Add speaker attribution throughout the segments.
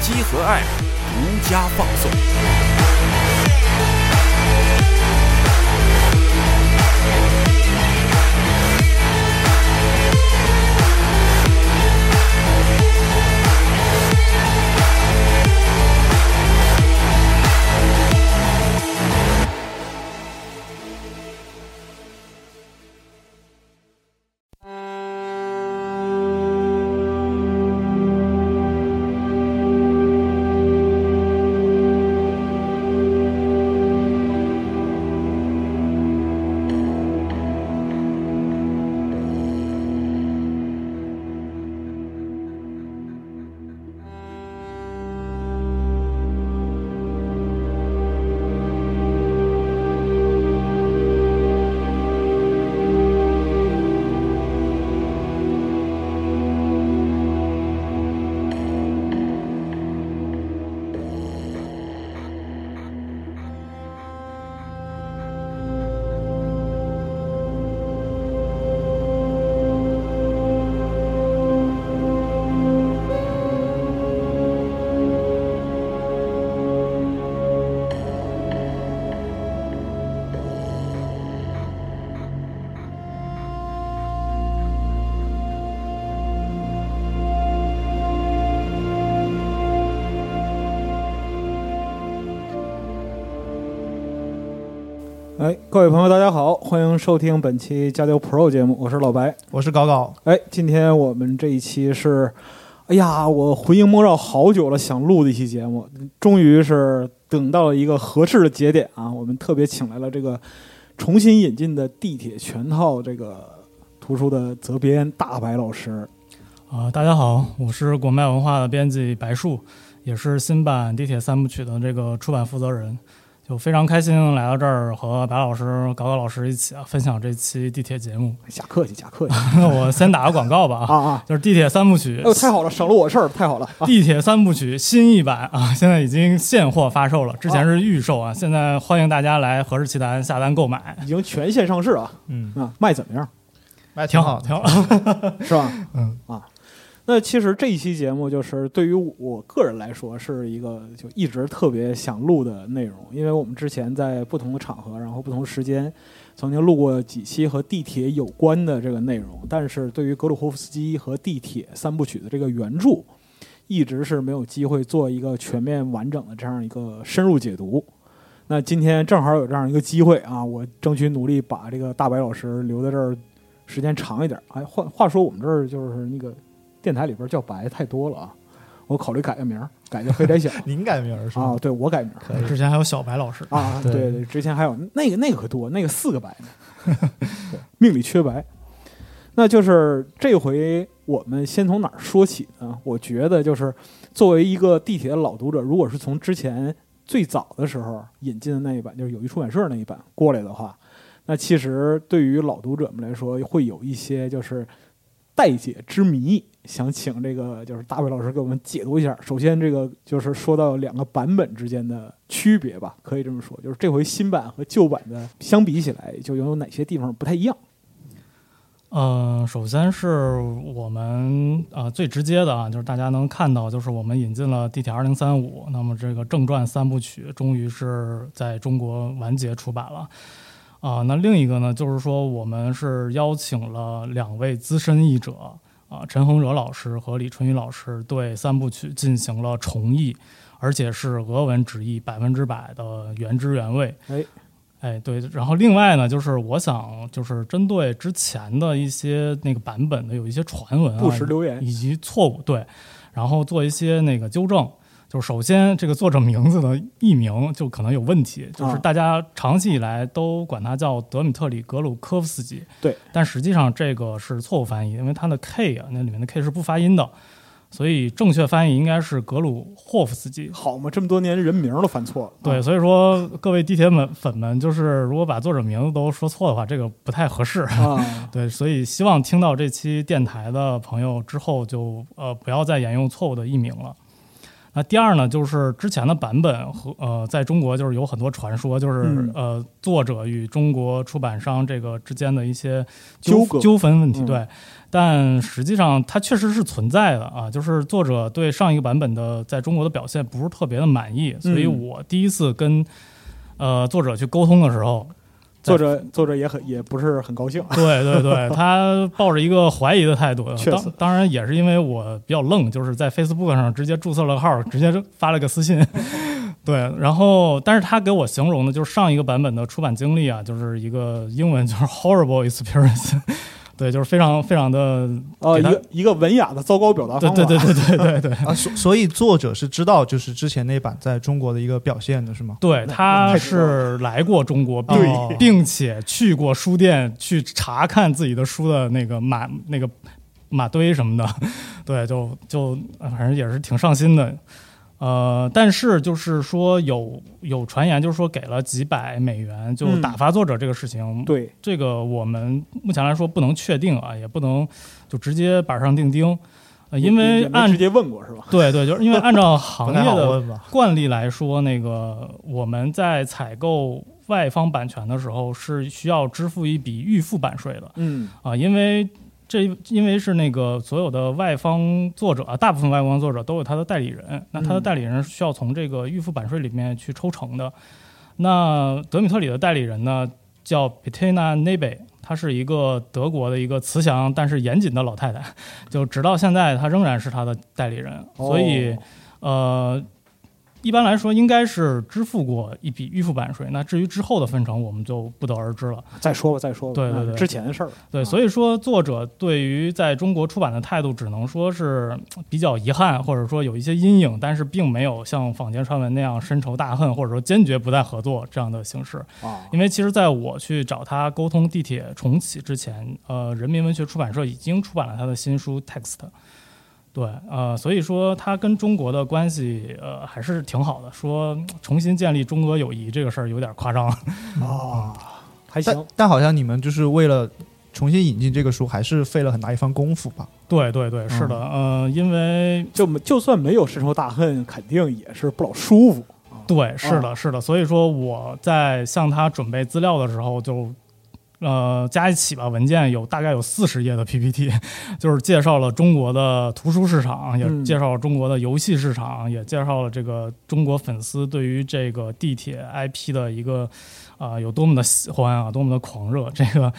Speaker 1: 积禾 App 独家放送。
Speaker 2: 哎，各位朋友，大家好，欢迎收听本期加丢 Pro 节目，我是老白。
Speaker 3: 我是高高，
Speaker 2: 哎，今天我们这一期是，哎呀，我回萦梦绕好久了，想录的一期节目，终于是等到了一个合适的节点啊！我们特别请来了这个重新引进的地铁全套这个图书的责编大白老师。
Speaker 4: 啊、大家好，我是国脉文化的编辑白树，也是新版《地铁三部曲》的这个出版负责人，就非常开心来到这儿和白老师、高高老师一起啊分享这期地铁节目。
Speaker 2: 假客气，假客气
Speaker 4: 那我先打个广告吧
Speaker 2: 啊
Speaker 4: 啊，
Speaker 2: 啊！
Speaker 4: 就是《地铁三部曲
Speaker 2: 哎》呦，太好了，省了我事儿，太好了。啊
Speaker 4: 地铁三部曲新一版啊，现在已经现货发售了，之前是预售啊，现在欢迎大家来合适其单下单购买，
Speaker 2: 已经全线上市啊！
Speaker 3: 嗯，
Speaker 2: 啊，卖怎么样？
Speaker 3: 卖
Speaker 4: 挺
Speaker 3: 好
Speaker 4: 好，
Speaker 3: 的，
Speaker 4: 挺好。
Speaker 2: 是吧？
Speaker 4: 嗯
Speaker 2: 啊，那其实这一期节目就是对于我个人来说是一个就一直特别想录的内容，因为我们之前在不同的场合，然后不同时间，曾经录过几期和地铁有关的这个内容，但是对于格鲁霍夫斯基和地铁三部曲的这个原著，一直是没有机会做一个全面完整的这样一个深入解读。那今天正好有这样一个机会啊，我争取努力把这个大白老师留在这儿时间长一点。哎，话话说我们这儿就是那个电台里边叫白太多了啊，我考虑改个名儿，改叫肥宅小
Speaker 3: 您改名儿是
Speaker 2: 啊
Speaker 3: 吗？，
Speaker 2: 对我改名儿
Speaker 3: 可以，
Speaker 4: 之前还有小白老师，
Speaker 2: 啊，
Speaker 3: 对
Speaker 2: 对对，之前还有那个那个可多，那个四个白呢， 对命里缺白。那就是这回我们先从哪儿说起呢？我觉得就是作为一个地铁的老读者，如果是从之前最早的时候引进的那一版，就是友谊出版社那一版过来的话，那其实对于老读者们来说，会有一些就是待解之谜。想请这个就是大卫老师给我们解读一下。首先，这个就是说到两个版本之间的区别吧，可以这么说，就是这回新版和旧版的相比起来，就有哪些地方不太一样？
Speaker 4: 呃，首先是我们呃最直接的啊，就是大家能看到，就是我们引进了《地铁二零三五》，那么这个正传三部曲终于是在中国完结出版了。啊、那另一个呢，就是说我们是邀请了两位资深译者啊、陈洪哲老师和李春雨老师对三部曲进行了重译，而且是俄文直译，百分之百的原汁原味。
Speaker 2: 哎，
Speaker 4: 哎，对，然后另外呢，就是我想就是针对之前的一些那个版本的有一些传闻啊，
Speaker 2: 不实留言
Speaker 4: 以及错误，对，然后做一些那个纠正。就是首先，这个作者名字的译名就可能有问题，就是
Speaker 2: 啊
Speaker 4: 大家长期以来都管他叫德米特里·格鲁科夫斯基，
Speaker 2: 对，
Speaker 4: 但实际上这个是错误翻译，因为它的 K 啊，那里面的 K 是不发音的，所以正确翻译应该是格鲁霍夫斯基。
Speaker 2: 好嘛，这么多年人名都翻错了，
Speaker 4: 对，
Speaker 2: 啊，
Speaker 4: 所以说各位地铁们粉们，就是如果把作者名字都说错的话，这个不太合适。
Speaker 2: 啊，
Speaker 4: 对，所以希望听到这期电台的朋友之后就呃不要再沿用错误的译名了。那第二呢，就是之前的版本和呃，在中国就是有很多传说，就是、
Speaker 2: 嗯
Speaker 4: 呃作者与中国出版商这个之间的一些
Speaker 2: 纠葛
Speaker 4: 纠纷问题。
Speaker 2: 嗯
Speaker 4: 对，但实际上它确实是存在的啊，就是作者对上一个版本的在中国的表现不是特别的满意，所以
Speaker 2: 嗯
Speaker 4: 我第一次跟呃作者去沟通的时候，
Speaker 2: 作者作者也很也不是很高兴，啊
Speaker 4: 对对对，他抱着一个怀疑的态度。
Speaker 2: 确实
Speaker 4: 当当然也是因为我比较愣，就是在 Facebook 上直接注册了个号，直接就发了个私信。 对，然后但是他给我形容的就是上一个版本的出版经历啊，就是一个英文就是 horrible experience，对， 就是非常非常的，
Speaker 2: 呃，
Speaker 4: 给
Speaker 2: 一
Speaker 4: 他
Speaker 2: 个一个文雅的糟糕表达
Speaker 4: 对
Speaker 2: 方法，
Speaker 4: 对对对对对对。
Speaker 3: 啊，所所以作者是知道就是之前那版在中国的一个表现的是吗？
Speaker 4: 对，他
Speaker 2: 太知道
Speaker 4: 是来过中国，并
Speaker 2: 对
Speaker 4: 并且去过书店去查看自己的书的那个码那个码堆什么的， 对，就就反正也是挺上心的。呃，但是就是说有有传言，就是说给了几百美元就
Speaker 2: 嗯
Speaker 4: 打发作者这个事情，
Speaker 2: 对，
Speaker 4: 这个我们目前来说不能确定啊，也不能就直接板上钉钉，呃、因
Speaker 2: 也
Speaker 4: 为
Speaker 2: 也没
Speaker 4: 按
Speaker 2: 直接问过是吧？
Speaker 4: 对对，就是因为按照行
Speaker 3: 不
Speaker 4: 业
Speaker 3: 太好
Speaker 4: 的
Speaker 3: 问吧？
Speaker 4: 惯例来说，那个我们在采购外方版权的时候是需要支付一笔预付版税的
Speaker 2: 嗯，
Speaker 4: 啊，因为这因为是那个所有的外方作者啊，大部分外方作者都有他的代理人，那他的
Speaker 2: 嗯
Speaker 4: 代理人是需要从这个预付版税里面去抽成的。那德米特里的代理人呢，叫 Petina Nebe，她是一个德国的一个慈祥但是严谨的老太 太，就直到现在她仍然是他的代理人，所以、呃，一般来说应该是支付过一笔预付版税。那至于之后的分成，我们就不得而知了。
Speaker 2: 再说吧，再说吧，
Speaker 4: 对对
Speaker 2: 嗯
Speaker 4: 对
Speaker 2: 之前的事儿，
Speaker 4: 对，所以说作者对于在中国出版的态度，只能说是嗯比较遗憾，或者说有一些阴影，但是并没有像坊间传闻那样深仇大恨，或者说坚决不再合作这样的形式。
Speaker 2: 啊，
Speaker 4: 因为其实在我去找他沟通地铁重启之前，呃，人民文学出版社已经出版了他的新书《Text》。对，呃，所以说他跟中国的关系，呃，还是挺好的。说嗯重新建立中俄友谊这个事儿有点夸张，
Speaker 2: 啊，还
Speaker 3: 但
Speaker 2: 行，
Speaker 3: 但好像你们就是为了重新引进这个书，还是费了很大一番功夫吧？
Speaker 4: 对对对，是的，呃，因为
Speaker 2: 就就算没有深仇大恨，肯定也是不老舒服。
Speaker 4: 对，是
Speaker 2: 嗯
Speaker 4: 的，是的。所以说我在向他准备资料的时候就。呃，加一起吧，文件有大概有四十页的 PPT，就是 介绍了中国的图书市场，也
Speaker 2: 嗯
Speaker 4: 介绍了中国的游戏市场，也介绍了这个中国粉丝对于这个地铁 IP 的一个啊、有多么的喜欢啊，多么的狂热，这个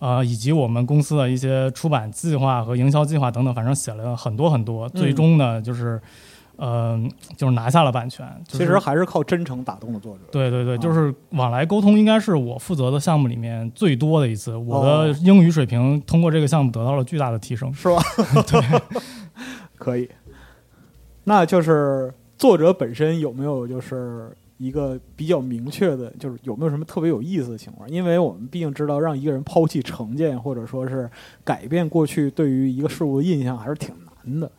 Speaker 4: 呃以及我们公司的一些出版计划和营销计划等等，反正写了很多很多。最终呢，就是嗯、就是拿下了版权。就是
Speaker 2: 其实还是靠真诚打动了作者。
Speaker 4: 对对对，
Speaker 2: 啊
Speaker 4: 就是往来沟通，应该是我负责的项目里面最多的一次。我的
Speaker 2: 哦
Speaker 4: 英语水平通过这个项目得到了巨大的提升。
Speaker 2: 是吧？可以。那就是作者本身有没有就是一个比较明确的，就是有没有什么特别有意思的情况？因为我们毕竟知道，让一个人抛弃成见，或者说是改变过去对于一个事物的印象，还是挺难的。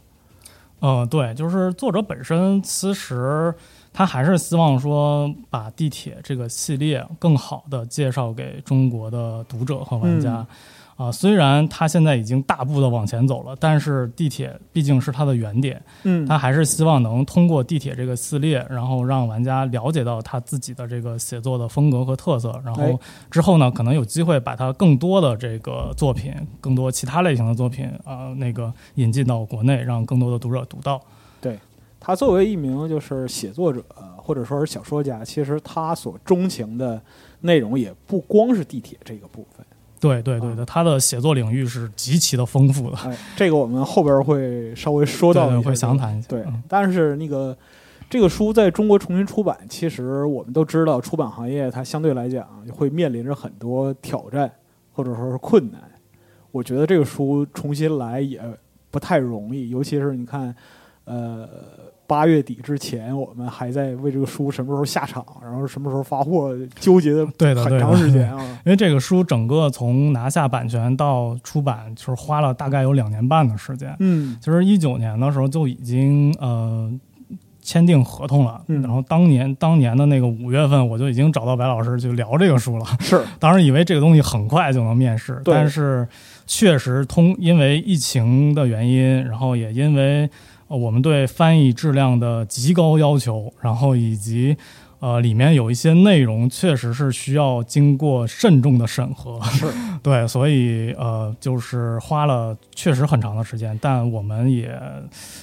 Speaker 4: 嗯，对，就是作者本身其实他还是希望说把地铁这个系列更好的介绍给中国的读者和玩家。
Speaker 2: 嗯
Speaker 4: 啊、虽然他现在已经大步的往前走了，但是地铁毕竟是他的原点，
Speaker 2: 嗯
Speaker 4: 他还是希望能通过地铁这个系列，然后让玩家了解到他自己的这个写作的风格和特色，然
Speaker 2: 哎
Speaker 4: 后之后呢，可能有机会把他更多的这个作品，更多其他类型的作品，呃，那个引进到国内，让更多的读者读到。
Speaker 2: 他作为一名就是写作者呃或者说是小说家，其实他所钟情的内容也不光是地铁这个部分。
Speaker 4: 对对
Speaker 2: 啊
Speaker 4: 对对，他的写作领域是极其的丰富的，
Speaker 2: 哎，这个我们后边会稍微说
Speaker 4: 对
Speaker 2: 到一
Speaker 4: 对
Speaker 2: 下，
Speaker 4: 会详谈一下。
Speaker 2: 对
Speaker 4: 嗯，
Speaker 2: 但是那个这个书在中国重新出版，其实我们都知道，出版行业它相对来讲会面临着很多挑战，或者说是困难。我觉得这个书重新来也不太容易，尤其是你看，呃，八月底之前，我们还在为这个书什么时候下场，然后什么时候发货纠结的
Speaker 4: 对的
Speaker 2: 很
Speaker 4: 对的
Speaker 2: 长时间啊。
Speaker 4: 因为这个书整个从拿下版权到出版，就是花了大概有两年半的时间。
Speaker 2: 嗯
Speaker 4: 其实一九年的时候就已经呃签订合同了，
Speaker 2: 嗯
Speaker 4: 然后当年当年的那个五月份，我就已经找到白老师去聊这个书了。
Speaker 2: 是
Speaker 4: 当时以为这个东西很快就能面世，
Speaker 2: 对
Speaker 4: 但是确实通因为疫情的原因，然后也因为呃我们对翻译质量的极高要求，然后以及呃里面有一些内容确实是需要经过慎重的审核，
Speaker 2: 是，
Speaker 4: 对，所以呃就是花了确实很长的时间，但我们也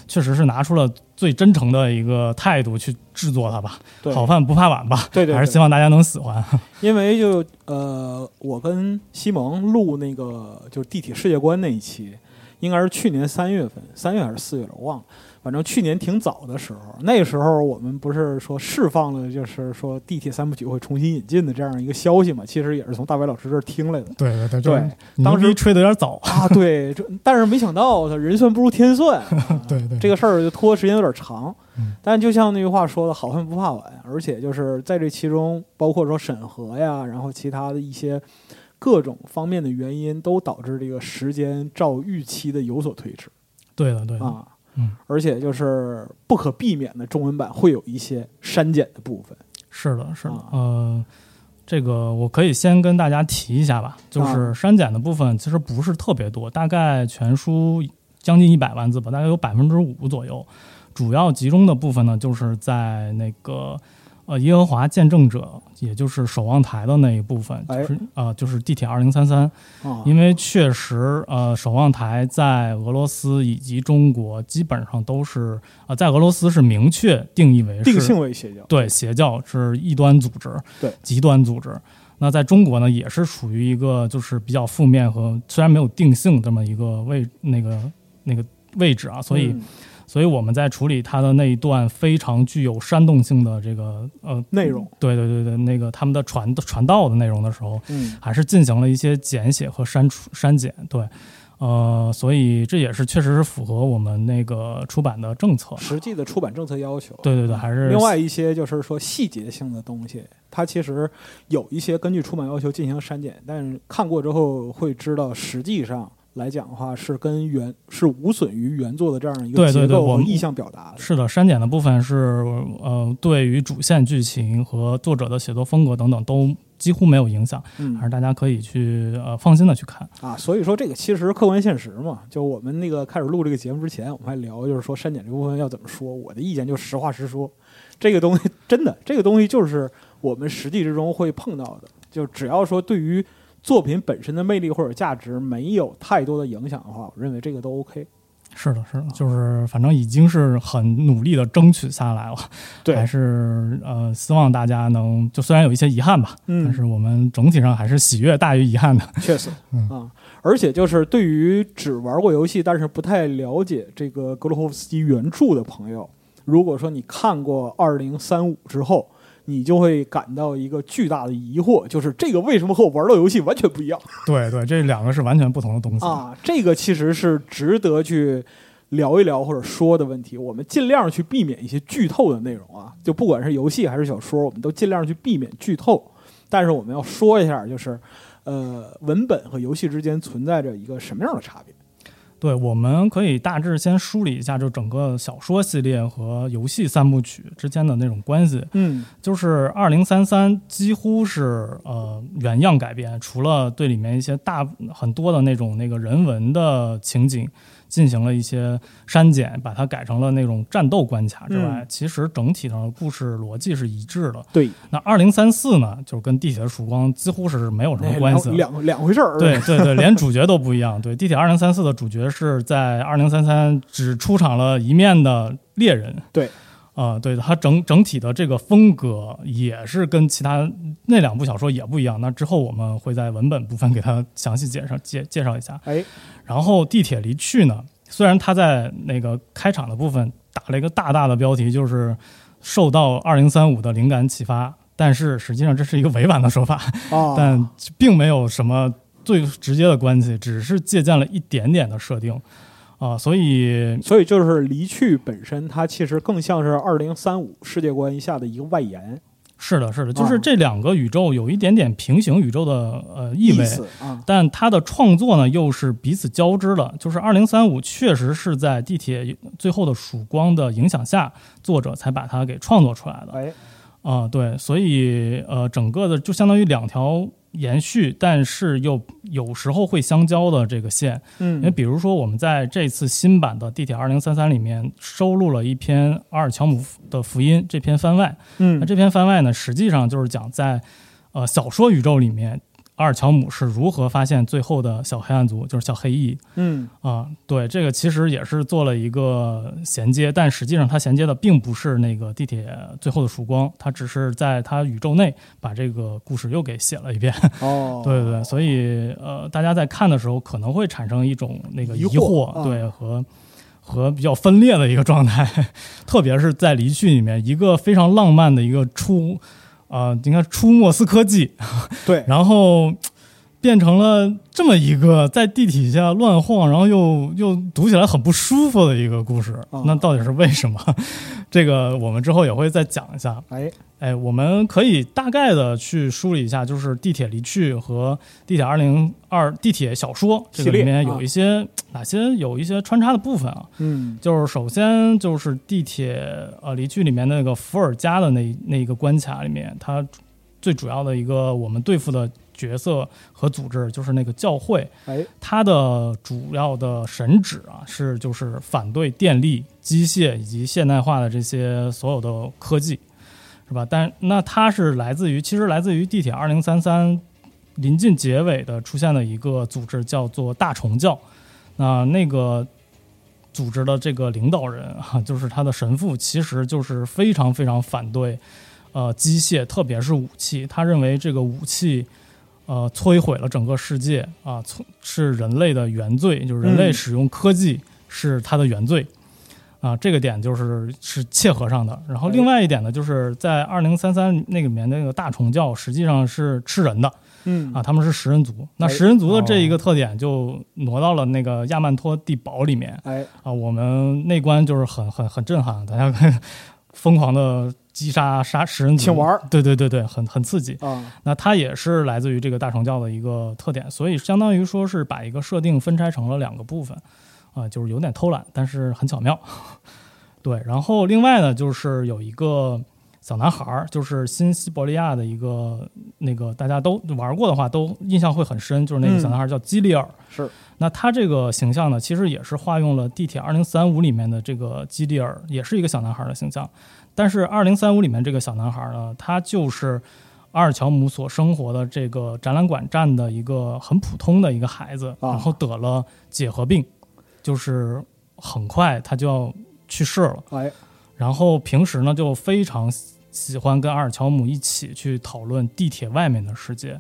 Speaker 4: 确实是拿出了最真诚的一个态度去制作它吧，
Speaker 2: 对，
Speaker 4: 好饭不怕晚吧，
Speaker 2: 对对对
Speaker 4: 还是希望大家能喜欢，
Speaker 2: 因为就呃，我跟西蒙录那个就是地铁世界观那一期，应该是去年三月份，三月还是四月了，我忘了。反正去年挺早的时候，那时候我们不是说释放了，就是说地铁三部曲会重新引进的这样一个消息嘛？其实也是从大白老师这儿听来的
Speaker 4: 对对对
Speaker 2: 就是
Speaker 4: 当
Speaker 2: 当时
Speaker 4: 时吹的有点早。
Speaker 2: 啊。对，这但是没想到他人算不如天算，啊
Speaker 4: 对对
Speaker 2: 这个事儿就拖时间有点长
Speaker 4: 嗯。
Speaker 2: 但就像那句话说的，好汉不怕晚，而且就是在这其中，包括说审核呀，然后其他的一些各种方面的原因，都导致这个时间照预期的有所推迟
Speaker 4: 对的，对的，
Speaker 2: 啊
Speaker 4: 嗯。
Speaker 2: 而且就是不可避免的，中文版会有一些删减的部分。
Speaker 4: 是的，是的
Speaker 2: 啊，
Speaker 4: 呃，这个我可以先跟大家提一下
Speaker 2: 啊
Speaker 4: 吧，就是删减的部分其实不是特别多，大概全书将近一百万字吧，大概有百分之五左右。主要集中的部分呢，就是在那个呃耶和华见证者，也就是守望台的那一部分，就
Speaker 2: 哎
Speaker 4: 是呃就是地铁二零三三，
Speaker 2: 啊，
Speaker 4: 因为确实，呃，守望台在俄罗斯以及中国基本上都是，呃，在俄罗斯是明确定义为是
Speaker 2: 定性为邪教，
Speaker 4: 对邪教是异端组织，
Speaker 2: 对
Speaker 4: 极端组织。那在中国呢，也是属于一个就是比较负面和虽然没有定性这么一个位那个那个位置啊，所以、
Speaker 2: 嗯
Speaker 4: 所以我们在处理它的那一段非常具有煽动性的这个呃
Speaker 2: 内容，
Speaker 4: 对对对对，那个他们的传传道的内容的时候，
Speaker 2: 嗯，
Speaker 4: 还是进行了一些简写和删除删减，对，呃，所以这也是确实是符合我们那个出版的政策，
Speaker 2: 实际的出版政策要求。
Speaker 4: 对对对，还是
Speaker 2: 另外一些就是说细节性的东西，它其实有一些根据出版要求进行删减，但是看过之后会知道，实际上来讲的话是跟原是无损于原作的这样一
Speaker 4: 对
Speaker 2: 个
Speaker 4: 对
Speaker 2: 结
Speaker 4: 对
Speaker 2: 构
Speaker 4: 我
Speaker 2: 和
Speaker 4: 们
Speaker 2: 意向表达的。
Speaker 4: 是的，删减的部分是呃，对于主线剧情和作者的写作风格等等都几乎没有影响，还是
Speaker 2: 嗯
Speaker 4: 大家可以去呃放心的去看。
Speaker 2: 啊，所以说这个其实客观现实嘛，就我们那个开始录这个节目之前，我们还聊就是说删减这部分要怎么说，我的意见就实话实说，这个东西真的，这个东西就是我们实际之中会碰到的，就只要说对于作品本身的魅力或者价值没有太多的影响的话，我认为这个都 OK。
Speaker 4: 是的，是的，就是反正已经是很努力的争取下来了，还
Speaker 2: 对，
Speaker 4: 是呃希望大家能就虽然有一些遗憾吧，但是
Speaker 2: 嗯，
Speaker 4: 我们整体上还是喜悦大于遗憾的。
Speaker 2: 确实
Speaker 4: 嗯
Speaker 2: 啊，而且就是对于只玩过游戏但是不太了解这个格罗霍夫斯基原著的朋友，如果说你看过《二零三五》之后。你就会感到一个巨大的疑惑，就是这个为什么和我玩到游戏完全不一样？
Speaker 4: 对对，这两个是完全不同的东西。
Speaker 2: 啊，这个其实是值得去聊一聊或者说的问题。我们尽量去避免一些剧透的内容啊，就不管是游戏还是小说，我们都尽量去避免剧透。但是我们要说一下，就是呃，文本和游戏之间存在着一个什么样的差别？
Speaker 4: 对，我们可以大致先梳理一下，就整个小说系列和游戏三部曲之间的那种关系。
Speaker 2: 嗯，
Speaker 4: 就是二零三三几乎是呃原样改编，除了对里面一些大很多的那种那个人文的情景进行了一些删减，把它改成了那种战斗关卡之外，
Speaker 2: 嗯
Speaker 4: 其实整体上的故事逻辑是一致的。
Speaker 2: 对，
Speaker 4: 那二零三四呢，就是跟《地铁的曙光》几乎是没有什么关系了。
Speaker 2: 哎
Speaker 4: 啊
Speaker 2: 两两回事儿。
Speaker 4: 对对对，连主角都不一样。对，《地铁二零三四》的主角是在二零三三只出场了一面的猎人。
Speaker 2: 对，
Speaker 4: 啊、对他整整体的这个风格也是跟其他那两部小说也不一样。那之后我们会在文本部分给他详细介绍介介绍一下。
Speaker 2: 哎，
Speaker 4: 然后《地铁离去》呢，虽然他在那个开场的部分打了一个大大的标题，就是受到二零三五的灵感启发，但是实际上这是一个委婉的说法，
Speaker 2: 哦，
Speaker 4: 但并没有什么最直接的关系，只是借鉴了一点点的设定啊、所以
Speaker 2: 所以就是离去本身，它其实更像是二零三五世界观一下的一个外延
Speaker 4: 是的，是的，就是
Speaker 2: 嗯
Speaker 4: 这两个宇宙有一点点平行宇宙的呃意味。
Speaker 2: 思啊。
Speaker 4: 但它的创作呢，又是彼此交织的。就是二零三五确实是在地铁最后的曙光的影响下，作者才把它给创作出来的。
Speaker 2: 哎，
Speaker 4: 啊、对，所以呃，整个的就相当于两条延续，但是又有时候会相交的这个线。因为
Speaker 2: 嗯，
Speaker 4: 比如说，我们在这次新版的《地铁二零三三》里面收录了一篇阿尔乔姆的福音这篇番外。那
Speaker 2: 嗯，
Speaker 4: 啊这篇番外呢，实际上就是讲在呃小说宇宙里面，阿尔乔姆是如何发现最后的小黑暗族，就是小黑翼
Speaker 2: 嗯，
Speaker 4: 啊、对，这个其实也是做了一个衔接，但实际上它衔接的并不是那个地铁最后的曙光，它只是在它宇宙内把这个故事又给写了一遍。
Speaker 2: 哦，
Speaker 4: 对对对，所以呃，大家在看的时候可能会产生一种那个
Speaker 2: 疑
Speaker 4: 疑
Speaker 2: 惑啊
Speaker 4: 对和和比较分裂的一个状态， 特别是在《离去》里面，一个非常浪漫的一个出，啊，你看出莫斯科记，
Speaker 2: 对，
Speaker 4: 然后变成了这么一个在地底下乱晃，然后又又读起来很不舒服的一个故事
Speaker 2: 啊，
Speaker 4: 那到底是为什么？ 这个我们之后也会再讲一下。
Speaker 2: 哎，
Speaker 4: 哎，我们可以大概的去梳理一下，就是地铁离去和地铁二零二地铁小说这
Speaker 2: 系
Speaker 4: 个
Speaker 2: 列
Speaker 4: 里面
Speaker 2: 啊
Speaker 4: 有一些、哪些有一些穿插的部分啊。
Speaker 2: 嗯，
Speaker 4: 就是首先就是地铁呃离去里面那个伏尔加的那那一个关卡里面，它最主要的一个我们对付的角色和组织就是那个教会，
Speaker 2: 哎，
Speaker 4: 它的主要的神旨啊是就是反对电力、机械以及现代化的这些所有的科技，是吧？但那它是来自于其实来自于地铁二零三三临近结尾的出现的一个组织叫做大虫教，那那个组织的这个领导人啊，就是他的神父，其实就是非常非常反对呃机械，特别是武器。他认为这个武器呃摧毁了整个世界啊、摧是人类的原罪，就是人类
Speaker 2: 嗯
Speaker 4: 使用科技是他的原罪。啊，这个点就是是切合上的。然后另外一点呢，就是在二零三三那个里面那个大虫教实际上是吃人的，
Speaker 2: 嗯，
Speaker 4: 啊，他们是食人族。那
Speaker 2: 哎
Speaker 4: 食人族的这一个特点就挪到了那个亚曼托地堡里面
Speaker 2: 哎，
Speaker 4: 啊，我们内观就是很很很震撼，大家 可以疯狂的击杀杀食人族，
Speaker 2: 请玩儿
Speaker 4: 对对对对，很很刺激。
Speaker 2: 啊，
Speaker 4: 那它也是来自于这个大乘教的一个特点，所以相当于说是把一个设定分拆成了两个部分，啊、就是有点偷懒，但是很巧妙。 对，然后另外呢，就是有一个小男孩儿，就是新西伯利亚的一个那个大家都玩过的话都印象会很深，就是那个小男孩儿叫基里尔。
Speaker 2: 是，
Speaker 4: 那他这个形象呢，其实也是化用了《地铁二零三五》里面的这个基里尔，也是一个小男孩的形象。但是《二零三五》里面这个小男孩呢，他就是阿尔乔姆所生活的这个展览馆站的一个很普通的一个孩子，
Speaker 2: 啊
Speaker 4: 然后得了结核病，就是很快他就要去世了。
Speaker 2: 哎，
Speaker 4: 然后平时呢就非常喜欢跟阿尔乔姆一起去讨论地铁外面的世界，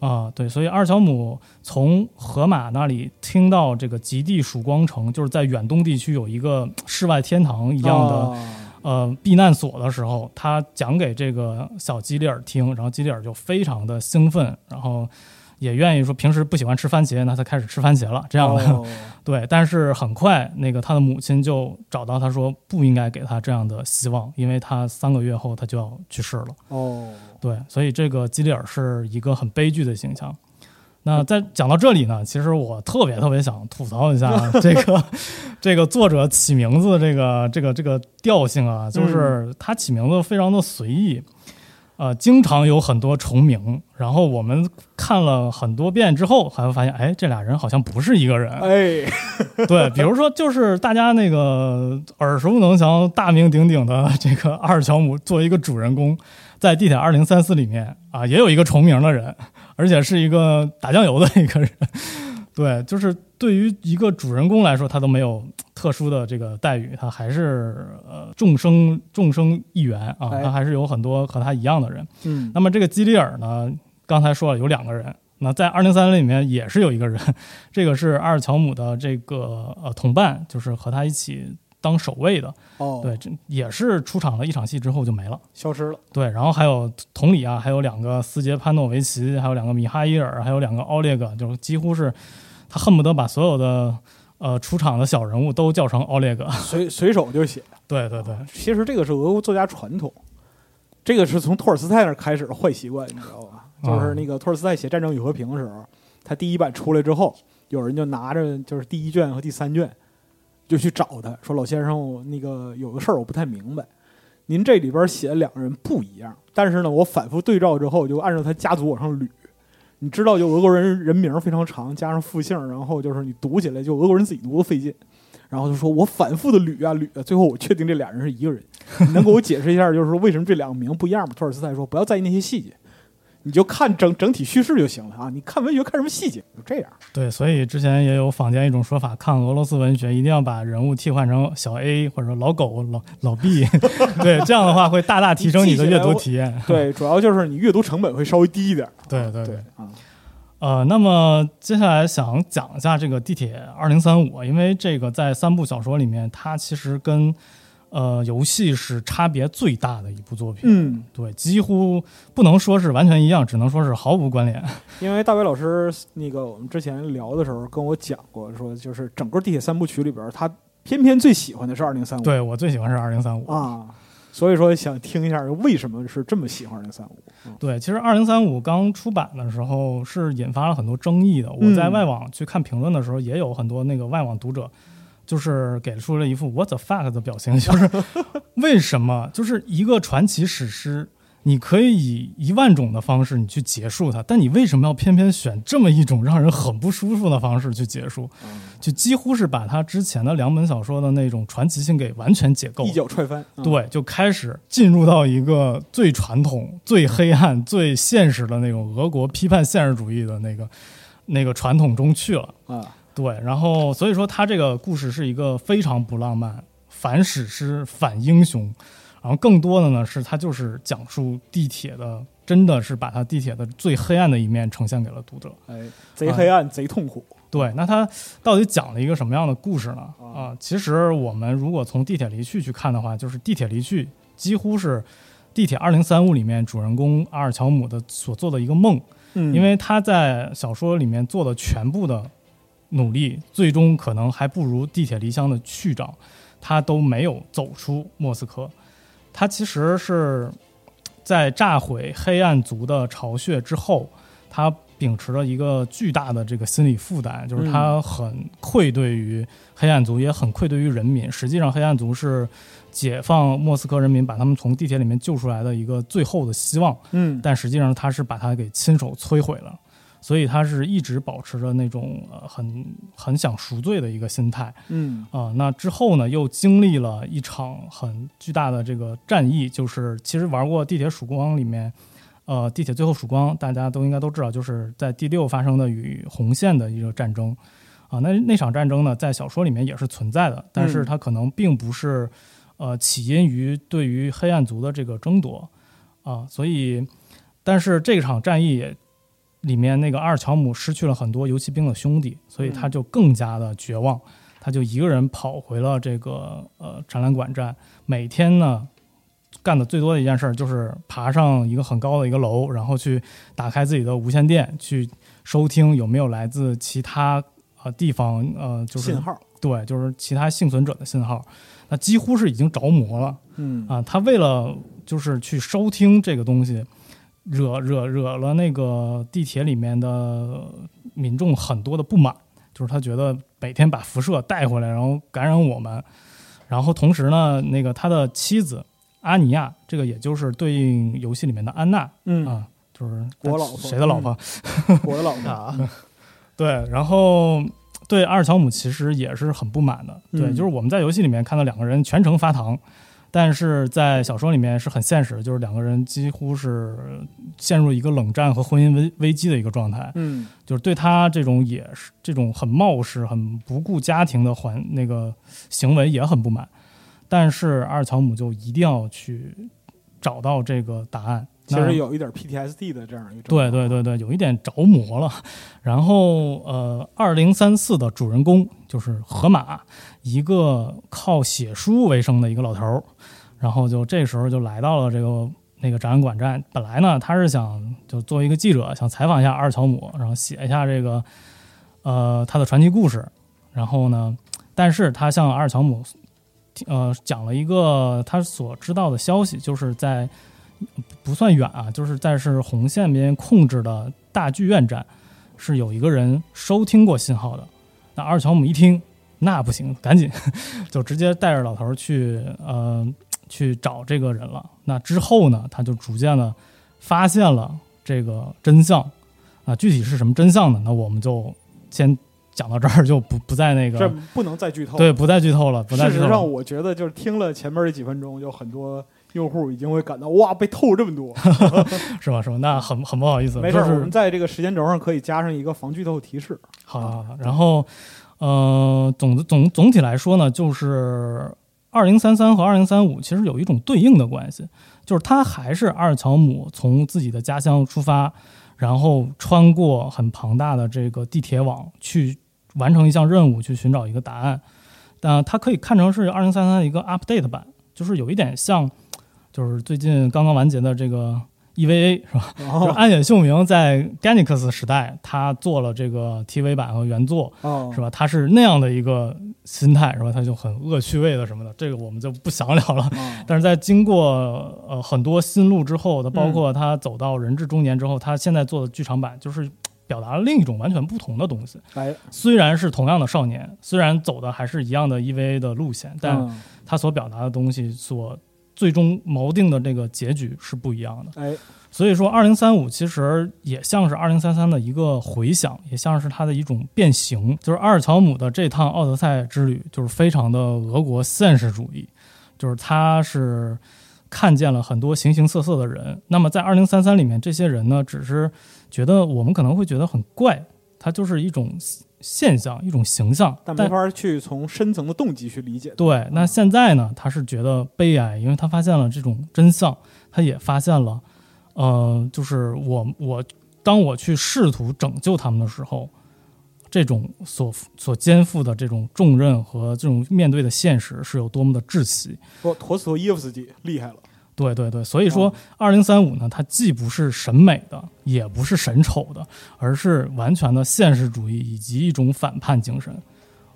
Speaker 4: 啊、对，所以阿尔乔姆从荷马那里听到这个极地曙光城，就是在远东地区有一个世外天堂一
Speaker 2: 一
Speaker 4: 样的、
Speaker 2: 哦
Speaker 4: 呃避难所的时候，他讲给这个小基里尔听，然后基里尔就非常的兴奋，然后也愿意说平时不喜欢吃番茄，那他开始吃番茄了，
Speaker 2: 这
Speaker 4: 这样的。对，但是很快，那个他的母亲就找到他说，不应该给他这样的希望，因为他三个月后他就要去世了。
Speaker 2: 哦，
Speaker 4: 对，所以这个基里尔是一个很悲剧的形象。那在讲到这里呢，其实我特别特别想吐槽一下 这个这个作者起名字的这个这个这个调性啊，就是他起名字非常的随意，呃，经常有很多重名。然后我们看了很多遍之后，还会发现，哎，这俩人好像不是一个人。
Speaker 2: 哎，
Speaker 4: 对，比如说就是大家那个耳熟能详、大名鼎鼎的这个阿尔乔姆作为一个主人公，在《地铁二零三四》里面啊，也有一个重名的人，而且是一个打酱油的一个人。对，就是对于一个主人公来说，他都没有特殊的这个待遇，他还是呃众生众生一员啊，
Speaker 2: 哎
Speaker 4: 他还是有很多和他一样的人。
Speaker 2: 嗯，
Speaker 4: 那么这个基里尔呢，刚才说了有两个人，那在二零三零里面也是有一个人，这个是阿尔乔姆的这个呃同伴，就是和他一起当首位的，
Speaker 2: 哦，
Speaker 4: 对，，这也是出场了一场戏之后就没了。
Speaker 2: 消失了，
Speaker 4: 对，然后还有同理啊，还有两个斯捷潘诺维奇，还有两个米哈伊尔，还有两个奥列格，就是几乎是他恨不得把所有的呃出场的小人物都叫成奥列格。
Speaker 2: 随随手就写。
Speaker 4: 对对对，
Speaker 2: 其实这个是俄国作家传统，这个是从托尔斯泰那儿开始的坏习惯，你知道吧？就是那个托尔斯泰写《战争与和平》的时候，他第一版出来之后，有人就拿着就是第一卷和第三卷，就去找他说：“老先生，我那个有个事儿我不太明白，您这里边写的两个人不一样，但是呢，我反复对照之后，就按照他家族往上捋。”你知道，就俄国人人名非常长，加上复姓，然后就是你读起来就俄国人自己读都费劲。然后就说我反复的捋啊捋啊，最后我确定这俩人是一个人。 你能给我解释一下，就是说为什么这两个名不一样吗？托尔斯泰说不要在意那些细节，你就看整整体叙事就行了啊！你看文学看什么细节？就这样。
Speaker 4: 对，所以之前也有坊间一种说法，看俄罗斯文学一定要把人物替换成小 A 或者说老狗、老老 B，对， 这样的话会大大提升你的阅读体验。
Speaker 2: 对，主要就是你阅读成本会稍微低一点。
Speaker 4: 对对
Speaker 2: 对
Speaker 4: 对，
Speaker 2: 啊，
Speaker 4: 呃，那么接下来想讲一下这个《地铁二零三五》，因为这个在三部小说里面，它其实跟呃游戏是差别最大的一部作品。
Speaker 2: 嗯，
Speaker 4: 对，几乎不能说是完全一样，只能说是毫无关联。
Speaker 2: 因为大卫老师那个我们之前聊的时候跟我讲过，说就是整个地铁三部曲里边，他偏偏最喜欢的是二零三五。
Speaker 4: 对我最喜欢是二零三五。
Speaker 2: 啊，所以说想听一下为什么是这么喜欢二零三五。嗯
Speaker 4: 对，其实二零三五刚出版的时候是引发了很多争议的。我在
Speaker 2: 嗯
Speaker 4: 外网去看评论的时候，也有很多那个外网读者，就是给出了一副 “what the fuck” 的表情， 就是为什么？就是一个传奇史诗，你可以以一万种的方式你去结束它，但你为什么要偏偏选这么一种让人很不舒服的方式去结束？
Speaker 2: 嗯
Speaker 4: 就几乎是把他之前的两本小说的那种传奇性给完全解构了
Speaker 2: 一。脚踹翻，嗯，
Speaker 4: 对，就开始进入到一个最传统、最黑暗、最现实的那种俄国批判现实主义的那个那个传统中去了。
Speaker 2: 啊，
Speaker 4: 对，然后所以说他这个故事是一个非常不浪漫、反史诗、反英雄，然后更多的呢是他就是讲述地铁的，真的是把他地铁的最黑暗的一面呈现给了读者。
Speaker 2: 哎，贼黑暗，贼痛苦。
Speaker 4: 对，那它到底讲了一个什么样的故事呢？啊、其实我们如果从《地铁离去》去看的话，就是《地铁离去》几乎是《地铁二零三五》里面主人公阿尔乔姆的所做的一个梦，
Speaker 2: 嗯
Speaker 4: 因为他在小说里面做的全部的努力，最终可能还不如《地铁离乡》的去长，他都没有走出莫斯科。他其实是在炸毁黑暗族的巢穴之后，他秉持着一个巨大的这个心理负担，就是他很愧对于黑暗族，也很愧对于人民。实际上，黑暗族是解放莫斯科人民，把他们从地铁里面救出来的一个最后的希望。
Speaker 2: 嗯，
Speaker 4: 但实际上他是把它给亲手摧毁了，所以他是一直保持着那种呃很很想赎罪的一个心态
Speaker 2: 嗯
Speaker 4: 啊、那之后呢，又经历了一场很巨大的这个战役，就是其实玩过《地铁曙光》里面。呃，地铁最后曙光，大家都应该都知道，就是在第六发生的与红线的一个战争，啊，那那场战争呢，在小说里面也是存在的，但是它可能并不是，呃，起因于对于黑暗族的这个争夺，啊，所以，但是这场战役也里面那个阿尔乔姆失去了很多游骑兵的兄弟，所以
Speaker 2: 嗯
Speaker 4: 他就更加的绝望，他就一个人跑回了这个呃展览馆站，每天呢。干的最多的一件事儿就是爬上一个很高的一个楼，然后去打开自己的无线电，去收听有没有来自其他呃地方呃就是
Speaker 2: 信号，
Speaker 4: 对，就是其他幸存者的信号，那几乎是已经着魔了
Speaker 2: 嗯
Speaker 4: 啊！他为了就是去收听这个东西，惹惹惹了那个地铁里面的民众很多的不满，就是他觉得每天把辐射带回来，然后感染我们，然后同时呢，那个他的妻子阿尼亚，这个也就是对应游戏里面的安娜
Speaker 2: 嗯，
Speaker 4: 啊，就是
Speaker 2: 我老婆
Speaker 4: 谁的老婆？
Speaker 2: 我的老婆，
Speaker 3: 啊，
Speaker 4: 对，然后对阿尔乔姆其实也是很不满的。对，
Speaker 2: 嗯
Speaker 4: 就是我们在游戏里面看到两个人全程发糖，但是在小说里面是很现实的，就是两个人几乎是陷入一个冷战和婚姻危危机的一个状态。
Speaker 2: 嗯
Speaker 4: 就是对他这种也是这种很冒失、很不顾家庭的环那个行为也很不满，但是阿尔乔姆就一定要去找到这个答案，
Speaker 2: 其
Speaker 4: 那
Speaker 2: 实有一点 PTSD 的这样一个状况。
Speaker 4: 对对对对，有一点着魔了。然后呃，二零三四的主人公就是河马，一个靠写书为生的一个老头儿。然后就这时候就来到了这个那个展览馆站。本来呢，他是想就作为一个记者，想采访一下阿尔乔姆，然后写一下这个呃他的传奇故事。然后呢，但是他向阿尔乔姆呃讲了一个他所知道的消息，就是在不算远啊，就是在是红线边控制的大剧院站，是有一个人收听过信号的。那阿尔乔姆一听，那不行，赶紧 就直接带着老头儿去呃去找这个人了。那之后呢，他就逐渐的发现了这个真相啊，具体是什么真相呢？那我们就先讲到这儿，就不不再那
Speaker 2: 这
Speaker 4: 个
Speaker 2: 不能再剧透。
Speaker 4: 对，，不再剧透了，不再
Speaker 2: 事
Speaker 4: 剧透
Speaker 2: 实
Speaker 4: 了
Speaker 2: 上，。我觉得就是听了前面这几分钟，有很多用户已经会感到哇，被透这么 多。
Speaker 4: 是吧？是吧？那很很不好意思，
Speaker 2: 没事
Speaker 4: 就
Speaker 2: 儿，我
Speaker 4: 是
Speaker 2: 们在这个时间轴上可以加上一个防剧透提示。
Speaker 4: 好好好，然后呃，总总总体来说呢，就是二零三三和二零三五其实有一种对应的关系，就是他还是阿尔乔姆从自己的家乡出发，然后穿过很庞大的这个地铁网去完成一项任务，去寻找一个答案。但它可以看成是二零三三的一个 update 版，就是有一点像，就是最近刚刚完结的这个 E EVA 是吧？
Speaker 2: 然
Speaker 4: 就
Speaker 2: 后
Speaker 4: 是安野秀明在 Ganix 时代，他做了这个 TV 版和原作，
Speaker 2: 哦
Speaker 4: 是吧？他是那样的一个心态，是吧？他就很恶趣味的什么的，这个我们就不详聊 了。
Speaker 2: 哦
Speaker 4: 但是在经过呃很多新路之后，他包括
Speaker 2: 嗯
Speaker 4: 他走到人至中年之后，他现在做的剧场版就是表达了另一种完全不同的东西。
Speaker 2: 哎，
Speaker 4: 虽然是同样的少年，虽然走的还是一样的 EVA 的路线，但
Speaker 2: 嗯
Speaker 4: 他所表达的东西所最终锚定的这个结局是不一样的。
Speaker 2: 哎，
Speaker 4: 所以说，二零三五其实也像是二零三三的一个回响，也像是它的一种变形。就是阿尔乔姆的这趟奥德赛之旅，就是非常的俄国现实主义，就是他是看见了很多形形色色的人。那么在二零三三里面，这些人呢，只是觉得我们可能会觉得很怪，它就是一种现象，一种形象，
Speaker 2: 但没法去从深层的动机去理解的。
Speaker 4: 对，那现在呢，他是觉得悲哀，因为他发现了这种真相，他也发现了，呃，就是我我当我去试图拯救他们的时候，这种所所肩负的这种重任和这种面对的现实是有多么的窒息。
Speaker 2: 说陀思妥耶夫斯基厉害了，
Speaker 4: 对对对，所以说二零三五呢，它既不是审美的，也不是审丑的，而是完全的现实主义以及一种反叛精神。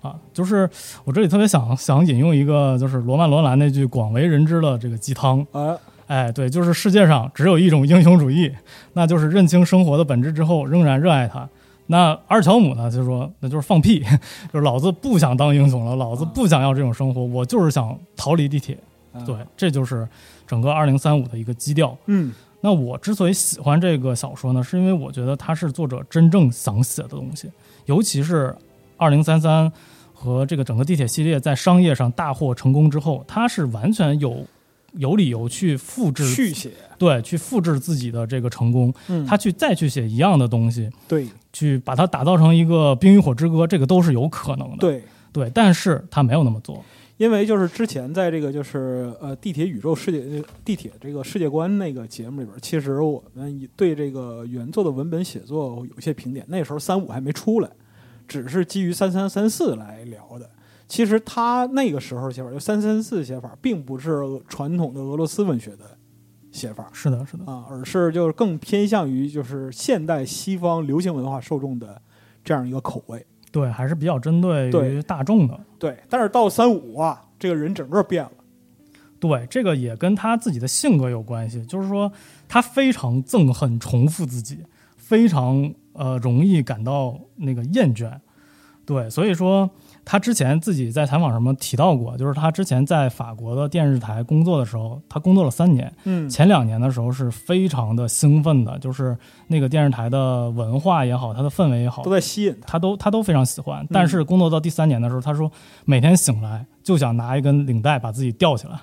Speaker 4: 啊，就是我这里特别想想引用一个，就是罗曼·罗兰那句广为人知的这个鸡汤，
Speaker 2: 哎，
Speaker 4: 哎，对，就是世界上只有一种英雄主义， 那就是认清生活的本质之后，仍然热爱它。那阿尔乔姆呢，就说那就是放屁， 就是老子不想当英雄了，老子不想要这种生活，我就是想逃离地铁。
Speaker 2: 嗯
Speaker 4: 对，，这就是整个二零三五的一个基调。
Speaker 2: 嗯，
Speaker 4: 那我之所以喜欢这个小说呢，是因为我觉得它是作者真正想写的东西，尤其是二零三三和这个整个地铁系列在商业上大获成功之后，它是完全有有理由去复制
Speaker 2: 续写，
Speaker 4: 对去复制自己的这个成功，
Speaker 2: 嗯，
Speaker 4: 他去再去写一样的东西，
Speaker 2: 对
Speaker 4: 去把它打造成一个《冰与火之歌》，这个都是有可能的。
Speaker 2: 对，
Speaker 4: 对，但是他没有那么做。
Speaker 2: 因为就是之前在这个就是呃地铁宇宙世界地铁这个世界观那个节目里边，其实我们也对这个原作的文本写作有一些评点。那时候三五还没出来，只是基于三三三四来聊的。其实他那个时候写法，就三三四写法，并不是传统的俄罗斯文学的写法
Speaker 4: 是的，是的，
Speaker 2: 啊，而是就是更偏向于就是现代西方流行文化受众的这样一个口味。
Speaker 4: 对，还是比较针对于
Speaker 2: 对
Speaker 4: 大众的。
Speaker 2: 对，但是到三五啊，这个人整个变了。
Speaker 4: 对，这个也跟他自己的性格有关系，就是说他非常憎恨重复自己，非常呃容易感到那个厌倦。对，所以说他之前自己在采访什么提到过，就是他之前在法国的电视台工作的时候，他工作了三年，
Speaker 2: 嗯
Speaker 4: 前两年的时候是非常的兴奋的，就是那个电视台的文化也好，它的氛围也好
Speaker 2: 都，在吸引他。
Speaker 4: 他都他都非常喜欢。
Speaker 2: 嗯
Speaker 4: 但是工作到第三年的时候，他说每天醒来就想拿一根领带把自己吊起来，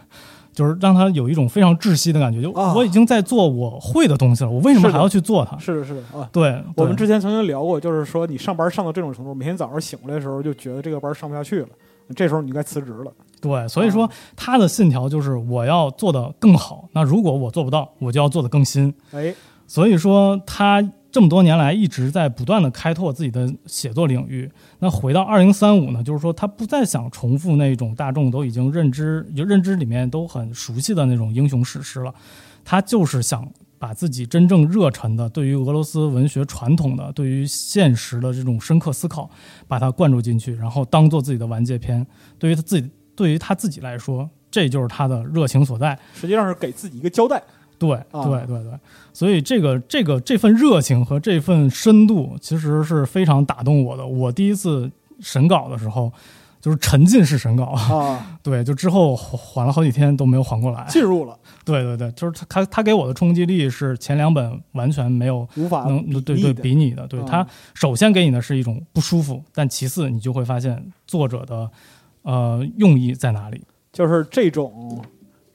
Speaker 4: 就是让他有一种非常窒息的感觉，就
Speaker 2: 啊
Speaker 4: 我已经在做我会的东西了，我为什么
Speaker 2: 是的
Speaker 4: 还要去做它？
Speaker 2: 是的，是的啊。
Speaker 4: 对，
Speaker 2: 我们
Speaker 4: 对
Speaker 2: 之前曾经聊过，就是说你上班上到这种程度，每天早上醒过来的时候就觉得这个班上不下去了，这时候你就该辞职了。
Speaker 4: 对，所以
Speaker 2: 哦
Speaker 4: 说他的信条就是我要做得更好。那如果我做不到，我就要做得更新。
Speaker 2: 哎，
Speaker 4: 所以说他这么多年来一直在不断的开拓自己的写作领域。那回到二零三五呢，就是说他不再想重复那种大众都已经认知、就认知里面都很熟悉的那种英雄史诗了，他就是想。把自己真正热忱的，对于俄罗斯文学传统的、对于现实的这种深刻思考，把它灌注进去，然后当做自己的完结篇。对于他自己，对于他自己来说，这就是他的热情所在。
Speaker 2: 实际上是给自己一个交代。
Speaker 4: 对
Speaker 2: 啊
Speaker 4: 对对对，所以这个这个这份热情和这份深度，其实是非常打动我的。我第一次审稿的时候，就是沉浸式审稿，
Speaker 2: 啊，
Speaker 4: 对，就之后缓缓了好几天都没有缓过来。
Speaker 2: 进入了，
Speaker 4: 对对对，就是他他他给我的冲击力是前两本完全没有
Speaker 2: 无法
Speaker 4: 能
Speaker 2: 比
Speaker 4: 对
Speaker 2: 拟
Speaker 4: 对
Speaker 2: 的
Speaker 4: 比拟的，对
Speaker 2: 嗯
Speaker 4: 他首先给你的是一种不舒服，但其次你就会发现作者的呃用意在哪里。
Speaker 2: 就是这种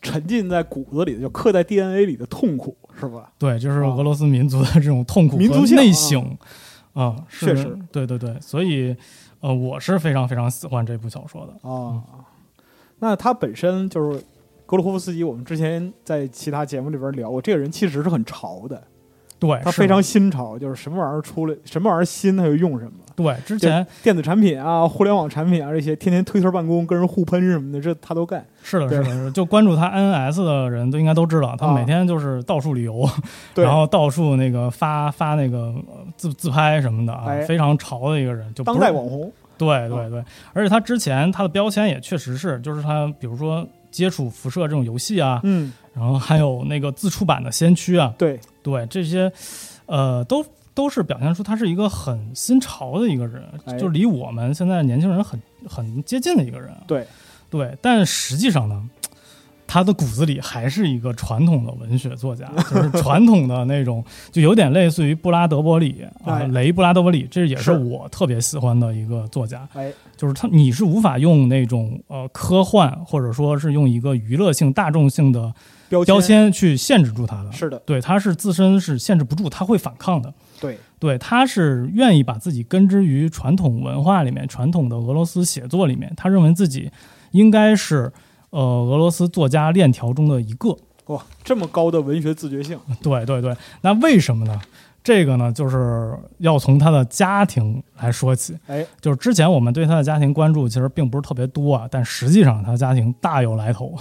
Speaker 2: 沉浸在骨子里的，就刻在 DNA 里的痛苦，是吧？
Speaker 4: 对，就是
Speaker 2: 啊
Speaker 4: 俄罗斯民族的这种痛苦
Speaker 2: 民族
Speaker 4: 和
Speaker 2: 性啊
Speaker 4: 内省啊，是
Speaker 2: 确实，
Speaker 4: 对对对，所以呃，我是非常非常喜欢这部小说的。嗯
Speaker 2: 啊，那他本身就是格鲁霍夫斯基，我们之前在其他节目里边聊过，这个人其实是很潮的，
Speaker 4: 对，
Speaker 2: 他
Speaker 4: 哎是
Speaker 2: 非常
Speaker 4: 的
Speaker 2: 新潮，就是什么玩意儿出来，什么玩意儿新他就用什么。
Speaker 4: 对。之前
Speaker 2: 电子产品啊、互联网产品啊这些，天天推特办公、跟人互喷什么的，这他都干。
Speaker 4: 是的，
Speaker 2: 对
Speaker 4: 是的，是的就关注他 NS 的人都应该都知道，他
Speaker 2: 啊
Speaker 4: 每天就是到处旅游，
Speaker 2: 对，
Speaker 4: 然后到处那个发发那个呃自自拍什么的啊，
Speaker 2: 哎
Speaker 4: 非常潮的一个人，就不
Speaker 2: 当
Speaker 4: 是
Speaker 2: 代网红啊
Speaker 4: 对对对，而且他之前他的标签也确实是，就是他比如说接触辐射这种游戏啊，
Speaker 2: 嗯，
Speaker 4: 然后还有那个自出版的《先驱》啊，
Speaker 2: 对，
Speaker 4: 对这些，呃，都都是表现出他是一个很新潮的一个人，
Speaker 2: 哎
Speaker 4: 就离我们现在年轻人很很接近的一个人。啊
Speaker 2: 对
Speaker 4: 对，但实际上呢，他的骨子里还是一个传统的文学作家，就是传统的那种，就有点类似于布拉德伯里啊
Speaker 2: 哎，
Speaker 4: 雷布拉德伯里，这也
Speaker 2: 是
Speaker 4: 是我特别喜欢的一个作家。
Speaker 2: 哎，
Speaker 4: 就是他，你是无法用那种呃科幻或者说是用一个娱乐性、大众性的
Speaker 2: 标
Speaker 4: 标签去限制住他的。
Speaker 2: 是的，
Speaker 4: 对，他是自身是限制不住，他会反抗的。
Speaker 2: 对，
Speaker 4: 对，他是愿意把自己根植于传统文化里面、传统的俄罗斯写作里面。他认为自己应该是呃俄罗斯作家链条中的一个。
Speaker 2: 哇，这么高的文学自觉性，
Speaker 4: 对对对，那为什么呢？这个呢，就是要从他的家庭来说起。
Speaker 2: 哎，
Speaker 4: 就是之前我们对他的家庭关注其实并不是特别多啊，但实际上他的家庭大有来头。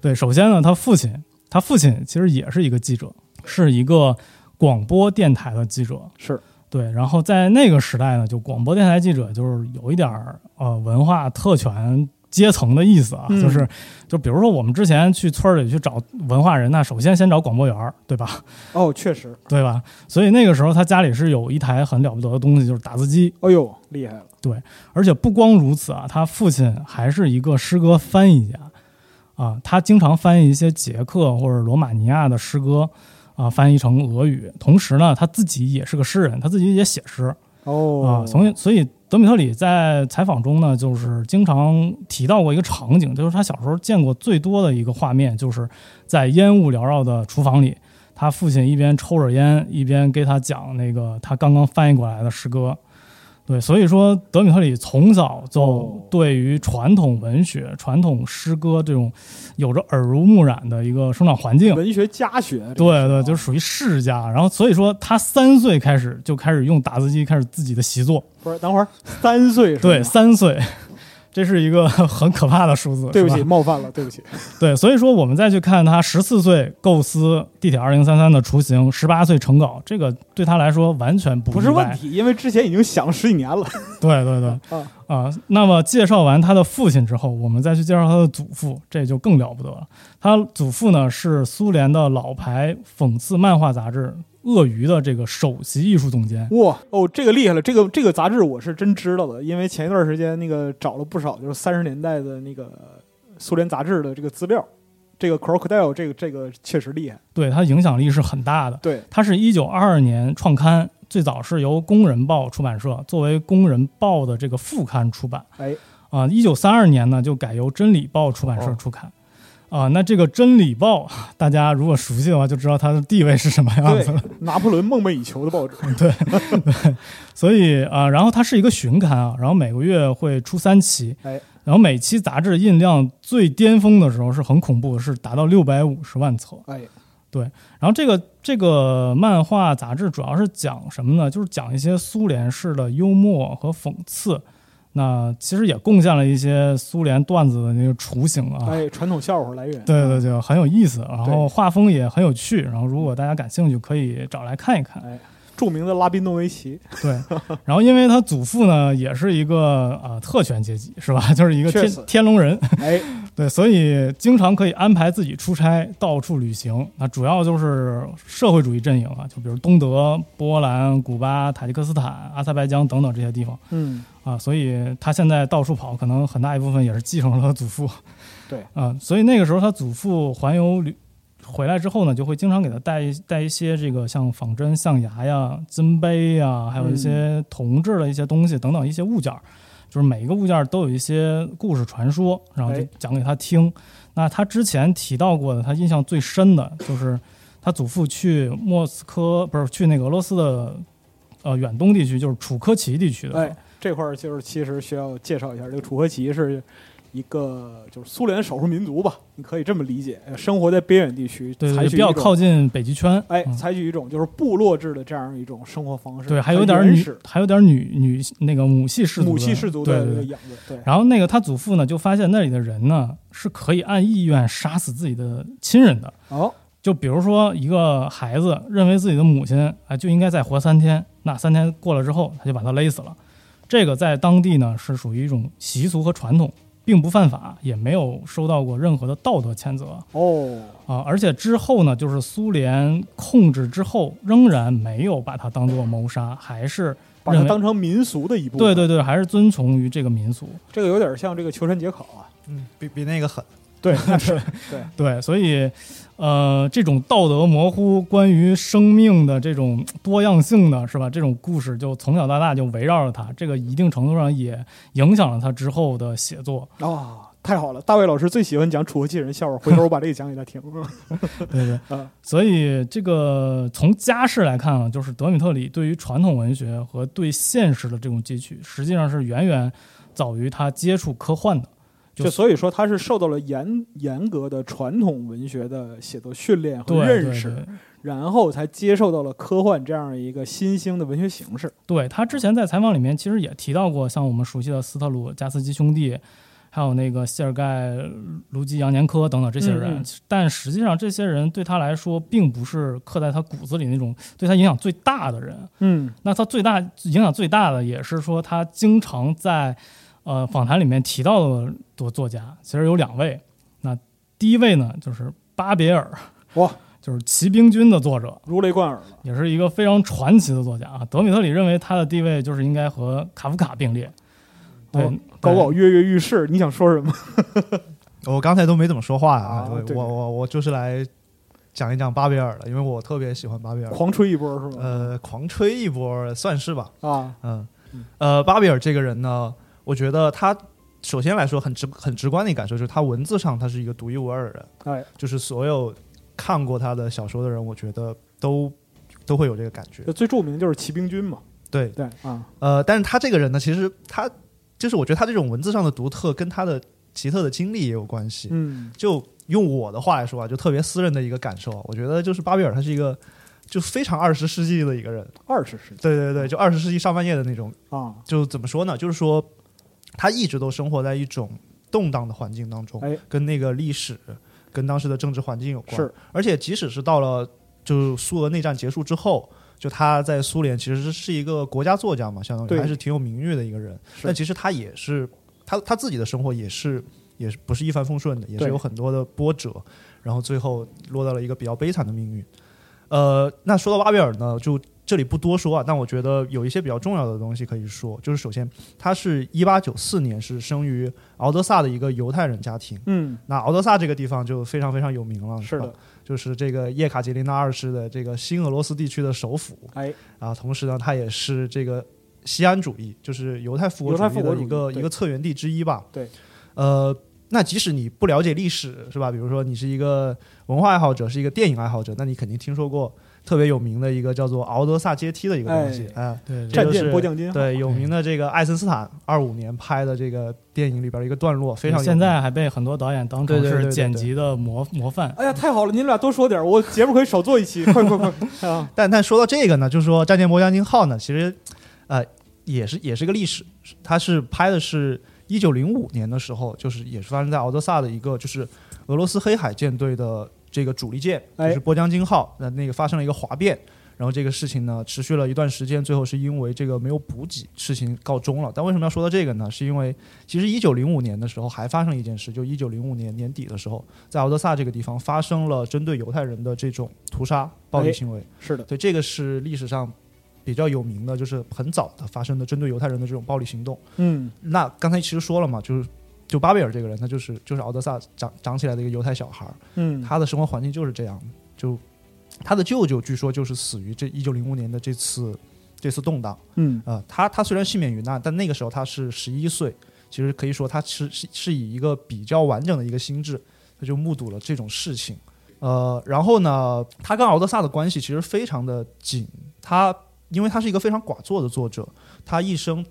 Speaker 4: 对，首先呢，他父亲，他父亲其实也是一个记者，是一个广播电台的记者。
Speaker 2: 是
Speaker 4: 对，然后在那个时代呢，就广播电台记者就是有一点儿呃文化特权阶层的意思啊，
Speaker 2: 嗯
Speaker 4: 就是就比如说我们之前去村儿里去找文化人，那首先先找广播员儿，对吧？
Speaker 2: 哦，确实，
Speaker 4: 对吧？所以那个时候他家里是有一台很了不得的东西，就是打字机。
Speaker 2: 哎呦，厉害了，
Speaker 4: 而且不光如此啊，他父亲还是一个诗歌翻译家啊，他经常翻译一些捷克或者罗马尼亚的诗歌啊，翻译成俄语。同时呢，他自己也是个诗人，他自己也写诗
Speaker 2: 哦
Speaker 4: 啊，所以所以德米特里在采访中呢，就是经常提到过一个场景，就是他小时候见过最多的一个画面，就是在烟雾缭绕的厨房里。他父亲一边抽着烟，一边给他讲那个他刚刚翻译过来的诗歌。对，所以说德米特里从小
Speaker 2: 哦
Speaker 4: 就对于传统文学、传统诗歌这种有着耳濡目染的一个生长环境。
Speaker 2: 文学家学，
Speaker 4: 对对，就是属于世家。然后所以说他三岁开始就开始用打字机开始自己的习作。
Speaker 2: 不是，等会儿三岁是吧
Speaker 4: 对，三岁，这是一个 很可怕的数字。
Speaker 2: 对不
Speaker 4: 是吧
Speaker 2: 起，冒犯了，对不起，
Speaker 4: 对，所以说我们再去看他十四岁构思地铁二零三三的雏形，十八岁成稿，这个对他来说完全不
Speaker 2: 不
Speaker 4: 意
Speaker 2: 是
Speaker 4: 外
Speaker 2: 问。题，因为之前已经想了十几年了
Speaker 4: 对对对，啊、
Speaker 2: 啊，
Speaker 4: 那么介绍完他的父亲之后，我们再去介绍他的祖父，这就更了不得了。他祖父呢是苏联的老牌讽刺漫画杂志《鳄鱼》的这个首席艺术总监。
Speaker 2: 哇，哦，这个厉害了，这个这个杂志我是真知道的，因为前一段时间那个找了不少就是三十年代的那个苏联杂志的这个资料。这个 crocodile 这个这个确实厉害，
Speaker 4: 对他影响力是很大的。
Speaker 2: 对，
Speaker 4: 它是一九二二年创刊，最早是由工人报出版社作为工人报的这个副刊出版
Speaker 2: 哎，
Speaker 4: 啊。一九三二年呢，就改由真理报出版社出刊。啊、那这个真理报， 大家如果熟悉的话，就知道它的地位是什么样子了。
Speaker 2: 对，拿破仑梦寐以求的报纸，
Speaker 4: 所以啊、然后它是一个巡刊啊，然后每个月会出三期，
Speaker 2: 哎，
Speaker 4: 然后每期杂志印量最巅峰的时候是很恐怖，是达到六百五十万册。
Speaker 2: 哎，
Speaker 4: 然后这个这个漫画杂志主要是讲什么呢？就是讲一些苏联式的幽默和讽刺。那其实也贡献了一些苏联段子的那个雏形啊。
Speaker 2: 哎，传统笑话来源，
Speaker 4: 对对对，很有意思，然
Speaker 2: 对
Speaker 4: 后画风也很有趣，然后如果大家感兴趣，可以找来看一看。
Speaker 2: 哎，著名的拉宾诺维 奇，
Speaker 4: 对，然后因为他祖父呢也是一个呃特权阶级，是吧？ 就是一个
Speaker 2: 确
Speaker 4: 天
Speaker 2: 实
Speaker 4: 天龙人，
Speaker 2: 哎，
Speaker 4: 对，所以经常可以安排自己出差，到处旅行。那主要就是社会主义阵营啊，就比如东德、波兰、古巴、塔吉克斯坦、阿塞拜疆等等这些地方
Speaker 2: 嗯，
Speaker 4: 啊，所以他现在到处跑，可能很大一部分也是继承了他祖父。
Speaker 2: 对
Speaker 4: 啊，所以那个时候他祖父环游旅回来之后呢，就会经常给他带一带一些这个像仿真象牙呀、金杯呀，还有一
Speaker 2: 嗯
Speaker 4: 些铜制的一些东西等等一些物件儿，就是每一个物件儿都有一些故事传说，然后就
Speaker 2: 哎
Speaker 4: 讲给他听。那他之前提到过的，他印象最深的就是他祖父去莫斯科，不是去那个俄罗斯的呃远东地区，就是楚科奇地区的时候。
Speaker 2: 哎，这块儿就是其实需要介绍一下，这个楚科奇是一个就是苏联少数民族吧，你可以这么理解，呃生活在边远地区，
Speaker 4: 对
Speaker 2: 采
Speaker 4: 对，
Speaker 2: 取
Speaker 4: 比
Speaker 2: 一
Speaker 4: 较
Speaker 2: 种
Speaker 4: 靠近北极圈。
Speaker 2: 哎，
Speaker 4: 嗯
Speaker 2: 采取一种就是部落制的这样一种生活方式，
Speaker 4: 对，还
Speaker 2: 很
Speaker 4: 有点
Speaker 2: 哎原
Speaker 4: 女
Speaker 2: 始，
Speaker 4: 还有点女女那个母系氏族的，
Speaker 2: 母系氏族的这
Speaker 4: 对对
Speaker 2: 个
Speaker 4: 对。
Speaker 2: 样子，对，
Speaker 4: 然后那个他祖父呢，就发现那里的人呢是可以按意愿杀死自己的亲人的。
Speaker 2: 哦，
Speaker 4: 就比如说一个孩子认为自己的母亲啊就应该再活三天，那三天过了之后，他就把他勒死了。这个在当地呢是属于一种习俗和传统，并不犯法，也没有受到过任何的道德谴责。
Speaker 2: 哦，
Speaker 4: 啊，而且之后呢，就是苏联控制之后，仍然没有把它当做谋杀，还是
Speaker 2: 把
Speaker 4: 认
Speaker 2: 它
Speaker 4: 为
Speaker 2: 当成民俗的一部分，
Speaker 4: 对，对对，还是遵从于这个民俗。
Speaker 2: 这个有点像这个求神解考啊，
Speaker 3: 嗯，比比那个狠。
Speaker 2: 对，那是，
Speaker 4: 对，所以，呃，这种道德模糊、关于生命的这种多样性的是吧？这种故事就从小到大就围绕着他，这个一定程度上也影响了他之后的写作。
Speaker 2: 哦，太好了！大卫老师最喜欢讲楚河奇人笑话，回头我把这个讲给 他听。
Speaker 4: 对对
Speaker 2: 啊，
Speaker 4: 所以这个从家世来看啊，就是德米特里对于传统文学和对现实的这种汲取，实际上是远远早于他接触科幻的。就
Speaker 2: 就所以说，他是受到了严严格的传统文学的写作训练和
Speaker 4: 对
Speaker 2: 认
Speaker 4: 对
Speaker 2: 识，
Speaker 4: 对
Speaker 2: 然后才接受到了科幻这样一个新兴的文学形式。
Speaker 4: 对他之前在采访里面其实也提到过，像我们熟悉的斯特鲁加斯基兄弟，还有那个谢尔盖卢基扬年科等等这些人，
Speaker 2: 嗯嗯
Speaker 4: 但实际上这些人对他来说并不是刻在他骨子里那种对他影响最大的人。
Speaker 2: 嗯，
Speaker 4: 那他最大影响最大的也是说，他经常在呃访谈里面提到的作作家，其实有两位。那第一位呢，就是巴别尔，
Speaker 2: 哇，
Speaker 4: 就是《骑兵军》的作者，
Speaker 2: 如雷贯耳了。
Speaker 4: 也是一个非常传奇的作家啊。德米特里认为他的地位就是应该和卡夫卡并列。对，
Speaker 2: 哦高
Speaker 4: 对
Speaker 2: 高跃跃欲试，你想说什么？
Speaker 3: 我刚才都没怎么说话啊
Speaker 2: 啊，
Speaker 3: 我
Speaker 2: 对
Speaker 3: 我我我就是来讲一讲巴别尔的，因为我特别喜欢巴别尔。
Speaker 2: 狂吹一波是吗？
Speaker 3: 呃，狂吹一波算是吧，
Speaker 2: 啊，
Speaker 3: 嗯
Speaker 2: 嗯，
Speaker 3: 呃，巴比尔这个人呢，我觉得他首先来说很直很直观的一感受就是他文字上他是一个独一无二的人，
Speaker 2: 哎，
Speaker 3: 就是所有看过他的小说的人，我觉得都都会有这个感觉
Speaker 2: 就。最著名就是骑兵军嘛。
Speaker 3: 对，
Speaker 2: 对啊，
Speaker 3: 呃，但是他这个人呢，其实他就是我觉得他这种文字上的独特跟他的奇特的经历也有关系。
Speaker 2: 嗯，
Speaker 3: 就用我的话来说啊，就特别私人的一个感受啊，我觉得就是巴比尔他是一个就非常二十世纪的一个人，
Speaker 2: 二十世纪
Speaker 3: 对对对，就二十世纪上半叶的那种
Speaker 2: 啊，
Speaker 3: 就怎么说呢？就是说，他一直都生活在一种动荡的环境当中，
Speaker 2: 哎
Speaker 3: 跟那个历史、跟当时的政治环境有关。
Speaker 2: 是，
Speaker 3: 而且即使是到了就是苏俄内战结束之后，就他在苏联其实是一个国家作家嘛，相当
Speaker 2: 对
Speaker 3: 于还是挺有名誉的一个人。
Speaker 2: 是
Speaker 3: 但其实他也是他他自己的生活也是也是不是一帆风顺的，也是
Speaker 2: 对
Speaker 3: 有很多的波折，然后最后落到了一个比较悲惨的命运。呃，那说到巴贝尔呢，就这里不多说啊，但我觉得有一些比较重要的东西可以说，就是首先，他是一八九四年是生于敖德萨的一个犹太人家庭。
Speaker 2: 嗯，
Speaker 3: 那敖德萨这个地方就非常非常有名了，
Speaker 2: 是
Speaker 3: 吧
Speaker 2: 的，
Speaker 3: 就是这个叶卡捷琳娜二世的这个新俄罗斯地区的首府
Speaker 2: 哎，
Speaker 3: 啊，同时呢，它也是这个西安主义，就是犹太复国
Speaker 2: 犹太
Speaker 3: 主义
Speaker 2: 复国
Speaker 3: 的
Speaker 2: 主义
Speaker 3: 一个
Speaker 2: 对
Speaker 3: 一个策源地之一吧。
Speaker 2: 对，
Speaker 3: 呃，那即使你不了解历史，是吧？比如说你是一个文化爱好者，是一个电影爱好者，那你肯定听说过特别有名的一个叫做《敖德萨阶梯》的一个东西，哎，
Speaker 4: 对
Speaker 3: 这
Speaker 4: 对
Speaker 2: 战
Speaker 3: 就是
Speaker 2: 舰波将金，
Speaker 3: 对，有名的这个爱森斯坦二五年拍的这个电影里边的一个段落，非常有
Speaker 4: 现
Speaker 3: 名
Speaker 4: 在还被很多导演当成
Speaker 3: 对对对对
Speaker 4: 是
Speaker 3: 对
Speaker 4: 剪辑的模模范。
Speaker 2: 哎呀，太好了，你们俩多说点儿，我节目可以少做一 期，快快快啊！
Speaker 3: 但但说到这个呢，就是说《战舰波将金号》呢，其实呃也是也是个历史，它是拍的是一九零五年的时候，就是也是发生在敖德萨的一个就是俄罗斯黑海舰队的这个主力舰，
Speaker 2: 哎
Speaker 3: 就是波将金号，呃那那个发生了一个哗变。然后这个事情呢，持续了一段时间，最后是因为这个没有补给，事情告终了。但为什么要说到这个呢？是因为其实一九零五年的时候还发生了一件事，就一九零五年年底的时候，在敖德萨这个地方发生了针对犹太人的这种屠杀暴
Speaker 2: 哎
Speaker 3: 力行为。
Speaker 2: 是的，
Speaker 3: 对，这个是历史上比较有名的，就是很早的发生的针对犹太人的这种暴力行动。
Speaker 2: 嗯，
Speaker 3: 那刚才其实说了嘛，就是就巴贝尔这个人，他就是就是敖德萨长长起来的一个犹太小孩儿，
Speaker 2: 嗯，
Speaker 3: 他的生活环境就是这样的，就他的舅舅据说就是死于这一九零五年的这次这次动荡。
Speaker 2: 嗯，
Speaker 3: 呃，他他虽然幸免于难，但那个时候他是十一岁，其实可以说他是是是以一个比较完整的一个心智，他就目睹了这种事情。呃，然后呢，他跟敖德萨的关系其实非常的紧，他因为他是一个非常寡作的作者，他一生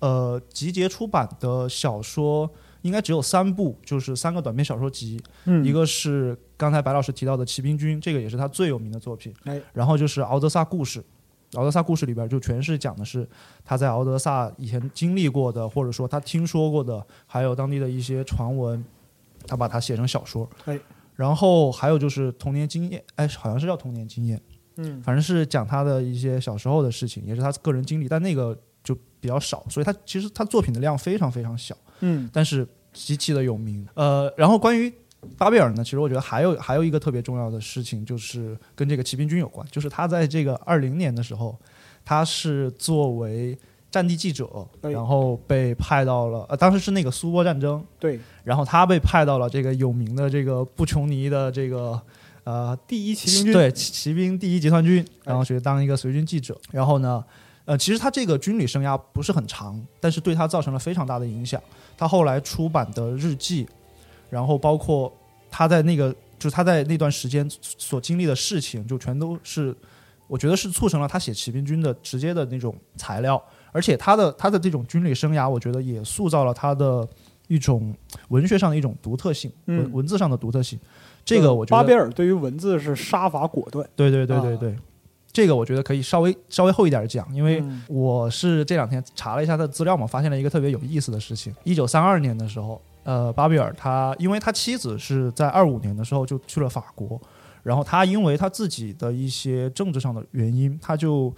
Speaker 3: 呃集结出版的小说应该只有三部，就是三个短篇小说集，
Speaker 2: 嗯，
Speaker 3: 一个是刚才白老师提到的《骑兵军》，这个也是他最有名的作品。
Speaker 2: 哎
Speaker 3: 然后就是《敖德萨故事》，《敖德萨故事》里边就全是讲的是他在敖德萨以前经历过的，或者说他听说过的，还有当地的一些传闻，他把它写成小说。
Speaker 2: 哎
Speaker 3: 然后还有就是童年经验，哎，好像是叫童年经验，
Speaker 2: 嗯，
Speaker 3: 反正是讲他的一些小时候的事情，也是他个人经历，但那个就比较少，所以他其实他作品的量非常非常小。
Speaker 2: 嗯，
Speaker 3: 但是极其的有名。呃，然后关于巴贝尔呢，其实我觉得还有还有一个特别重要的事情，就是跟这个骑兵军有关，就是他在这个二零年的时候，他是作为战地记者，
Speaker 2: 哎
Speaker 3: 然后被派到了，呃，当时是那个苏波战争，
Speaker 2: 对，
Speaker 3: 然后他被派到了这个有名的这个布琼尼的这个呃
Speaker 2: 第一骑兵军，
Speaker 3: 对骑骑兵第一集团军，
Speaker 2: 哎
Speaker 3: 然后去当一个随军记者，然后呢，呃，其实他这个军旅生涯不是很长，但是对他造成了非常大的影响。他后来出版的日记，然后包括他在那个，就是他在那段时间所经历的事情，就全都是，我觉得是促成了他写骑兵军的直接的那种材料，而且他的他的这种军旅生涯，我觉得也塑造了他的。一种文学上的一种独特性，文、
Speaker 2: 嗯
Speaker 3: 文字上的独特性，这个我觉得
Speaker 2: 巴贝尔对于文字是杀伐果 断，
Speaker 3: 对对对
Speaker 2: 啊
Speaker 3: 对对，这个我觉得可以稍微稍微厚一点讲，因为
Speaker 2: 嗯
Speaker 3: 我是这两天查了一下他的资料嘛，发现了一个特别有意思的事情。一九三二年的时候，呃，巴比尔他因为他妻子是在二五年的时候就去了法国，然后他因为他自己的一些政治上的原因，他就。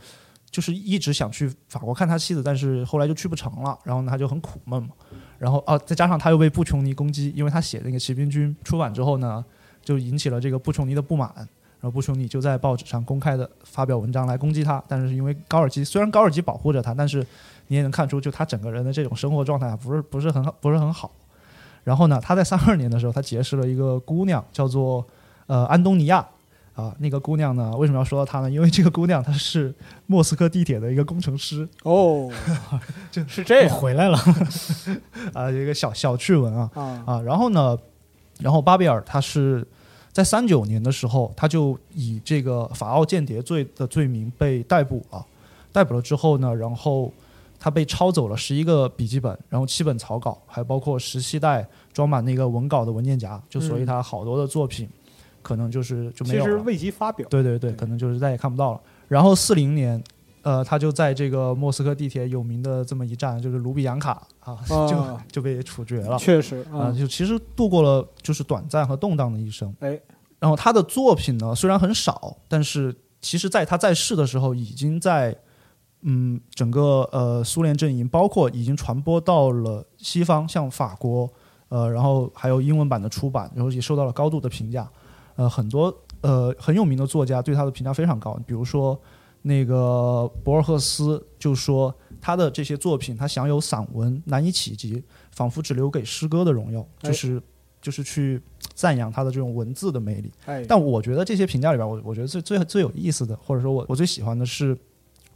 Speaker 3: 就是一直想去法国看他妻子，但是后来就去不成了，然后呢他就很苦闷嘛。然后啊，再加上他又被布琼尼攻击，因为他写那个《骑兵军》出版之后呢，就引起了这个布琼尼的不满，然后布琼尼就在报纸上公开的发表文章来攻击他，但是因为高尔基虽然高尔基保护着他，但是你也能看出，就他整个人的这种生活状态啊不是不是很好，不是很好。然后呢，他在三二年的时候，他结识了一个姑娘，叫做呃安东尼亚啊。那个姑娘呢，为什么要说到她呢？因为这个姑娘她是莫斯科地铁的一个工程师
Speaker 2: 哦，是这 样
Speaker 4: 哎回来了，
Speaker 3: 啊，有一个小小趣闻啊。
Speaker 2: 啊，
Speaker 3: 啊，然后呢，然后巴比尔他是在三九年的时候，他就以这个法奥间谍罪的罪名被逮捕了。逮捕了之后呢，然后他被抄走了十一个笔记本，然后七本草稿，还包括十七袋装满那个文稿的文件夹，就所以
Speaker 2: 嗯
Speaker 3: 他好多的作品可能就是就没
Speaker 2: 其
Speaker 3: 有
Speaker 2: 实
Speaker 3: 了。
Speaker 2: 未及发表，
Speaker 3: 对对对，可能就是再也看不到了。然后四零年，呃，他就在这个莫斯科地铁有名的这么一站，就是卢比扬卡啊， 就
Speaker 2: 啊
Speaker 3: 就被处决了。
Speaker 2: 确实
Speaker 3: 啊、
Speaker 2: 啊，
Speaker 3: 就其实度过了就是短暂和动荡的一生。
Speaker 2: 哎，
Speaker 3: 然后他的作品呢，虽然很少，但是其实在他在世的时候，已经在嗯整个呃苏联阵营，包括已经传播到了西方，像法国，呃，然后还有英文版的出版，然后也受到了高度的评价。呃，很多呃很有名的作家对他的评价非常高，比如说那个博尔赫斯就说他的这些作品，他享有散文难以企及，仿佛只留给诗歌的荣耀，
Speaker 2: 哎
Speaker 3: 就是、就是去赞扬他的这种文字的魅力。
Speaker 2: 哎，
Speaker 3: 但我觉得这些评价里边，我我觉得最最最有意思的，或者说我我最喜欢的是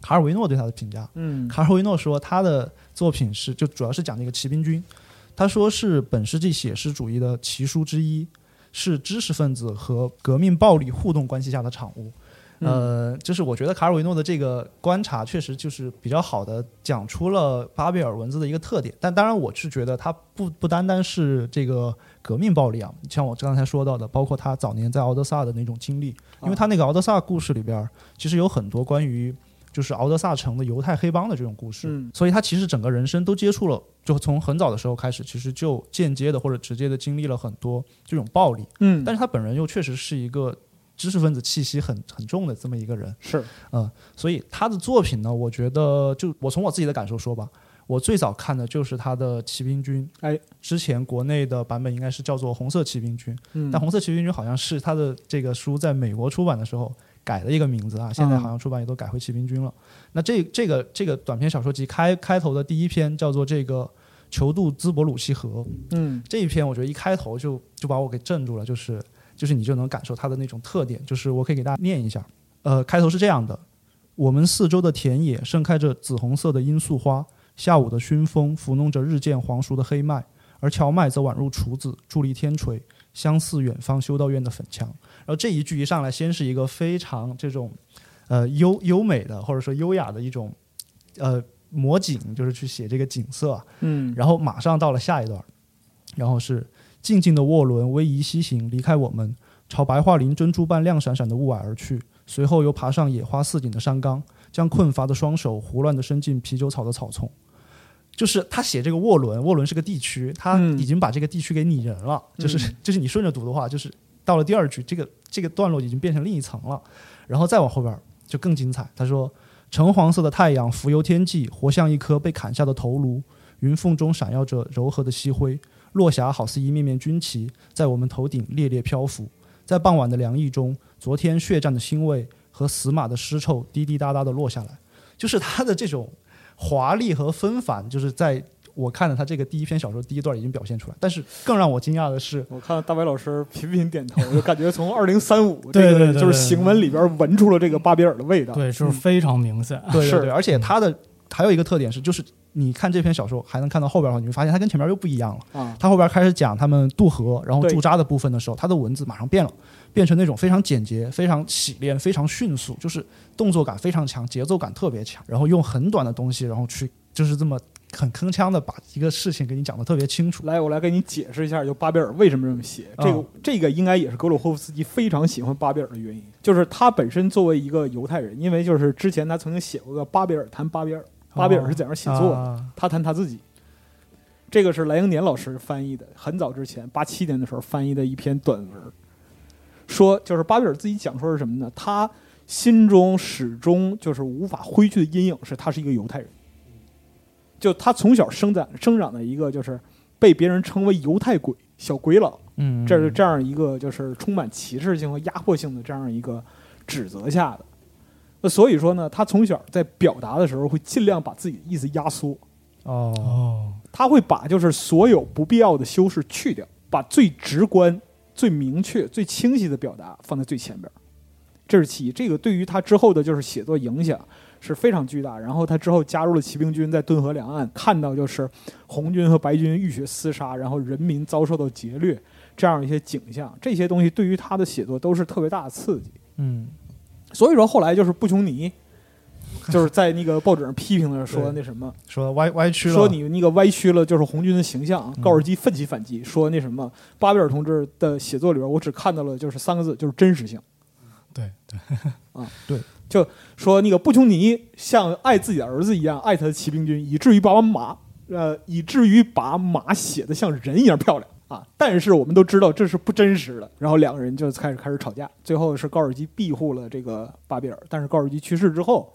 Speaker 3: 卡尔维诺对他的评价。
Speaker 2: 嗯，
Speaker 3: 卡尔维诺说他的作品是就主要是讲那个骑兵军，他说是本世纪写实主义的奇书之一，是知识分子和革命暴力互动关系下的产物。呃，就是我觉得卡尔维诺的这个观察确实就是比较好的讲出了巴贝尔文字的一个特点，但当然我是觉得它不不单单是这个革命暴力啊，像我刚才说到的，包括他早年在敖德萨的那种经历，因为他那个敖德萨故事里边儿其实有很多关于就是敖德萨城的犹太黑帮的这种故事，
Speaker 2: 嗯
Speaker 3: 所以他其实整个人生都接触了，就从很早的时候开始，其实就间接的或者直接的经历了很多这种暴力，
Speaker 2: 嗯，
Speaker 3: 但是他本人又确实是一个知识分子气息很很重的这么一个人，
Speaker 2: 是
Speaker 3: 所以他的作品呢，我觉得就我从我自己的感受说吧，我最早看的就是他的《骑兵军》，
Speaker 2: 哎，
Speaker 3: 之前国内的版本应该是叫做《红色骑兵军》，
Speaker 2: 嗯，
Speaker 3: 但《红色骑兵军》好像是他的这个书在美国出版的时候改了一个名字啊，现在好像出版也都改回骑兵军了。那这这个这个短篇小说集开开头的第一篇叫做这个。求渡兹博鲁西河
Speaker 2: 嗯
Speaker 3: 这一篇，我觉得一开头就就把我给镇住了，就是就是你就能感受它的那种特点，就是我可以给大家念一下，呃，开头是这样的：我们四周的田野盛开着紫红色的罂粟花，下午的熏风抚弄着日渐黄熟的黑麦，而荞麦则宛如厨子伫立天垂，相似远方修道院的粉墙。然后这一句一上来，先是一个非常这种，呃优优美的或者说优雅的一种，呃模景，就是去写这个景色啊。
Speaker 2: 嗯，
Speaker 3: 然后马上到了下一段，然后是静静的涡轮逶迤西行，离开我们，朝白桦林珍珠般亮闪闪的雾霭而去。随后又爬上野花似锦的山岗，将困乏的双手胡乱地伸进啤酒草的草丛。就是他写这个涡轮，涡轮是个地区，他
Speaker 2: 嗯
Speaker 3: 已经把这个地区给拟人了。就是 就是你顺着读的话，就是到了第二句，这个这个段落已经变成另一层了。然后再往后边儿就更精彩。他说：“橙黄色的太阳浮游天际，活像一颗被砍下的头颅，云缝中闪耀着柔和的夕晖，落霞好似一面面军旗，在我们头顶猎猎漂浮。在傍晚的凉意中，昨天血战的腥味和死马的尸臭滴滴答答地落下来。就是他的这种华丽和纷繁，就是在我看了他这个第一篇小说第一段已经表现出来。但是更让我惊讶的是，
Speaker 2: 我看大白老师频频点头，就感觉从二零三五
Speaker 4: 对对对对
Speaker 2: 就是行文里边闻出了这个巴比尔的味道。
Speaker 3: 嗯
Speaker 4: 对，就是非常明显。
Speaker 3: 对
Speaker 2: 是
Speaker 3: 对对，而且它的还有一个特点是，就是你看这篇小说还能看到后边的话，你会发现它跟前面又不一样了。
Speaker 2: 啊，
Speaker 3: 它后边开始讲他们渡河然后
Speaker 2: 对
Speaker 3: 驻扎的部分的时候，它的文字马上变了，变成那种非常简洁、非常洗练、非常迅速，就是动作感非常强，节奏感特别强，然后用很短的东西，然后去就是这么很铿锵的把一个事情给你讲的特别清楚。
Speaker 2: 来，我来给你解释一下，就巴比尔为什么这么写。这个、
Speaker 3: 啊
Speaker 2: 这个应该也是格鲁霍夫斯基非常喜欢巴比尔的原因，就是他本身作为一个犹太人，因为就是之前他曾经写过个《巴比尔谈巴比尔》，巴比尔是怎样写作的，
Speaker 3: 啊
Speaker 2: 他谈他自己。这个是莱英年老师翻译的，很早之前，八七年的时候翻译的一篇短文，说就是巴比尔自己讲说是什么呢？他心中始终就是无法挥去的阴影是他是一个犹太人，就他从小生长生长的一个就是被别人称为犹太鬼小鬼佬，
Speaker 3: 嗯，
Speaker 2: 这是这样一个就是充满歧视性和压迫性的这样一个指责下的。那所以说呢，他从小在表达的时候会尽量把自己的意思压缩，
Speaker 3: 哦，
Speaker 4: 哦，
Speaker 2: 他会把就是所有不必要的修饰去掉，把最直观、最明确、最清晰的表达放在最前边儿，这是其一。这个对于他之后的就是写作影响是非常巨大。然后他之后加入了骑兵军，在顿河两岸看到就是红军和白军浴血厮杀，然后人民遭受到劫掠这样一些景象，这些东西对于他的写作都是特别大的刺激。
Speaker 3: 嗯，
Speaker 2: 所以说后来就是布琼尼。就是在那个报纸上批评的说
Speaker 3: 对
Speaker 2: 那什么，
Speaker 3: 说歪歪曲了，
Speaker 2: 说你那个歪曲了就是红军的形象。啊
Speaker 3: 嗯
Speaker 2: 高尔基奋起反击，说那什么巴贝尔同志的写作里边，我只看到了就是三个字，就是真实性。
Speaker 4: 对对，
Speaker 2: 说那个布琼尼像爱自己的儿子一样爱他的骑兵军，以至于把马呃，以至于把马写的像人一样漂亮啊。但是我们都知道这是不真实的。然后两个人就开始开始吵架，最后是高尔基庇护了这个巴贝尔，但是高尔基去世之后，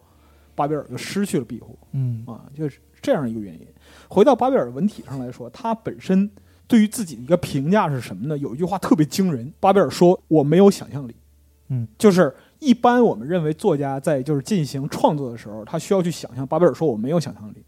Speaker 2: 巴贝尔就失去了庇护。
Speaker 3: 嗯
Speaker 2: 啊，就是这样一个原因。回到巴贝尔文体上来说，他本身对于自己的一个评价是什么呢？有一句话特别惊人，巴贝尔说：“我没有想象力。”
Speaker 3: 嗯，
Speaker 2: 就是一般我们认为作家在就是进行创作的时候，他需要去想象。巴贝尔说：“我没有想象力，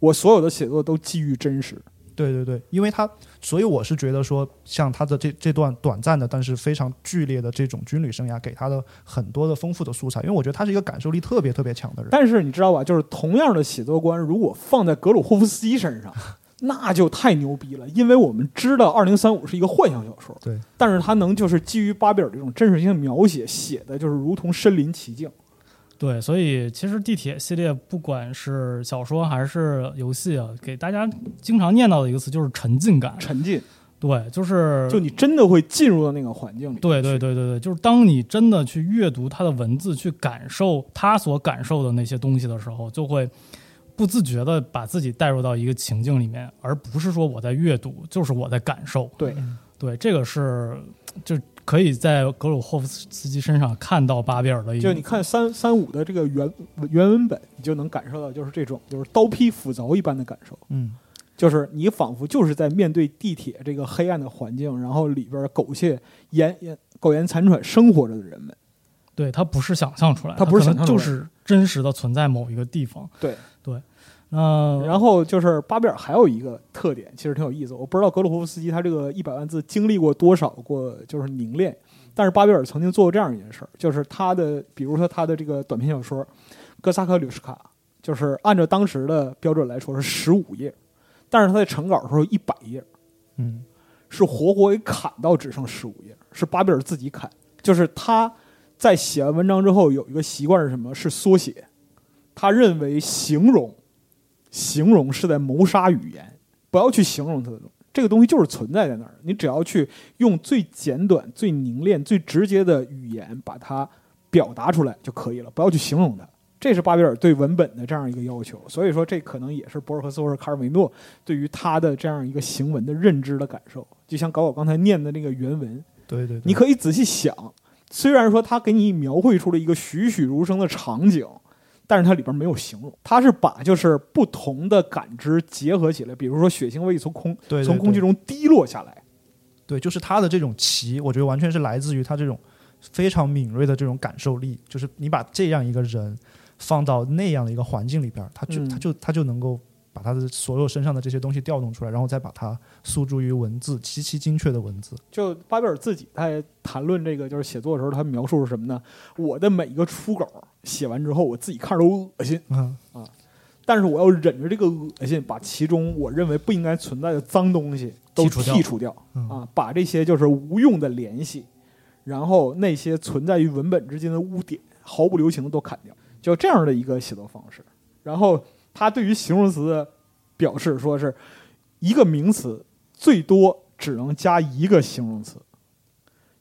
Speaker 2: 我所有的写作都基于真实。
Speaker 3: 对对对，因为他，所以我是觉得说，像他的这这段短暂的，但是非常剧烈的这种军旅生涯，给他的很多的丰富的素材，因为我觉得他是一个感受力特别特别强的人。
Speaker 2: 但是你知道吧？就是同样的写作观，如果放在格鲁霍夫斯基身上， 那就太牛逼了，因为我们知道《二零三五》是一个幻想小说，
Speaker 3: 对，
Speaker 2: 但是它能就是基于巴比尔这种真实性的描写，写的就是如同身临其境。
Speaker 4: 对，所以其实地铁系列不管是小说还是游戏啊，给大家经常念叨的一个词就是沉浸感。
Speaker 2: 沉浸，
Speaker 4: 对，就是
Speaker 2: 就你真的会进入到那个环境里。
Speaker 4: 对对对对对，就是当你真的去阅读他的文字，去感受他所感受的那些东西的时候，就会不自觉的把自己带入到一个情境里面，而不是说我在阅读，就是我在感受。
Speaker 2: 对
Speaker 4: 对，这个是就可以在格鲁霍夫斯基身上看到巴比尔的一
Speaker 2: 就
Speaker 4: 个
Speaker 2: 你看三三五的这个原原文本，你就能感受到就是这种就是刀劈斧凿一般的感受，
Speaker 3: 嗯，
Speaker 2: 就是你仿佛就是在面对地铁这个黑暗的环境，然后里边苟且言言苟延残喘生活着的人们。
Speaker 4: 对，它不是想象出来的，
Speaker 2: 它不是
Speaker 4: 可
Speaker 2: 想
Speaker 4: 能
Speaker 2: 象出
Speaker 4: 就
Speaker 2: 来的
Speaker 4: 是真实的存在某一个地方。
Speaker 2: 对，
Speaker 4: 那
Speaker 2: 然后就是巴比尔还有一个特点，其实挺有意思。我不知道格鲁霍夫斯基他这个一百万字经历过多少过就是凝练，但是巴比尔曾经做过这样一件事儿，就是他的，比如说他的这个短篇小说《哥萨克吕什卡》，就是按照当时的标准来说是十五页，但是他在成稿的时候一百页，
Speaker 3: 嗯，
Speaker 2: 是活活给砍到只剩十五页，是巴比尔自己砍。就是他在写完文章之后有一个习惯是什么？是缩写。他认为形容，形容是在谋杀语言，不要去形容它的东西。这个东西就是存在在那儿，你只要去用最简短、最凝练、最直接的语言把它表达出来就可以了，不要去形容它。这是巴比尔对文本的这样一个要求，所以说这可能也是博尔赫斯或者卡尔维诺对于他的这样一个行文的认知的感受。就像搞搞刚才念的那个原文，
Speaker 3: 对对对，
Speaker 2: 你可以仔细想，虽然说他给你描绘出了一个栩栩如生的场景，但是它里边没有形容，它是把就是不同的感知结合起来，比如说血腥味从空
Speaker 3: 对对
Speaker 2: 从空气
Speaker 3: 对
Speaker 2: 中滴落下来，
Speaker 3: 对，就是他的这种奇，我觉得完全是来自于他这种非常敏锐的这种感受力，就是你把这样一个人放到那样的一个环境里边儿，他就、
Speaker 2: 嗯
Speaker 3: 他就他就能够把他的所有身上的这些东西调动出来，然后再把它诉诸于文字，极其精确的文字。
Speaker 2: 就巴比尔自己在谈论这个就是写作的时候，他描述是什么呢？我的每一个初稿写完之后，我自己看着都恶心，
Speaker 3: 嗯，
Speaker 2: 但是我要忍着这个恶心，把其中我认为不应该存在的脏东西都
Speaker 4: 剔除掉
Speaker 2: 剔除掉
Speaker 3: 嗯
Speaker 2: 啊，把这些就是无用的联系，然后那些存在于文本之间的污点，毫不留情的都砍掉，就这样的一个写作方式。然后他对于形容词的表示说是一个名词最多只能加一个形容词。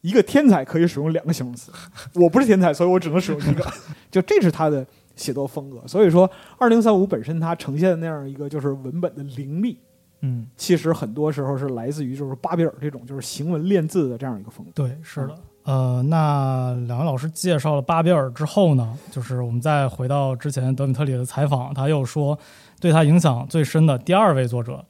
Speaker 2: 一个天才可以使用两个形容词，我不是天才，所以我只能使用一个。就这是他的写作风格，所以说二零三五本身它呈现的那样一个就是文本的凌厉，
Speaker 3: 嗯，
Speaker 2: 其实很多时候是来自于就是巴比尔这种就是行文练字的这样一个风格。
Speaker 4: 对，是的。
Speaker 2: 嗯
Speaker 4: 呃，那两位老师介绍了巴比尔之后呢，就是我们再回到之前德米特里的采访，他又说对他影响最深的第二位作者，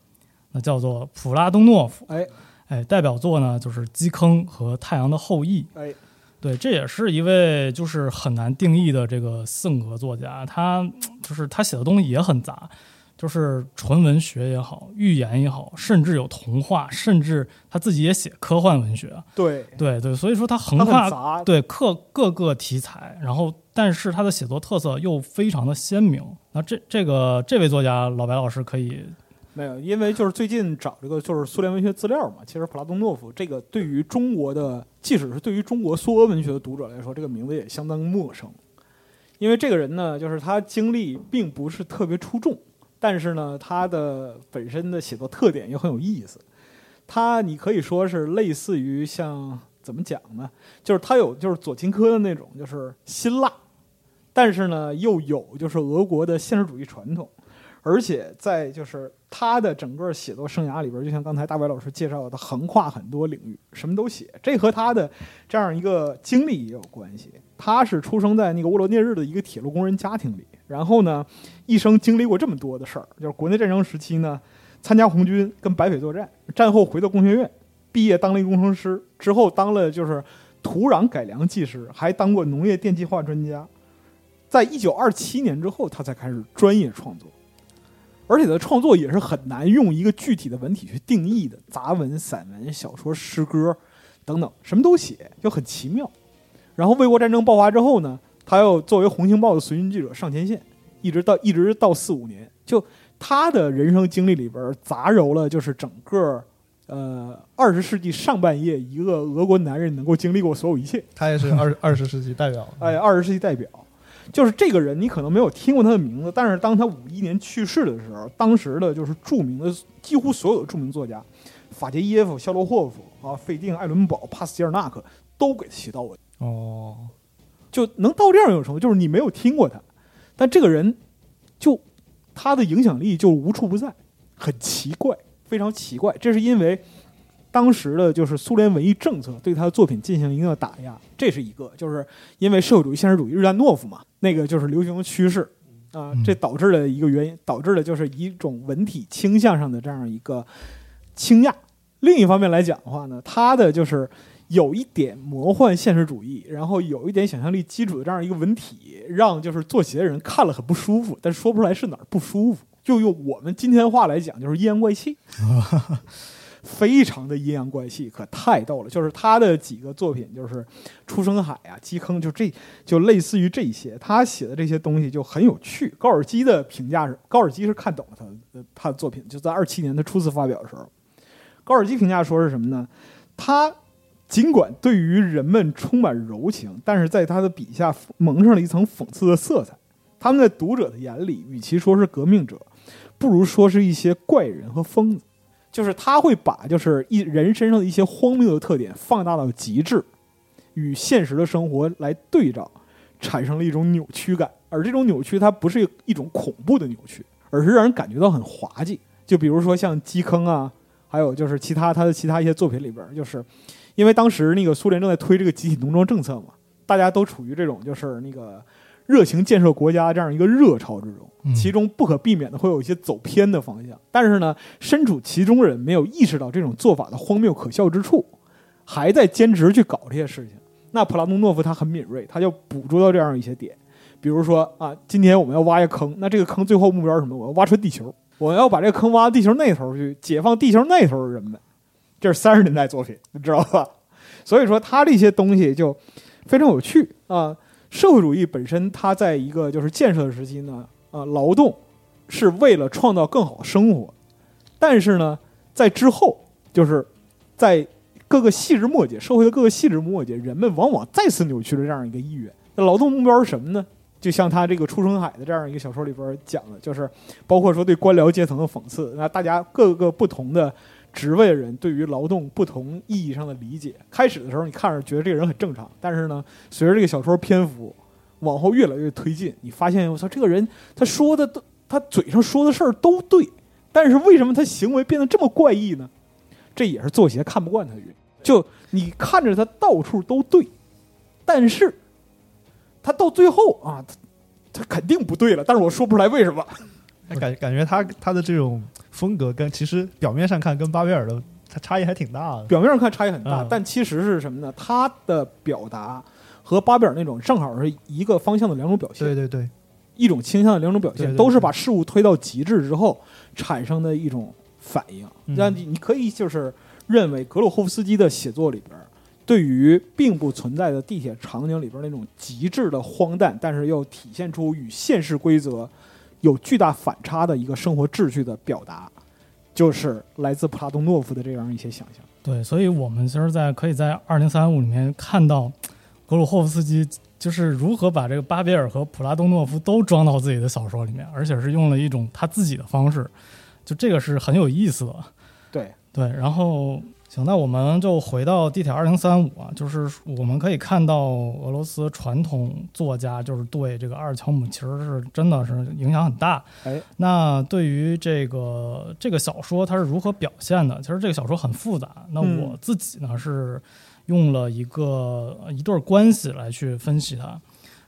Speaker 4: 那叫做普拉东诺夫。
Speaker 2: 哎
Speaker 4: 哎，代表作呢就是《基坑》和《太阳的后裔》。
Speaker 2: 哎，
Speaker 4: 对，这也是一位就是很难定义的这个性格作家，他就是他写的东西也很杂，就是纯文学也好，寓言也好，甚至有童话，甚至他自己也写科幻文学。
Speaker 2: 对，
Speaker 4: 对对，所以说他横
Speaker 2: 它
Speaker 4: 跨
Speaker 2: 很杂，
Speaker 4: 对各各个题材，然后但是他的写作特色又非常的鲜明。那这这个这位作家老白老师可以
Speaker 2: 没有，因为就是最近找这个就是苏联文学资料嘛，其实普拉东诺夫这个对于中国的，即使是对于中国苏俄文学的读者来说，这个名字也相当陌生。因为这个人呢，就是他经历并不是特别出众，但是呢，他的本身的写作特点又很有意思。他你可以说是类似于像怎么讲呢？就是他有就是左琴科的那种，就是辛辣，但是呢又有就是俄国的现实主义传统。而且在就是他的整个写作生涯里边，就像刚才大白老师介绍的，横跨很多领域，什么都写。这和他的这样一个经历也有关系。他是出生在那个沃罗涅日的一个铁路工人家庭里，然后呢，一生经历过这么多的事儿，就是国内战争时期呢，参加红军跟白匪作战，战后回到工学院，毕业当了一工程师，之后当了就是土壤改良技师，还当过农业电气化专家。在一九二七年之后，他才开始专业创作。而且他的创作也是很难用一个具体的文体去定义的，杂文、散文、小说、诗歌等等，什么都写，就很奇妙。然后卫国战争爆发之后呢，他又作为《红星报》的随军记者上前线，一直到一直到四五年，就他的人生经历里边儿杂糅了就是整个呃二十世纪上半叶一个俄国男人能够经历过所有一切。
Speaker 3: 他也是二二十世纪代表。
Speaker 2: 哎，，二十世纪代表，就是这个人，你可能没有听过他的名字，但是当他五一年去世的时候，当时的就是著名的几乎所有的著名作家，法杰耶夫、肖罗霍夫啊、费定、艾伦堡、帕斯捷尔纳克都给写到我，
Speaker 3: 哦，
Speaker 2: 就能到这样一种程度，就是你没有听过他，但这个人就他的影响力就无处不在，很奇怪，非常奇怪。这是因为当时的就是苏联文艺政策对他的作品进行一定的打压，这是一个，就是因为社会主义现实主义日丹诺夫嘛，那个就是流行趋势啊、
Speaker 3: 嗯
Speaker 2: 这导致了一个原因，导致了就是一种文体倾向上的这样一个倾轧。另一方面来讲的话呢，他的就是有一点魔幻现实主义，然后有一点想象力基础的这样一个文体，让就是做鞋的人看了很不舒服，但说不出来是哪儿不舒服。就用我们今天话来讲，就是阴阳怪气，非常的阴阳怪气，可太逗了。就是他的几个作品，就是《出生海》啊，《基坑》，就这就类似于这些，他写的这些东西就很有趣。高尔基的评价是，高尔基是看懂了他的他的作品，就在二七年他初次发表的时候，高尔基评价说是什么呢？他尽管对于人们充满柔情，但是在他的笔下蒙上了一层讽刺的色彩。他们在读者的眼里，与其说是革命者，不如说是一些怪人和疯子。就是他会把就是一人身上的一些荒谬的特点放大到极致，与现实的生活来对照，产生了一种扭曲感。而这种扭曲，它不是一种恐怖的扭曲，而是让人感觉到很滑稽。就比如说像《基坑》啊，还有就是其他他的其他一些作品里边儿，就是因为当时那个苏联正在推这个集体农庄政策嘛，大家都处于这种就是那个热情建设国家这样一个热潮之中，
Speaker 4: 嗯
Speaker 2: 其中不可避免的会有一些走偏的方向。但是呢，身处其中的人没有意识到这种做法的荒谬可笑之处，还在坚持去搞这些事情。那普拉东诺夫他很敏锐，他就捕捉到这样一些点，比如说啊，今天我们要挖一个坑，那这个坑最后目标是什么？我要挖穿地球，我要把这个坑挖到地球那头去，解放地球那头的人们。 这是三十年代作品，你知道吧？所以说他这些东西就非常有趣啊。社会主义本身，它在一个就是建设时期呢，啊，劳动是为了创造更好的生活，但是呢，在之后就是在各个细枝末节，社会的各个细枝末节，人们往往再次扭曲了这样一个意愿。那劳动目标是什么呢？就像他这个《出生海》的这样一个小说里边讲的，就是包括说对官僚阶层的讽刺，那大家各个不同的职位的人对于劳动不同意义上的理解。开始的时候，你看着觉得这个人很正常，但是呢，随着这个小说篇幅往后越来越推进，你发现我操，这个人他说的都，他嘴上说的事儿都对，但是为什么他行为变得这么怪异呢？这也是作协看不惯他的原因。就你看着他到处都对，但是他到最后啊，他他肯定不对了，但是我说不出来为什么。
Speaker 3: 感感觉他他的这种风格跟其实表面上看跟巴威尔的他差异还挺大的。
Speaker 2: 表面上看差异很大，
Speaker 3: 嗯
Speaker 2: 但其实是什么呢？他的表达和巴贝尔那种正好是一个方向的两种表现，
Speaker 3: 对对对，
Speaker 2: 一种倾向的两种表现，
Speaker 3: 对对对
Speaker 2: 都是把事物推到极致之后产生的一种反应。
Speaker 3: 嗯
Speaker 2: 让你你可以就是认为格鲁霍夫斯基的写作里边儿，对于并不存在的地铁场景里边儿那种极致的荒诞，但是又体现出与现实规则有巨大反差的一个生活秩序的表达，就是来自普拉东诺夫的这样一些想象。
Speaker 4: 对，所以我们其实在可以在二零三五里面看到格鲁霍夫斯基就是如何把这个巴别尔和普拉东诺夫都装到自己的小说里面，而且是用了一种他自己的方式，就这个是很有意思的。
Speaker 2: 对，
Speaker 4: 对，然后行，那我们就回到地铁二零三五啊，就是我们可以看到俄罗斯传统作家就是对这个阿尔乔姆其实是真的是影响很大。
Speaker 2: 哎，
Speaker 4: 那对于这个这个小说它是如何表现的？其实这个小说很复杂。那
Speaker 2: 嗯
Speaker 4: 我自己呢是用了一个一对儿关系来去分析它，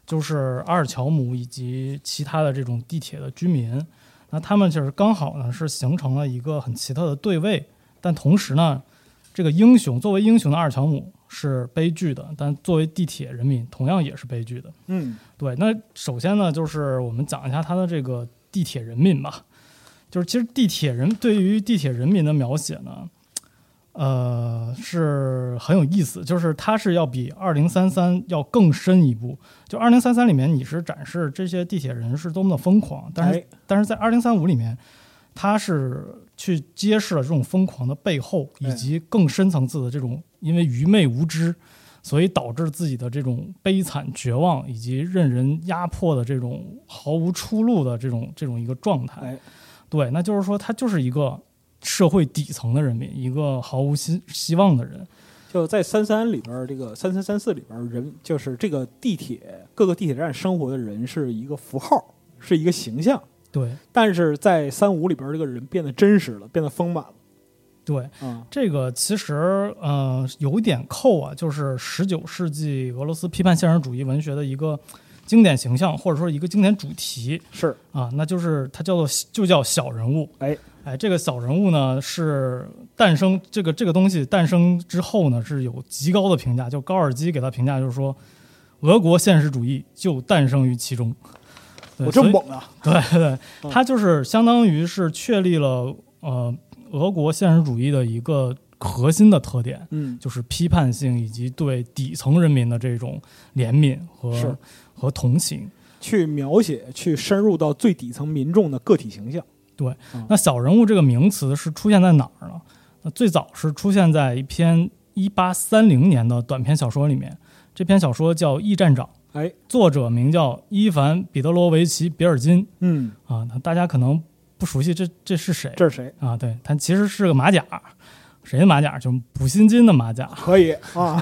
Speaker 4: 就是阿尔乔姆以及其他的这种地铁的居民。那他们就是刚好呢，是形成了一个很奇特的对位，但同时呢，这个英雄作为英雄的阿尔乔姆是悲剧的，但作为地铁人民同样也是悲剧的。
Speaker 2: 嗯，
Speaker 4: 对，那首先呢，就是我们讲一下他的这个地铁人民吧。就是其实地铁人对于地铁人民的描写呢，呃，是很有意思。就是它是要比二零三三要更深一步。就二零三三里面你是展示这些地铁人是多么的疯狂，但是、
Speaker 2: 哎
Speaker 4: 但是在二零三五里面，它是去揭示了这种疯狂的背后，
Speaker 2: 哎
Speaker 4: 以及更深层次的这种因为愚昧无知，所以导致自己的这种悲惨、绝望，以及任人压迫的这种毫无出路的这种这种一个状态。
Speaker 2: 哎，
Speaker 4: 对，那就是说他就是一个社会底层的人民，一个毫无希希望的人。
Speaker 2: 就在三三里边儿，这个三三三四里边儿，人就是这个地铁各个地铁站生活的人是一个符号，是一个形象。
Speaker 4: 对
Speaker 2: 但是在三五里边儿，这个人变得真实了，变得丰满了。
Speaker 4: 对，
Speaker 2: 啊、
Speaker 4: 这个其实呃有一点扣啊，就是十九世纪俄罗斯批判现实主义文学的一个经典形象，或者说一个经典主题
Speaker 2: 是
Speaker 4: 啊，那就是它叫做就叫小人物。
Speaker 2: 哎
Speaker 4: 哎，这个小人物呢是诞生这个这个东西诞生之后呢是有极高的评价，就高尔基给他评价就是说，俄国现实主义就诞生于其中。对
Speaker 2: 我这
Speaker 4: 所
Speaker 2: 么
Speaker 4: 以
Speaker 2: 猛啊！
Speaker 4: 对对
Speaker 2: 嗯，
Speaker 4: 它就是相当于是确立了呃俄国现实主义的一个核心的特点，
Speaker 2: 嗯，
Speaker 4: 就是批判性以及对底层人民的这种怜悯
Speaker 2: 是
Speaker 4: 和和同情。
Speaker 2: 去描写，去深入到最底层民众的个体形象。
Speaker 4: 对
Speaker 2: 嗯，
Speaker 4: 那小人物这个名词是出现在哪儿呢？那最早是出现在一篇一八三零年的短篇小说里面，这篇小说叫《驿站长》，
Speaker 2: 哎，
Speaker 4: 作者名叫伊凡·彼得罗维奇·比尔金
Speaker 2: 嗯，
Speaker 4: 啊，那大家可能不熟悉这这是谁？
Speaker 2: 这是谁？
Speaker 4: 啊，对，他其实是个马甲，谁的马甲？就是普希金的马甲。
Speaker 2: 可 以啊，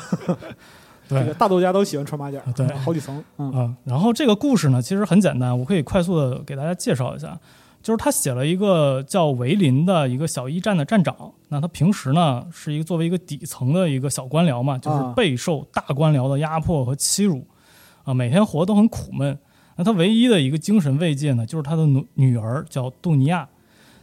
Speaker 2: 这个
Speaker 4: 对，
Speaker 2: 大作家都喜欢穿马甲，
Speaker 4: 对
Speaker 2: 好几层。嗯，
Speaker 4: 啊，然后这个故事呢，其实很简单，我可以快速的给大家介绍一下。就是他写了一个叫维林的一个小驿站的站长，那他平时呢是一个作为一个底层的一个小官僚嘛，就是
Speaker 2: 啊
Speaker 4: 备受大官僚的压迫和欺辱，啊，每天活得很苦闷。那他唯一的一个精神慰藉呢，就是他的女女儿叫杜尼亚，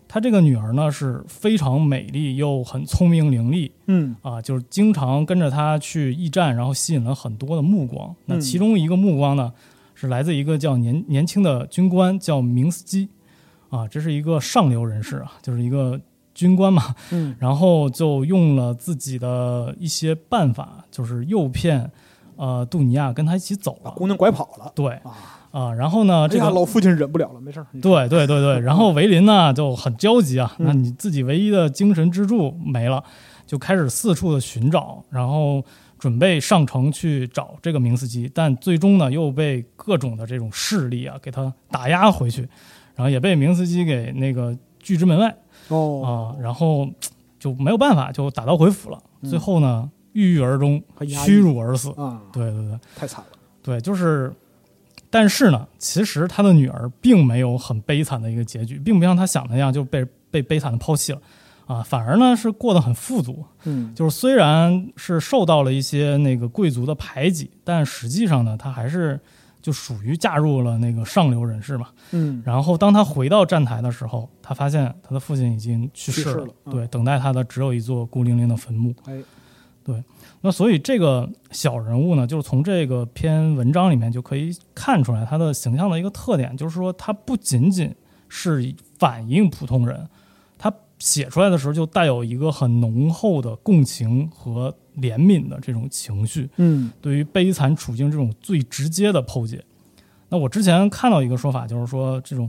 Speaker 4: 他这个女儿呢是非常美丽又很聪明伶俐，
Speaker 2: 嗯，
Speaker 4: 啊，就是经常跟着他去驿站，然后吸引了很多的目光。那
Speaker 2: 嗯
Speaker 4: 其中一个目光呢，是来自一个叫年年轻的军官，叫明斯基，啊，这是一个上流人士啊，就是一个军官嘛。
Speaker 2: 嗯，
Speaker 4: 然后就用了自己的一些办法，就是诱骗，呃，杜尼亚跟他一起走
Speaker 2: 把
Speaker 4: 了。
Speaker 2: 姑娘拐跑了
Speaker 4: 对
Speaker 2: 啊！
Speaker 4: 啊，然后呢，
Speaker 2: 这
Speaker 4: 这
Speaker 2: 下
Speaker 4: 个
Speaker 2: 啊老父亲忍不了了，没事儿。你
Speaker 4: 对对 对对，然后维林呢就很焦急
Speaker 2: 嗯
Speaker 4: 啊，那你自己唯一的精神支柱没了，就开始四处的寻找，然后准备上城去找这个明斯基，但最终呢又被各种的这种势力啊给他打压回去，然后也被明斯基给那个拒之门外
Speaker 2: 哦，
Speaker 4: 啊、然后嘖就没有办法就打道回府了，
Speaker 2: 嗯
Speaker 4: 最后呢郁郁而终
Speaker 2: 还，压抑
Speaker 4: 屈辱而死。
Speaker 2: 啊，
Speaker 4: 对对对。
Speaker 2: 太惨了。
Speaker 4: 对，就是，但是呢，其实他的女儿并没有很悲惨的一个结局，并不像他想的那样就被被悲惨的抛弃了，啊，反而呢是过得很富足。
Speaker 2: 嗯，
Speaker 4: 就是虽然是受到了一些那个贵族的排挤，但实际上呢，他还是就属于嫁入了那个上流人士嘛。
Speaker 2: 嗯，
Speaker 4: 然后当他回到站台的时候，他发现他的父亲已经去世
Speaker 2: 去世
Speaker 4: 了，
Speaker 2: 了嗯
Speaker 4: 对，等待他的只有一座孤零零的坟墓。
Speaker 2: 哎，
Speaker 4: 那所以这个小人物呢，就是从这个篇文章里面就可以看出来他的形象的一个特点，就是说他不仅仅是反映普通人，他写出来的时候就带有一个很浓厚的共情和怜悯的这种情绪，
Speaker 2: 嗯，
Speaker 4: 对于悲惨处境这种最直接的剖解。那我之前看到一个说法，就是说这种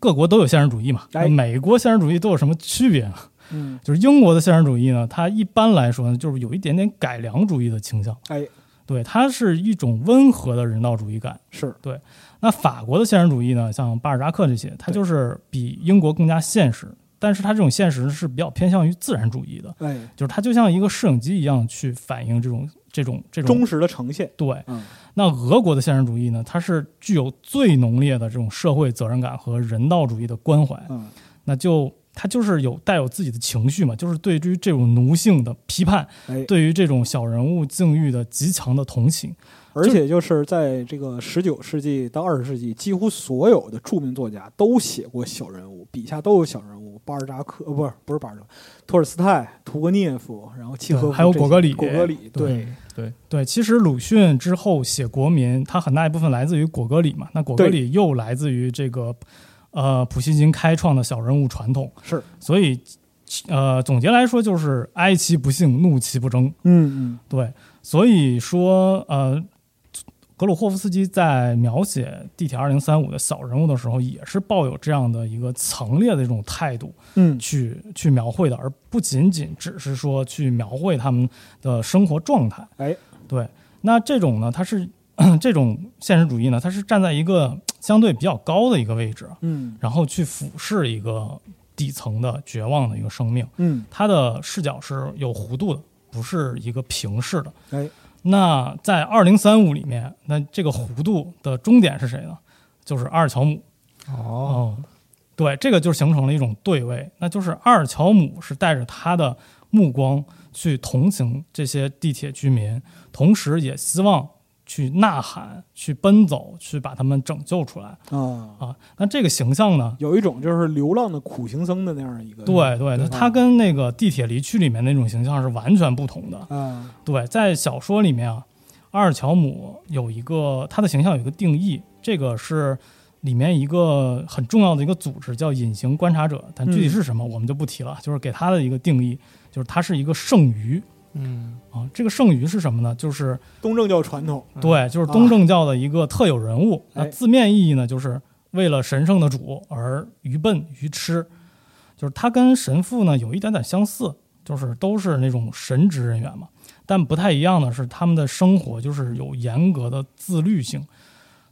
Speaker 4: 各国都有现实主义嘛，
Speaker 2: 哎
Speaker 4: 那美国现实主义都有什么区别呢？
Speaker 2: 嗯，
Speaker 4: 就是英国的现实主义呢，它一般来说呢，就是有一点点改良主义的倾向。
Speaker 2: 哎，
Speaker 4: 对，它是一种温和的人道主义感。
Speaker 2: 是，
Speaker 4: 那法国的现实主义呢，像巴尔扎克这些，它就是比英国更加现实，但是它这种现实是比较偏向于自然主义的，
Speaker 2: 哎，
Speaker 4: 就是它就像一个摄影机一样去反映这种这种这种
Speaker 2: 忠实的呈现。
Speaker 4: 对。
Speaker 2: 嗯，
Speaker 4: 那俄国的现实主义呢，它是具有最浓烈的这种社会责任感和人道主义的关怀。
Speaker 2: 嗯，
Speaker 4: 那就他就是有带有自己的情绪嘛，就是对于这种奴性的批判，
Speaker 2: 哎，
Speaker 4: 对于这种小人物境遇的极强的同情。
Speaker 2: 而且就是在这个十九世纪到二十世纪，几乎所有的著名作家都写过小人物，笔下都有小人物，巴尔扎克，呃，不是不是巴尔扎克，托尔斯泰、屠格涅夫，然后契诃夫这
Speaker 4: 对
Speaker 2: 些，
Speaker 4: 还有果戈里
Speaker 2: 果戈里，对，
Speaker 3: 对，
Speaker 4: 对，其实鲁迅之后写《国民》，他很大一部分来自于果戈里嘛，那果戈里又来自于这个呃普希金开创的小人物传统，
Speaker 2: 是，
Speaker 4: 所以呃总结来说就是哀其不幸，怒其不争。
Speaker 2: 嗯
Speaker 4: 对，所以说呃，格鲁霍夫斯基在描写地铁二零三五的小人物的时候，也是抱有这样的一个强烈的这种态度
Speaker 2: 嗯
Speaker 4: 去去描绘的，而不仅仅只是说去描绘他们的生活状态。
Speaker 2: 哎，
Speaker 4: 对，那这种呢，它是 这种现实主义呢，它是站在一个相对比较高的一个位置，
Speaker 2: 嗯
Speaker 4: 然后去俯视一个底层的绝望的一个生命。
Speaker 2: 嗯，
Speaker 4: 它的视角是有弧度的，不是一个平视的。
Speaker 2: 哎，
Speaker 4: 那在二零三五里面，那这个弧度的终点是谁呢？就是阿尔乔姆。
Speaker 3: 哦，
Speaker 4: 哦，对，这个就形成了一种对位，那就是阿尔乔姆是带着他的目光去同情这些地铁居民，同时也希望去呐喊、去奔走、去把他们拯救出来
Speaker 2: 啊，
Speaker 4: 啊。那这个形象呢？
Speaker 2: 有一种就是流浪的苦行僧的那样一个，
Speaker 4: 对对，那他跟那个地铁离区里面那种形象是完全不同的。
Speaker 2: 啊，
Speaker 4: 对，在小说里面啊，阿尔乔姆有一个他的形象有一个定义，这个是里面一个很重要的一个组织叫隐形观察者，但具体是什么我们就不提了，就是给他的一个定义，就是他是一个剩余
Speaker 3: 嗯，
Speaker 4: 啊，这个剩余是什么呢？就是
Speaker 2: 东正教传统，
Speaker 4: 对，就是东正教的一个特有人物。
Speaker 2: 啊哎
Speaker 4: 那字面意义呢，就是为了神圣的主而愚笨愚痴，就是他跟神父呢有一点点相似，就是都是那种神职人员嘛。但不太一样的是，他们的生活就是有严格的自律性，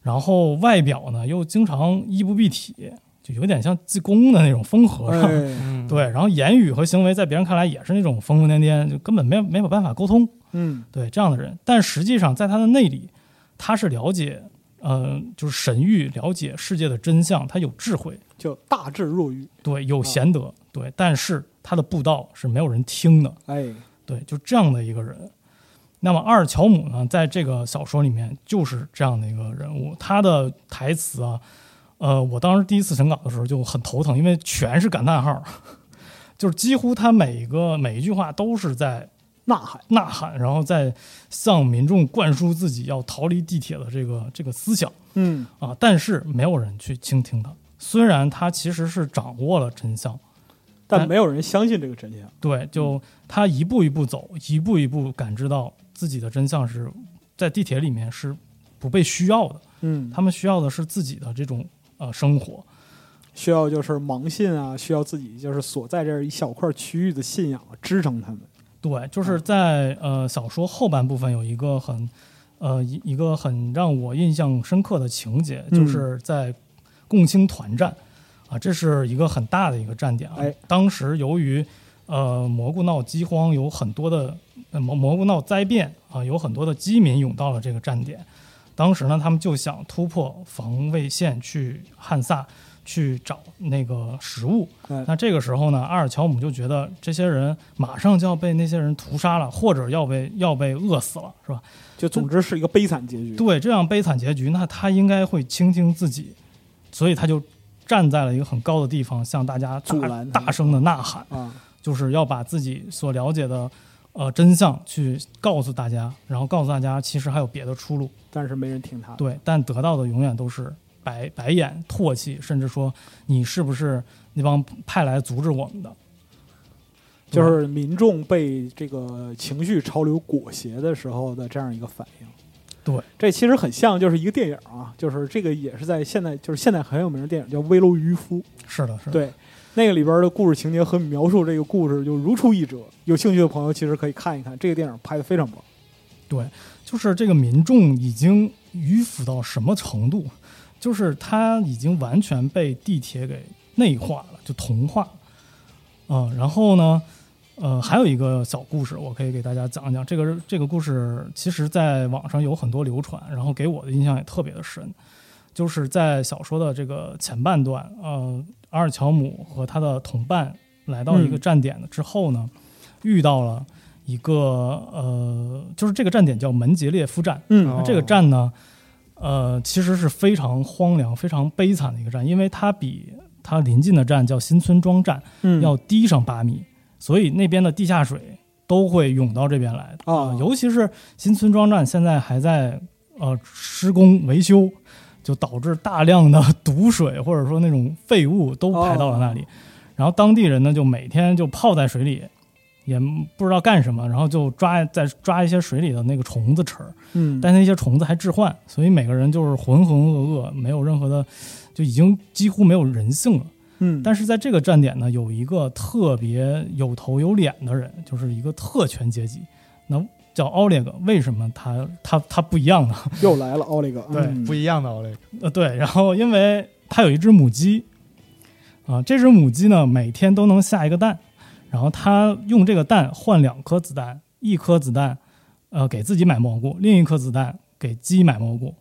Speaker 4: 然后外表呢又经常衣不蔽体，就有点像济公的那种风和尚。
Speaker 2: 哎，
Speaker 3: 嗯，
Speaker 4: 对，然后言语和行为在别人看来也是那种疯疯癫癫，就根本没有没有办法沟通。
Speaker 2: 嗯
Speaker 4: 对这样的人，但实际上在他的内里，他是了解，呃，就是神域，了解世界的真相，他有智慧，
Speaker 2: 就大智若愚，
Speaker 4: 对，有贤德，对，但是他的布道是没有人听的，
Speaker 2: 哎，
Speaker 4: 对，就这样的一个人。那么阿尔乔姆呢，在这个小说里面就是这样的一个人物，他的台词啊，呃，我当时第一次审稿的时候就很头疼，因为全是感叹号， 就是几乎他每一个每一句话都是在
Speaker 2: 呐喊，
Speaker 4: 呐喊，然后再向民众灌输自己要逃离地铁的这个这个思想
Speaker 2: 嗯
Speaker 4: 啊，但是没有人去倾听他。虽然他其实是掌握了真相，
Speaker 2: 但
Speaker 4: 但
Speaker 2: 没有人相信这个真相，
Speaker 4: 对，就他一步一步走，一步一步感知到自己的真相是在地铁里面是不被需要的，
Speaker 2: 嗯，
Speaker 4: 他们需要的是自己的这种呃生活。
Speaker 2: 需要就是盲信啊，需要自己就是所在这一小块区域的信仰啊支撑他们，
Speaker 4: 对，就是在呃小说后半部分有一个很呃一一个很让我印象深刻的情节，
Speaker 2: 嗯
Speaker 4: 就是在共青团站啊，这是一个很大的一个站点啊。
Speaker 2: 哎
Speaker 4: 当时由于呃蘑菇闹饥荒，有很多的呃蘑蘑菇闹灾变啊，有很多的饥民涌到了这个站点。当时呢，他们就想突破防卫线去汉萨去找那个食物，
Speaker 2: 哎，
Speaker 4: 那这个时候呢，阿尔乔姆就觉得这些人马上就要被那些人屠杀了，或者要被要被饿死了，是吧？
Speaker 2: 就总之是一个悲惨结局，
Speaker 4: 对，这样悲惨结局，那他应该会倾听自己，所以他就站在了一个很高的地方，向大家
Speaker 2: 阻
Speaker 4: 大
Speaker 2: 拦他们
Speaker 4: 大声的呐喊，
Speaker 2: 啊，
Speaker 4: 就是要把自己所了解的呃真相去告诉大家，然后告诉大家其实还有别的出路。
Speaker 2: 但是没人听他，
Speaker 4: 对，但得到的永远都是白白眼、唾弃，甚至说你是不是那帮派来阻止我们的？
Speaker 2: 就是民众被这个情绪潮流裹挟的时候的这样一个反应。
Speaker 4: 对，
Speaker 2: 这其实很像就是一个电影啊，就是这个也是在现在就是现在很有名的电影叫《危楼渔夫
Speaker 4: 是的，是》，的。
Speaker 2: 对，那个里边的故事情节和描述这个故事就如出一辙。有兴趣的朋友其实可以看一看，这个电影拍的非常棒。
Speaker 4: 就是这个民众已经迂腐到什么程度？就是他已经完全被地铁给内化了，就同化了。嗯，然后呢，呃，还有一个小故事，我可以给大家讲一讲。这个这个故事其实在网上有很多流传，然后给我的印象也特别的深。就是在小说的这个前半段，呃，阿尔乔姆和他的同伴来到一个
Speaker 2: 嗯
Speaker 4: 站点之后呢，遇到了一个呃，就是这个站点叫门捷列夫站。
Speaker 2: 嗯
Speaker 3: 哦
Speaker 4: 这个站呢，呃，其实是非常荒凉、非常悲惨的一个站，因为它比它临近的站叫新村庄站
Speaker 2: 嗯，
Speaker 4: 要低上八米，所以那边的地下水都会涌到这边来的。
Speaker 2: 哦
Speaker 4: 呃尤其是新村庄站现在还在呃施工维修，就导致大量的毒水或者说
Speaker 2: 哦
Speaker 4: 那种废物都排到了那里，然后当地人呢就每天就泡在水里。也不知道干什么，然后就抓再抓一些水里的那个虫子吃，
Speaker 2: 嗯，
Speaker 4: 但那些虫子还致幻，所以每个人就是浑浑噩噩，没有任何的，就已经几乎没有人性了。
Speaker 2: 嗯，
Speaker 4: 但是在这个站点呢，有一个特别有头有脸的人，就是一个特权阶级，那叫奥列格。为什么他他他不一样呢？
Speaker 2: 又来了奥利哥，
Speaker 3: 对，
Speaker 2: 嗯
Speaker 3: 不一样的奥利给，
Speaker 4: 呃，对，然后因为他有一只母鸡，啊、这只母鸡呢每天都能下一个蛋，然后他用这个蛋换两颗子弹，一颗子弹，呃，给自己买蘑菇，另一颗子弹给鸡买蘑菇，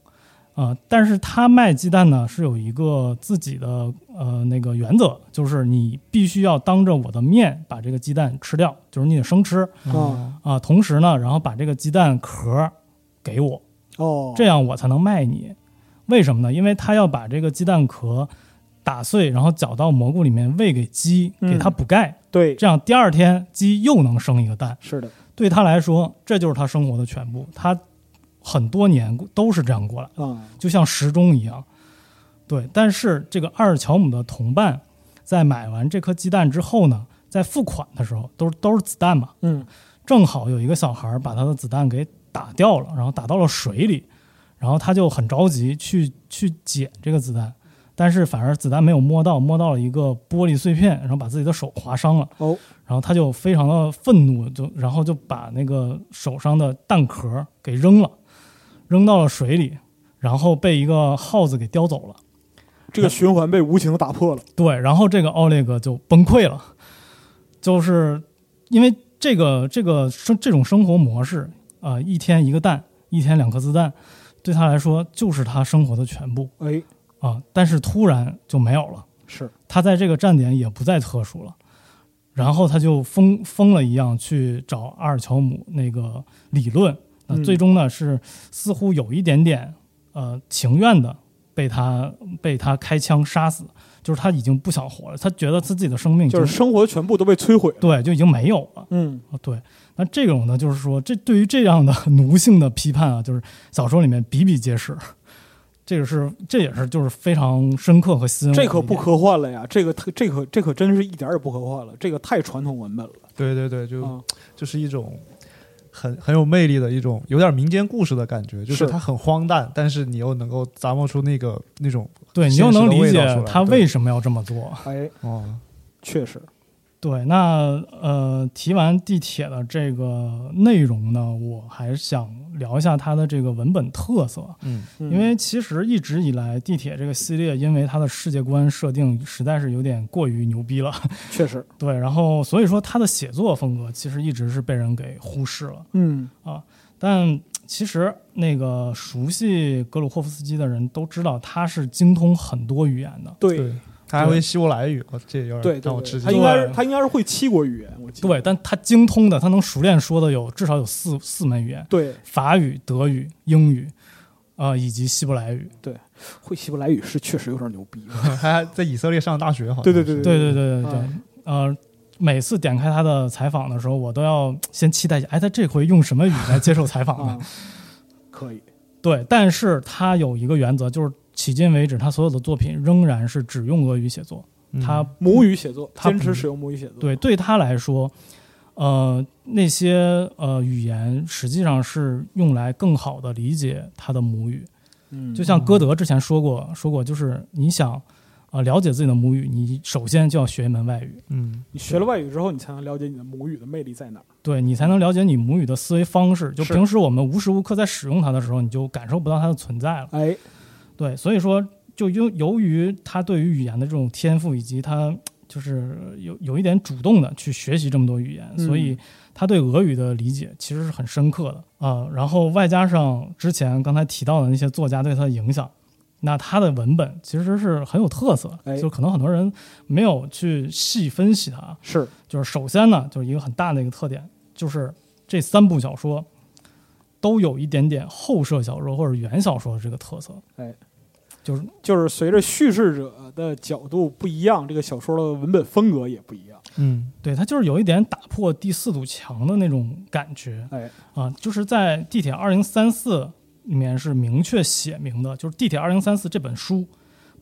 Speaker 4: 啊、但是他卖鸡蛋呢是有一个自己的呃那个原则，就是你必须要当着我的面把这个鸡蛋吃掉，就是你得生吃
Speaker 2: 啊
Speaker 4: 啊、同时呢，然后把这个鸡蛋壳儿给我，
Speaker 2: 哦，
Speaker 4: 这样我才能卖你。为什么呢？因为他要把这个鸡蛋壳打碎，然后搅到蘑菇里面喂给鸡，
Speaker 2: 嗯
Speaker 4: 给它补钙，
Speaker 2: 对，
Speaker 4: 这样第二天鸡又能生一个蛋。
Speaker 2: 是的
Speaker 4: 对他来说，这就是他生活的全部。他很多年都是这样过来，
Speaker 2: 啊，
Speaker 4: 就像时钟一样。对，但是这个阿尔乔姆的同伴在买完这颗鸡蛋之后呢，在付款的时候，都是都是子弹嘛，
Speaker 2: 嗯
Speaker 4: 正好有一个小孩儿把他的子弹给打掉了，然后打到了水里，然后他就很着急去去捡这个子弹，但是反而子弹没有摸到，摸到了一个玻璃碎片，然后把自己的手划伤了，
Speaker 2: 哦
Speaker 4: 然后他就非常的愤怒，就然后就把那个手上的弹壳给扔了，扔到了水里，然后被一个耗子给叼走了。
Speaker 2: 这个循环被无情的打破了，
Speaker 4: 对，然后这个奥列格就崩溃了，就是因为这个这个生这种生活模式，啊，一天一个蛋，一天两颗子弹，对他来说就是他生活的全部
Speaker 2: 哎，
Speaker 4: 啊、但是突然就没有了，
Speaker 2: 是
Speaker 4: 他在这个站点也不再特殊了，然后他就疯疯了一样去找阿尔乔姆那个理论，那
Speaker 2: 嗯
Speaker 4: 最终呢是似乎有一点点呃情愿的被他被他开枪杀死，就是他已经不想活了，他觉得他自己的生命已经
Speaker 2: 就是生活全部都被摧毁了，
Speaker 4: 对就已经没有了。
Speaker 2: 嗯
Speaker 4: 啊，对，那这种呢，就是说，这对于这样的奴性的批判啊，就是小说里面比比皆是，这个是这也是就是非常深刻和新。
Speaker 2: 这可不科幻了呀，这个特这可这可真是一点儿也不科幻了，这个太传统文本了
Speaker 3: 对对对，就、
Speaker 2: 啊，
Speaker 3: 就是一种很很有魅力的一种，有点民间故事的感觉，就是是它很荒诞，但是你又能够咂摸出那个那种
Speaker 4: 对你
Speaker 3: 现
Speaker 4: 又
Speaker 3: 实
Speaker 4: 能
Speaker 3: 的
Speaker 4: 理
Speaker 3: 味道
Speaker 4: 解
Speaker 3: 出来
Speaker 4: 他
Speaker 3: 对
Speaker 4: 为什么要这么做。
Speaker 2: 哎，
Speaker 3: 哦，
Speaker 2: 确实，
Speaker 4: 对，那呃，提完地铁的这个内容呢，我还想聊一下它的这个文本特色，
Speaker 3: 嗯，
Speaker 2: 嗯
Speaker 4: 因为其实一直以来地铁这个系列，因为它的世界观设定实在是有点过于牛逼了，
Speaker 2: 确实，
Speaker 4: 对，然后所以说他的写作风格其实一直是被人给忽视了。啊
Speaker 2: 嗯
Speaker 4: 但其实那个熟悉格鲁霍夫斯基的人都知道，他是精通很多语言的。
Speaker 2: 对
Speaker 3: 对，它还会希伯来语，哦这有
Speaker 2: 对
Speaker 3: 点让我
Speaker 2: 对，
Speaker 3: 吃
Speaker 2: 他
Speaker 3: 惊
Speaker 2: 应。该是他应该是会七国语言，我记得
Speaker 4: 对，但他精通的，他能熟练说的有至少有四四门语言：
Speaker 2: 对
Speaker 4: 法语、德语、英语，呃，以及希伯来语。
Speaker 2: 会希伯来语是确实有点牛逼，
Speaker 3: 他在以色列上大学，好像
Speaker 2: 对对对
Speaker 3: 是
Speaker 4: 对对对对对
Speaker 2: 嗯，
Speaker 4: 呃，每次点开他的采访的时候，我都要先期待一下，哎，他这回用什么语来接受采访呢
Speaker 2: 啊？，可以，
Speaker 4: 对，但是他有一个原则，就是迄今为止，他所有的作品仍然是只用俄语写作。
Speaker 3: 嗯
Speaker 4: 他
Speaker 2: 母语写作，
Speaker 4: 嗯他
Speaker 2: 坚持
Speaker 4: 不
Speaker 2: 使用母语写作，
Speaker 4: 对对他来说，呃，那些呃语言实际上是用来更好的理解他的母语。
Speaker 2: 嗯，
Speaker 4: 就像歌德之前说过，说过就是你想呃了解自己的母语，你首先就要学一门外语，
Speaker 3: 嗯，
Speaker 2: 你学了外语之后，你才能了解你的母语的魅力在哪儿。
Speaker 4: 对你才能了解你母语的思维方式。就是平时我们无时无刻在使用它的时候，你就感受不到它的存在了。
Speaker 2: 哎，
Speaker 4: 对，所以说就由由于他对于语言的这种天赋，以及他就是有有一点主动的去学习这么多语言，
Speaker 2: 嗯
Speaker 4: 所以他对俄语的理解其实是很深刻的啊、然后外加上之前刚才提到的那些作家对他的影响。那他的文本其实是很有特色，
Speaker 2: 哎
Speaker 4: 就可能很多人没有去细分析它。
Speaker 2: 是
Speaker 4: 就是首先呢，就是一个很大的一个特点，就是这三部小说都有一点点后设小说或者原小说的这个特色。
Speaker 2: 哎，
Speaker 4: 就是
Speaker 2: 就是随着叙事者的角度不一样，这个小说的文本风格也不一样。
Speaker 3: 嗯
Speaker 4: 对它就是有一点打破第四堵墙的那种感觉
Speaker 2: 哎，
Speaker 4: 啊，就是在《地铁二零三四》里面是明确写明的，就是《地铁二零三四》这本书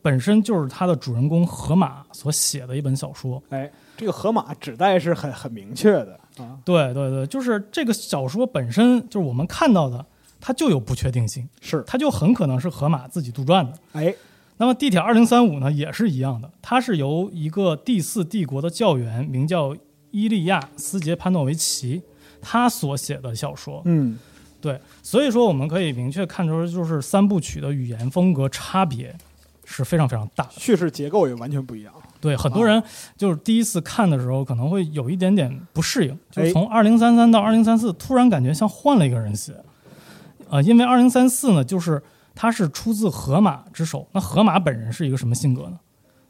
Speaker 4: 本身就是他的主人公河马所写的一本小说。
Speaker 2: 哎，这个河马指代是很很明确的啊，
Speaker 4: 对对对，就是这个小说本身就是我们看到的，它就有不确定性，
Speaker 2: 是，
Speaker 4: 它就很可能是河马自己杜撰的。
Speaker 2: 哎，
Speaker 4: 那么地铁二零三五呢，也是一样的，它是由一个第四帝国的教员，名叫伊利亚·斯捷潘诺维奇，他所写的小说。
Speaker 2: 嗯，
Speaker 4: 对，所以说我们可以明确看出，就是三部曲的语言风格差别是非常非常大的。
Speaker 2: 叙事结构也完全不一样，
Speaker 4: 对，很多人就是第一次看的时候，可能会有一点点不适应，就
Speaker 2: 哎
Speaker 4: 是从二零三三到二零三四，突然感觉像换了一个人写。呃，因为二零三四呢，就是它是出自河马之手。那河马本人是一个什么性格呢？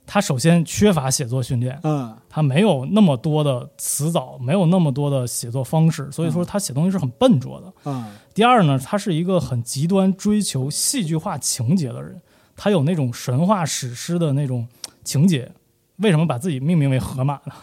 Speaker 4: 他首先缺乏写作训练，
Speaker 2: 嗯，
Speaker 4: 他没有那么多的词藻，没有那么多的写作方式，所以说他写东西是很笨拙的。
Speaker 2: 啊，
Speaker 4: 第二呢，他是一个很极端追求戏剧化情节的人，他有那种神话史诗的那种情节。为什么把自己命名为河马呢？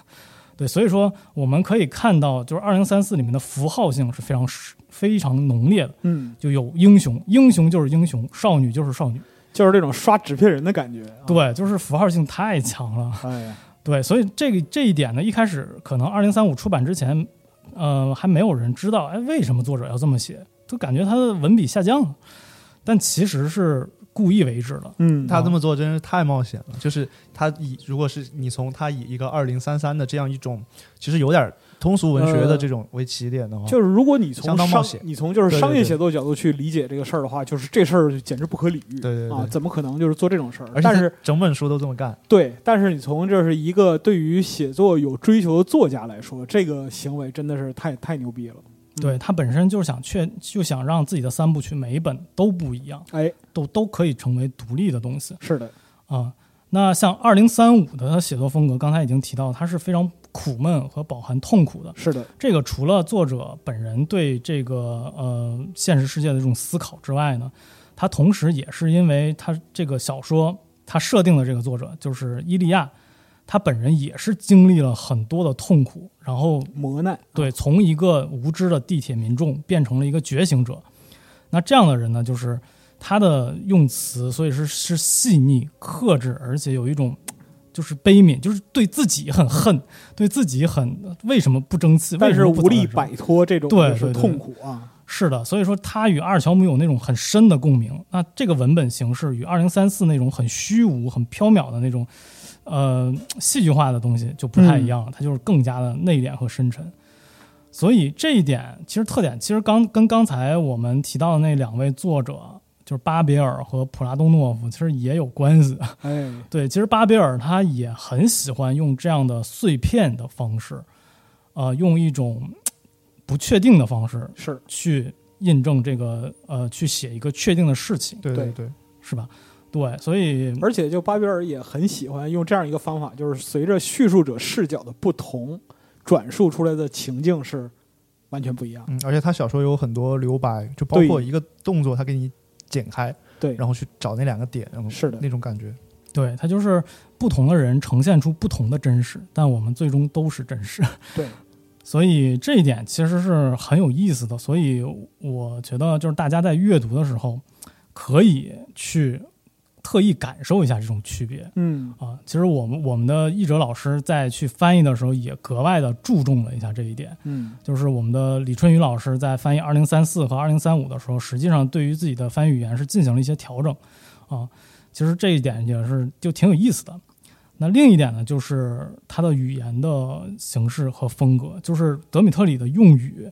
Speaker 4: 对，所以说我们可以看到，就是二零三四里面的符号性是非常非常浓烈的，
Speaker 2: 嗯，
Speaker 4: 就有英雄，英雄就是英雄，少女就是少女，
Speaker 2: 就是这种刷纸片人的感觉，啊，
Speaker 4: 对，就是符号性太强了。
Speaker 2: 哎呀，
Speaker 4: 对，所以这个这一点呢，一开始可能二零三五出版之前，呃，还没有人知道，哎，为什么作者要这么写？就感觉他的文笔下降了，但其实是故意为之的。
Speaker 2: 嗯，
Speaker 3: 他这么做真是太冒险了。就是他以，如果是你从他以一个二零三三的这样一种，其实有点通俗文学的这种为起点的话，
Speaker 2: 呃就是如果你从
Speaker 3: 哦相当
Speaker 2: 商
Speaker 3: 冒险，
Speaker 2: 你从就是
Speaker 3: 对对
Speaker 2: 商业
Speaker 3: 对
Speaker 2: 写作角度去理解这个事儿的话，就是这事儿简直不可理喻，
Speaker 3: 对对对
Speaker 2: 啊，怎么可能就是做这种事儿？
Speaker 3: 而且
Speaker 2: 但
Speaker 3: 他
Speaker 2: 是
Speaker 3: 整本书都这么干，
Speaker 2: 对，但是你从这是一个对于写作有追求的作家来说，这个行为真的是太太牛逼了，
Speaker 4: 对他本身就是想确，就想让自己的三部曲每一本都不一样，
Speaker 2: 哎，
Speaker 4: 都都可以成为独立的东西
Speaker 2: 是的，
Speaker 4: 啊。那像二零三五的写作风格，刚才已经提到，它是非常苦闷和饱含痛苦的。
Speaker 2: 是的，
Speaker 4: 这个除了作者本人对这个呃现实世界的这种思考之外呢，他同时也是因为他这个小说他设定的这个作者就是伊利亚，他本人也是经历了很多的痛苦，然后
Speaker 2: 磨难，
Speaker 4: 对从一个无知的地铁民众变成了一个觉醒者。那这样的人呢，就是他的用词，所以是是细腻、克制，而且有一种就是悲悯，就是对自己很恨，对自己很为什么不争气，
Speaker 2: 但
Speaker 4: 为
Speaker 2: 是
Speaker 4: 什么不
Speaker 2: 无力
Speaker 4: 早点知道
Speaker 2: 摆脱这种
Speaker 4: 对
Speaker 2: 就是
Speaker 4: 对对
Speaker 2: 痛苦啊，
Speaker 4: 是的，所以说他与阿尔乔姆有那种很深的共鸣。那这个文本形式与二零三四那种很虚无、很缥缈的那种，呃，戏剧化的东西就不太一样了，它就是更加的内敛和深沉。所以这一点其实特点，其实刚跟刚才我们提到的那两位作者，就是巴别尔和普拉东诺夫，其实也有关系。
Speaker 2: 哎，
Speaker 4: 对，其实巴比尔他也很喜欢用这样的碎片的方式，呃，用一种嘖不确定的方式
Speaker 2: 是
Speaker 4: 去印证这个呃，去写一个确定的事情，
Speaker 3: 对
Speaker 2: 对
Speaker 3: 对，
Speaker 4: 是吧？对，所以
Speaker 2: 而且就巴比尔也很喜欢用这样一个方法，就是随着叙述者视角的不同，转述出来的情境是完全不一样的。
Speaker 3: 嗯，而且他小说有很多留白，就包括
Speaker 2: 对
Speaker 3: 一个动作，他给你剪开，
Speaker 2: 对，
Speaker 3: 然后去找那两个点，然后
Speaker 2: 是的
Speaker 3: 那种感觉。
Speaker 4: 对他就是不同的人呈现出不同的真实，但我们最终都是真实。
Speaker 2: 对，
Speaker 4: 所以这一点其实是很有意思的。所以我觉得，就是大家在阅读的时候，可以去特意感受一下这种区别
Speaker 2: 嗯，
Speaker 4: 啊。其实我们我们的译者老师在去翻译的时候，也格外的注重了一下这一点。
Speaker 2: 嗯，
Speaker 4: 就是我们的李春雨老师在翻译二零三四和二零三五的时候，实际上对于自己的翻译语言是进行了一些调整啊。其实这一点也是就挺有意思的。那另一点呢，就是它的语言的形式和风格，就是德米特里的用语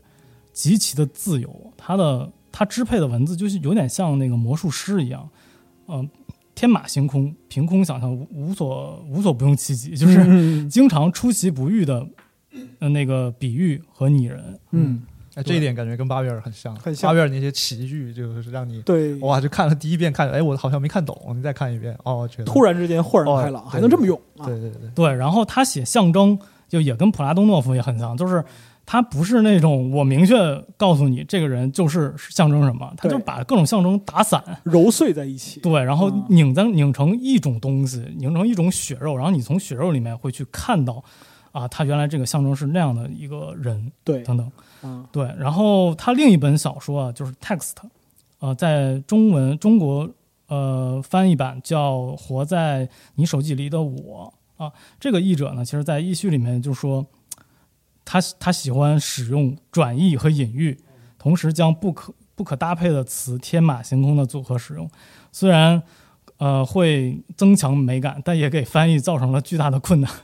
Speaker 4: 极其的自由，他的他支配的文字就是有点像那个魔术师一样，嗯、天马行空，凭空想象，无无所无所不用其极，就是
Speaker 2: 嗯
Speaker 4: 经常出其不意的，呃，那个比喻和拟人，
Speaker 2: 嗯，
Speaker 3: 哎，这一点感觉跟巴比尔很像，
Speaker 2: 很像
Speaker 3: 巴比尔那些奇遇，就是让你
Speaker 2: 对，
Speaker 3: 哇，就看了第一遍看，哎，我好像没看懂，你再看一遍，哦，觉得
Speaker 2: 突然之间豁然
Speaker 3: 哦
Speaker 2: 开朗，
Speaker 3: 对
Speaker 2: 还能这么用啊？
Speaker 3: 对对对，
Speaker 4: 对，然后他写象征就也跟普拉东诺夫也很像，就是他不是那种我明确告诉你这个人就是象征什么，他
Speaker 2: 对
Speaker 4: 就把各种象征打散，
Speaker 2: 揉碎在一起。
Speaker 4: 对，然后
Speaker 2: 嗯
Speaker 4: 拧在拧成一种东西，拧成一种血肉，然后你从血肉里面会去看到，啊，他原来这个象征是那样的一个人
Speaker 2: 对，
Speaker 4: 等等。
Speaker 2: 嗯，
Speaker 4: 对，然后他另一本小说啊，就是《Text》，呃，在中文中国呃翻译版叫《活在你手机里的我》啊。这个译者呢，其实在译序里面就说，他他喜欢使用转译和隐喻，同时将不可不可搭配的词天马行空的组合使用，虽然呃会增强美感，但也给翻译造成了巨大的困难。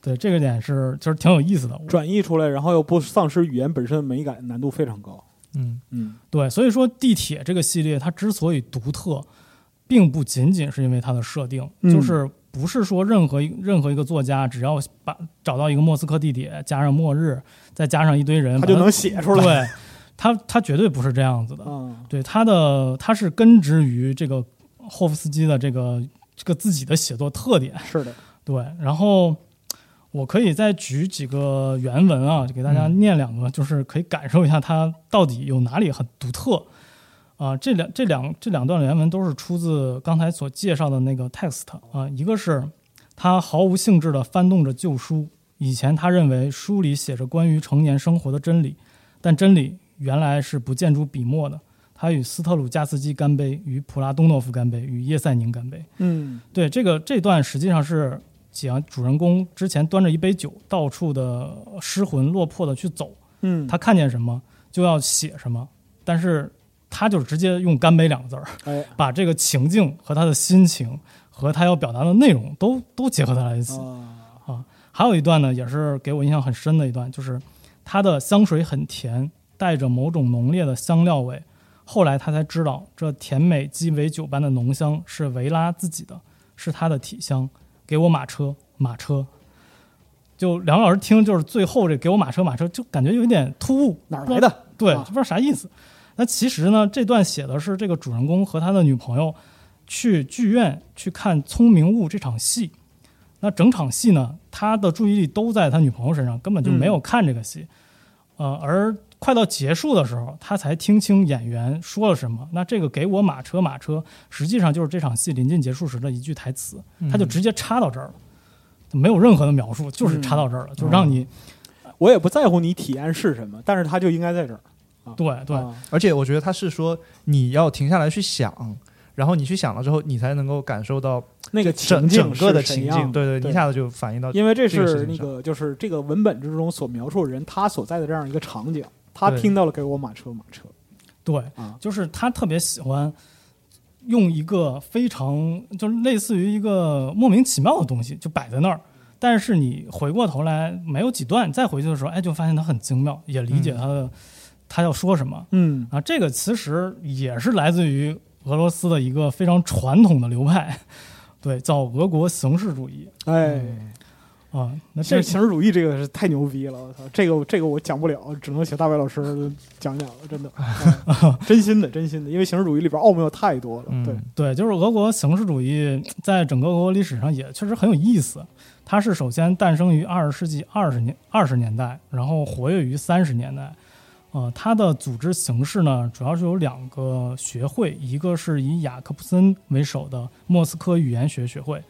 Speaker 4: 对这个点是就是挺有意思的，我
Speaker 2: 转译出来，然后又不丧失语言本身的美感，难度非常高。
Speaker 3: 嗯
Speaker 2: 嗯，
Speaker 4: 对，所以说地铁这个系列它之所以独特，并不仅仅是因为它的设定，
Speaker 2: 嗯
Speaker 4: 就是不是说任何一任何一个作家只要把找到一个莫斯科地铁，加上末日，再加上一堆人，
Speaker 2: 他就
Speaker 4: 把
Speaker 2: 能写出来。
Speaker 4: 对，他他绝对不是这样子的。
Speaker 2: 嗯，
Speaker 4: 对他的他是根植于这个霍夫斯基的这个这个自己的写作特点。
Speaker 2: 是的，
Speaker 4: 对，然后我可以再举几个原文啊，给大家念两个，就是可以感受一下它到底有哪里很独特啊、这两这两这两段原文都是出自刚才所介绍的那个 text 啊、一个是他毫无兴致地翻动着旧书，以前他认为书里写着关于成年生活的真理，但真理原来是不见诸笔墨的。他与斯特鲁加斯基干杯，与普拉东诺夫干杯，与叶赛宁干杯。
Speaker 2: 嗯
Speaker 4: 对，这个这段实际上是讲主人公之前端着一杯酒，到处的失魂落魄的去走，
Speaker 2: 嗯，
Speaker 4: 他看见什么就要写什么，但是他就直接用“干杯”两个字儿，
Speaker 2: 哎，
Speaker 4: 把这个情境和他的心情和他要表达的内容都都结合在了一起。
Speaker 2: 啊，
Speaker 4: 还有一段呢，也是给我印象很深的一段，就是他的香水很甜，带着某种浓烈的香料味。后来他才知道，这甜美鸡尾酒般的浓香是维拉自己的，是他的体香。给我马车，马车。就梁老师听，就是最后这给我马车，马车，就感觉有一点突兀，
Speaker 2: 哪儿来的？
Speaker 4: 对，
Speaker 2: 啊
Speaker 4: 不知道啥意思。那其实呢，这段写的是这个主人公和他的女朋友去剧院去看《聪明误》这场戏。那整场戏呢，他的注意力都在他女朋友身上，根本就没有看这个戏。呃，而快到结束的时候，他才听清演员说了什么。那这个“给我马车，马车”实际上就是这场戏临近结束时的一句台词，他就直接插到这儿了，没有任何的描述，就是插到这儿了，就让你
Speaker 2: 我也不在乎你体验是什么，但是他就应该在这儿。
Speaker 4: 对对
Speaker 2: 啊
Speaker 3: 而且我觉得他是说你要停下来去想，然后你去想了之后，你才能够感受到
Speaker 2: 那个
Speaker 3: 整
Speaker 2: 情
Speaker 3: 整
Speaker 2: 境
Speaker 3: 个的
Speaker 2: 是
Speaker 3: 情
Speaker 2: 怎样
Speaker 3: 境。对对，你一
Speaker 2: 对
Speaker 3: 下子就反映到
Speaker 2: 因为这
Speaker 3: 这个事
Speaker 2: 是那
Speaker 3: 情上
Speaker 2: 个，就是这个文本之中所描述的人他所在的这样一个场景，他
Speaker 3: 对
Speaker 2: 听到了“给我马车，马车
Speaker 4: 对”
Speaker 2: 啊，
Speaker 4: 就是他特别喜欢用一个非常就是类似于一个莫名其妙的东西就摆在那儿，但是你回过头来没有几段，你再回去的时候，哎，就发现它很精妙，也理解他的、他要说什么
Speaker 2: 嗯
Speaker 4: 啊。这个其实也是来自于俄罗斯的一个非常传统的流派， 对，叫俄国形式主义
Speaker 2: 哎，
Speaker 4: 啊。那
Speaker 2: 这
Speaker 4: 这
Speaker 2: 个形式主义这个是太牛逼了，我操，这个这个我讲不了，只能请大白老师讲讲了，真的，啊真心的，真心的，因为形式主义里边奥妙太多了，
Speaker 3: 嗯
Speaker 2: 对，
Speaker 4: 对，就是俄国形式主义在整个俄国历史上也确实很有意思。它是首先诞生于二十世纪二十年二十年代，然后活跃于三十年代。呃，它的组织形式呢，主要是有两个学会，一个是以雅克布森为首的莫斯科语言学学会，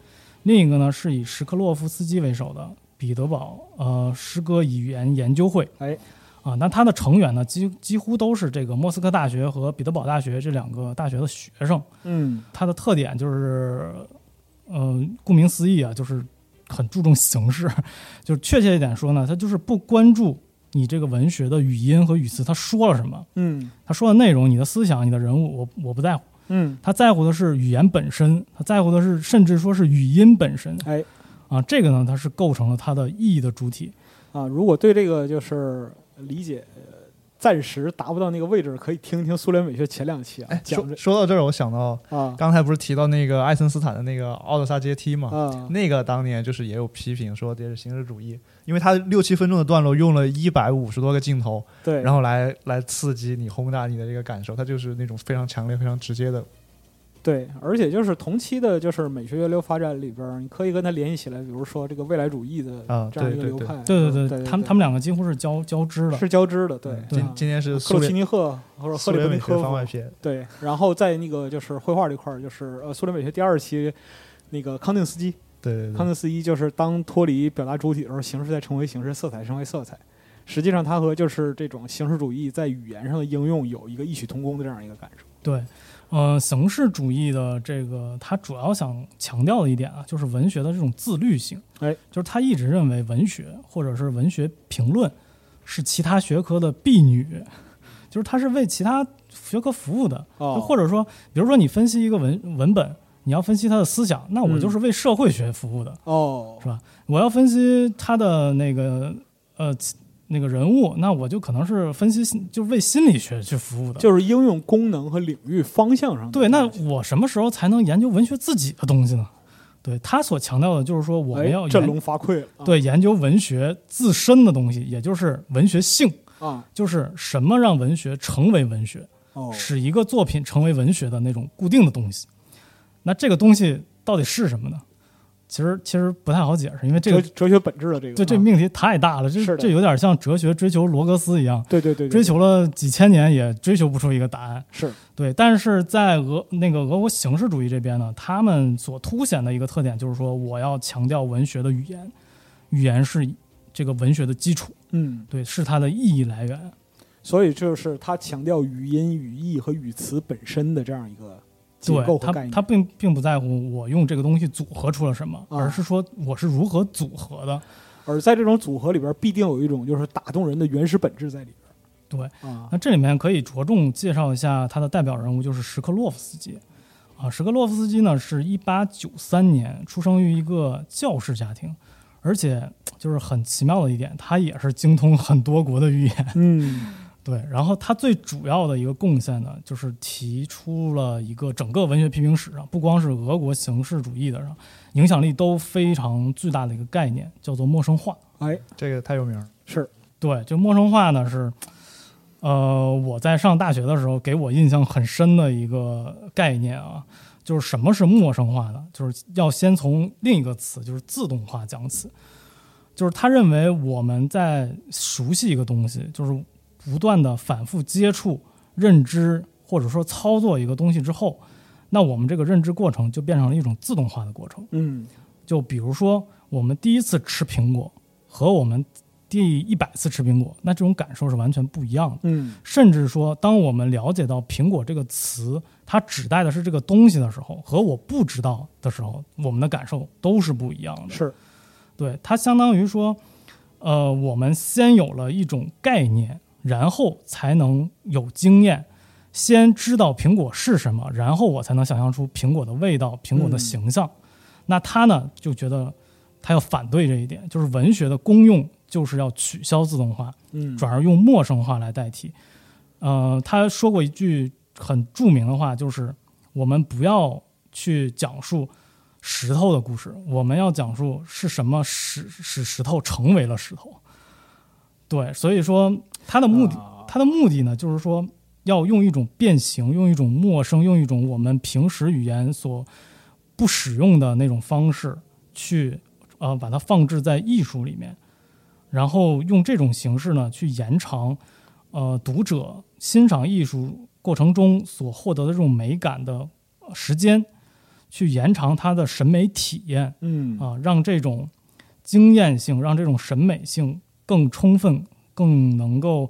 Speaker 4: 另一个呢是以什克洛夫斯基为首的彼得堡呃诗歌语言研究会。
Speaker 2: 哎，
Speaker 4: 啊，那它的成员呢，几几乎都是这个莫斯科大学和彼得堡大学这两个大学的学生。
Speaker 2: 嗯
Speaker 4: 它的特点就是，呃，顾名思义啊，就是很注重形式。就是确切一点说呢，它就是不关注你这个文学的语音和语词，它说了什么，
Speaker 2: 嗯
Speaker 4: 它说的内容、你的思想、你的人物，我我不在乎。
Speaker 2: 嗯，
Speaker 4: 他在乎的是语言本身，他在乎的是甚至说是语音本身。
Speaker 2: 哎，
Speaker 4: 啊，这个呢，它是构成了它的意义的主体。
Speaker 2: 啊，如果对这个就是理解。呃暂时达不到那个位置，可以听听苏联美学前两期啊
Speaker 3: 哎，，
Speaker 2: 讲
Speaker 3: 说
Speaker 2: 这
Speaker 3: 说到这儿，我想到
Speaker 2: 啊
Speaker 3: 刚才不是提到那个爱森斯坦的那个奥德萨阶梯嘛？
Speaker 2: 啊，
Speaker 3: 那个当年就是也有批评说这是形式主义，因为它六七分钟的段落用了一百五十多个镜头，
Speaker 2: 对，
Speaker 3: 然后来来刺激你、轰炸你的这个感受，它就是那种非常强烈、非常直接的。
Speaker 2: 对，而且就是同期的，就是美学源流发展里边儿，你可以跟它联系起来，比如说这个未来主义的
Speaker 3: 啊
Speaker 2: 这样一个
Speaker 3: 对对
Speaker 2: 流
Speaker 3: 对
Speaker 2: 派，
Speaker 4: 对
Speaker 2: 对
Speaker 4: 对他们他们两个几乎是交交织的。嗯
Speaker 2: 是交织的，对，
Speaker 3: 嗯今
Speaker 2: 啊
Speaker 3: 今天是
Speaker 2: 克
Speaker 3: 苏
Speaker 2: 鲁奇
Speaker 3: 联
Speaker 2: 尼赫或者赫
Speaker 3: 苏
Speaker 2: 里
Speaker 3: 联
Speaker 2: 布尼
Speaker 3: 美学
Speaker 2: 科
Speaker 3: 番外
Speaker 2: 夫，
Speaker 3: 篇，
Speaker 2: 对，然后在那个就是绘画这块儿，就是呃苏联美学第二期。那个康定斯基，
Speaker 3: 对对
Speaker 2: 康
Speaker 3: 对，
Speaker 2: 定斯基就是当脱离表达主体的时候，形式在成为形式，色彩成为色彩。实际上，它和就是这种形式主义在语言上的应用有一个异曲同工的这样一个感受。
Speaker 4: 对，呃，形式主义的这个，它主要想强调的一点啊，就是文学的这种自律性。
Speaker 2: 哎，
Speaker 4: 就是他一直认为文学或者是文学评论是其他学科的婢女， 就是它是为其他学科服务的。就
Speaker 2: 哦，
Speaker 4: 或者说，比如说你分析一个文文本，你要分析它的思想，那我
Speaker 2: 嗯
Speaker 4: 就是为社会学服务的。
Speaker 2: 哦
Speaker 4: 是，吧？我要分析他的那个呃其那个人物，那我就可能是分析心就为心理学去服务的。
Speaker 2: 就是应用功能和领域方向上的
Speaker 4: 对，那
Speaker 2: 东西
Speaker 4: 我什么时候才能研究文学自己的东西呢？对他所强调的就是说，我们
Speaker 2: 哎
Speaker 4: 要
Speaker 2: 振
Speaker 4: 研、
Speaker 2: 聋发聩了啊
Speaker 4: 对研究文学自身的东西，也就是文学性，
Speaker 2: 啊
Speaker 4: 就是什么让文学成为文学，
Speaker 2: 哦
Speaker 4: 使一个作品成为文学的那种固定的东西。那这个东西到底是什么呢？其实其实不太好解释，因为这个
Speaker 2: 哲哲学本质的这个
Speaker 4: 对，这
Speaker 2: 啊
Speaker 4: 命题太大了，这
Speaker 2: 是的
Speaker 4: 这有点像哲学追求罗格斯一样，
Speaker 2: 对对对对
Speaker 4: 追求了几千年也追求不出一个答案。
Speaker 2: 是
Speaker 4: 对，但是在俄那个俄国形式主义这边呢，他们所凸显的一个特点就是说，我要强调文学的语言，语言是这个文学的基础，
Speaker 2: 嗯，
Speaker 4: 对，是它的意义来源。
Speaker 2: 所以就是他强调语音、语义和语词本身的这样一个结构
Speaker 4: 对
Speaker 2: 和
Speaker 4: 他
Speaker 2: 概，念
Speaker 4: 他并并不在乎我用这个东西组合出了什么，
Speaker 2: 啊
Speaker 4: 而是说我是如何组合的。
Speaker 2: 而在这种组合里边，必定有一种就是打动人的原始本质在里边
Speaker 4: 对，
Speaker 2: 啊
Speaker 4: 那这里面可以着重介绍一下他的代表人物，就是什克洛夫斯基。啊，什克洛夫斯基呢，是一八九三年出生于一个教师家庭，而且就是很奇妙的一点，他也是精通很多国的语言。
Speaker 2: 嗯
Speaker 4: 对，然后他最主要的一个贡献呢，就是提出了一个整个文学批评史上，不光是俄国形式主义的上影响力都非常巨大的一个概念，叫做陌生化。
Speaker 2: 哎
Speaker 3: 这个太有名了。
Speaker 2: 是
Speaker 4: 对，就陌生化呢是，呃，我在上大学的时候给我印象很深的一个概念啊，就是什么是陌生化呢？就是要先从另一个词，就是自动化讲起。就是他认为我们在熟悉一个东西，就是不断的反复接触、认知或者说操作一个东西之后，那我们这个认知过程就变成了一种自动化的过程。
Speaker 2: 嗯
Speaker 4: 就比如说，我们第一次吃苹果和我们第一百次吃苹果，那这种感受是完全不一样的。
Speaker 2: 嗯
Speaker 4: 甚至说，当我们了解到“苹果”这个词，它指代的是这个东西的时候，和我不知道的时候，我们的感受都是不一样的。
Speaker 2: 是
Speaker 4: 对，它相当于说，呃，我们先有了一种概念，然后才能有经验。先知道苹果是什么，然后我才能想象出苹果的味道、苹果的形象。那他呢，就觉得他要反对这一点，就是文学的功用就是要取消自动化，
Speaker 2: 嗯
Speaker 4: 转而用陌生化来代替。呃，他说过一句很著名的话，就是我们不要去讲述石头的故事，我们要讲述是什么使使石头成为了石头。对，所以说他的目的，
Speaker 2: 啊
Speaker 4: 他的目的呢，就是说要用一种变形，用一种陌生，用一种我们平时语言所不使用的那种方式，去呃把它放置在艺术里面，然后用这种形式呢去延长呃读者欣赏艺术过程中所获得的这种美感的呃时间，去延长他的审美体验
Speaker 2: 嗯
Speaker 4: 啊、让这种经验性，让这种审美性更充分，更能够。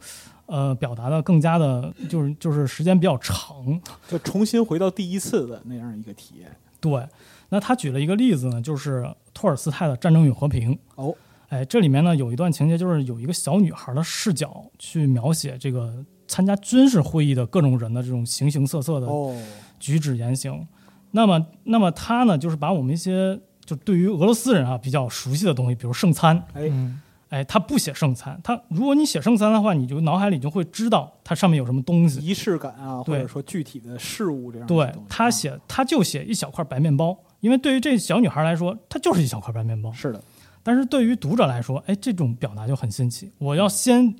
Speaker 4: 呃，表达的更加的，就是就是时间比较长，
Speaker 2: 就重新回到第一次的那样一个体验
Speaker 4: 对，那他举了一个例子呢，就是托尔斯泰的《战争与和平》。
Speaker 2: 哦
Speaker 4: 哎，这里面呢有一段情节，就是有一个小女孩的视角去描写这个参加军事会议的各种人的这种形形色色的
Speaker 2: 哦
Speaker 4: 举止言行。那么，那么他呢，就是把我们一些就对于俄罗斯人啊比较熟悉的东西，比如圣餐，
Speaker 2: 哎
Speaker 3: 嗯，
Speaker 4: 哎，他不写圣餐，他如果你写圣餐的话，你就脑海里就会知道它上面有什么东西。
Speaker 2: 仪式感啊，或
Speaker 4: 对
Speaker 2: 者说具体的事物这样的
Speaker 4: 对
Speaker 2: 东西
Speaker 4: 他
Speaker 2: 啊
Speaker 4: 写，他就写一小块白面包，因为对于这小女孩来说，它就是一小块白面包。
Speaker 2: 啊是的
Speaker 4: 但是对于读者来说，哎，这种表达就很新奇。我要先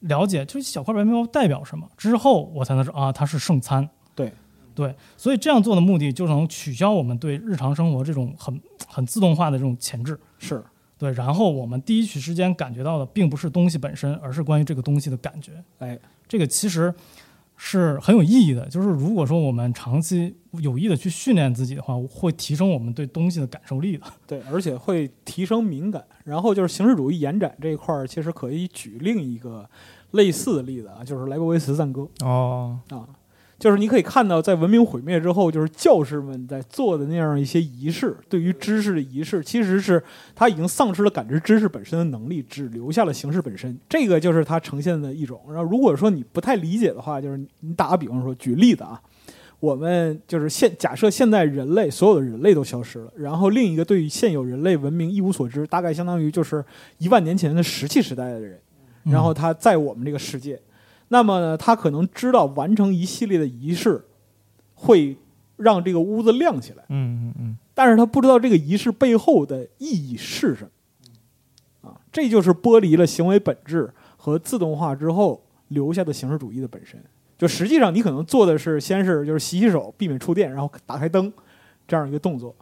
Speaker 4: 了解，就是小块白面包代表什么，之后我才能说啊，它是圣餐。
Speaker 2: 对
Speaker 4: 对，所以这样做的目的就能取消我们对日常生活这种很很自动化的这种前置。
Speaker 2: 是
Speaker 4: 对，然后我们第一时间感觉到的并不是东西本身，而是关于这个东西的感觉。
Speaker 2: 哎
Speaker 4: 这个其实是很有意义的。就是如果说我们长期有意的去训练自己的话，会提升我们对东西的感受力的。
Speaker 2: 对，而且会提升敏感。然后就是形式主义延展这一块儿，其实可以举另一个类似的例子啊，就是莱布维茨赞歌
Speaker 3: 哦，
Speaker 2: 啊。就是你可以看到，在文明毁灭之后，就是教士们在做的那样一些仪式，对于知识的仪式，其实是他已经丧失了感知知识本身的能力，只留下了形式本身。这个就是它呈现的一种。然后，如果说你不太理解的话，就是你打个比方说，举例子啊，我们就是现假设现在人类所有的人类都消失了，然后另一个对于现有人类文明一无所知，大概相当于就是一万年前的石器时代的人，然
Speaker 4: 嗯
Speaker 2: 后他在我们这个世界，那么呢，他可能知道完成一系列的仪式会让这个屋子亮起来，
Speaker 3: 嗯嗯嗯，
Speaker 2: 但是他不知道这个仪式背后的意义是什么啊，这就是剥离了行为本质和自动化之后留下的形式主义的本身。就实际上，你可能做的是先是就是洗洗手，避免触电，然后打开灯这样一个动作，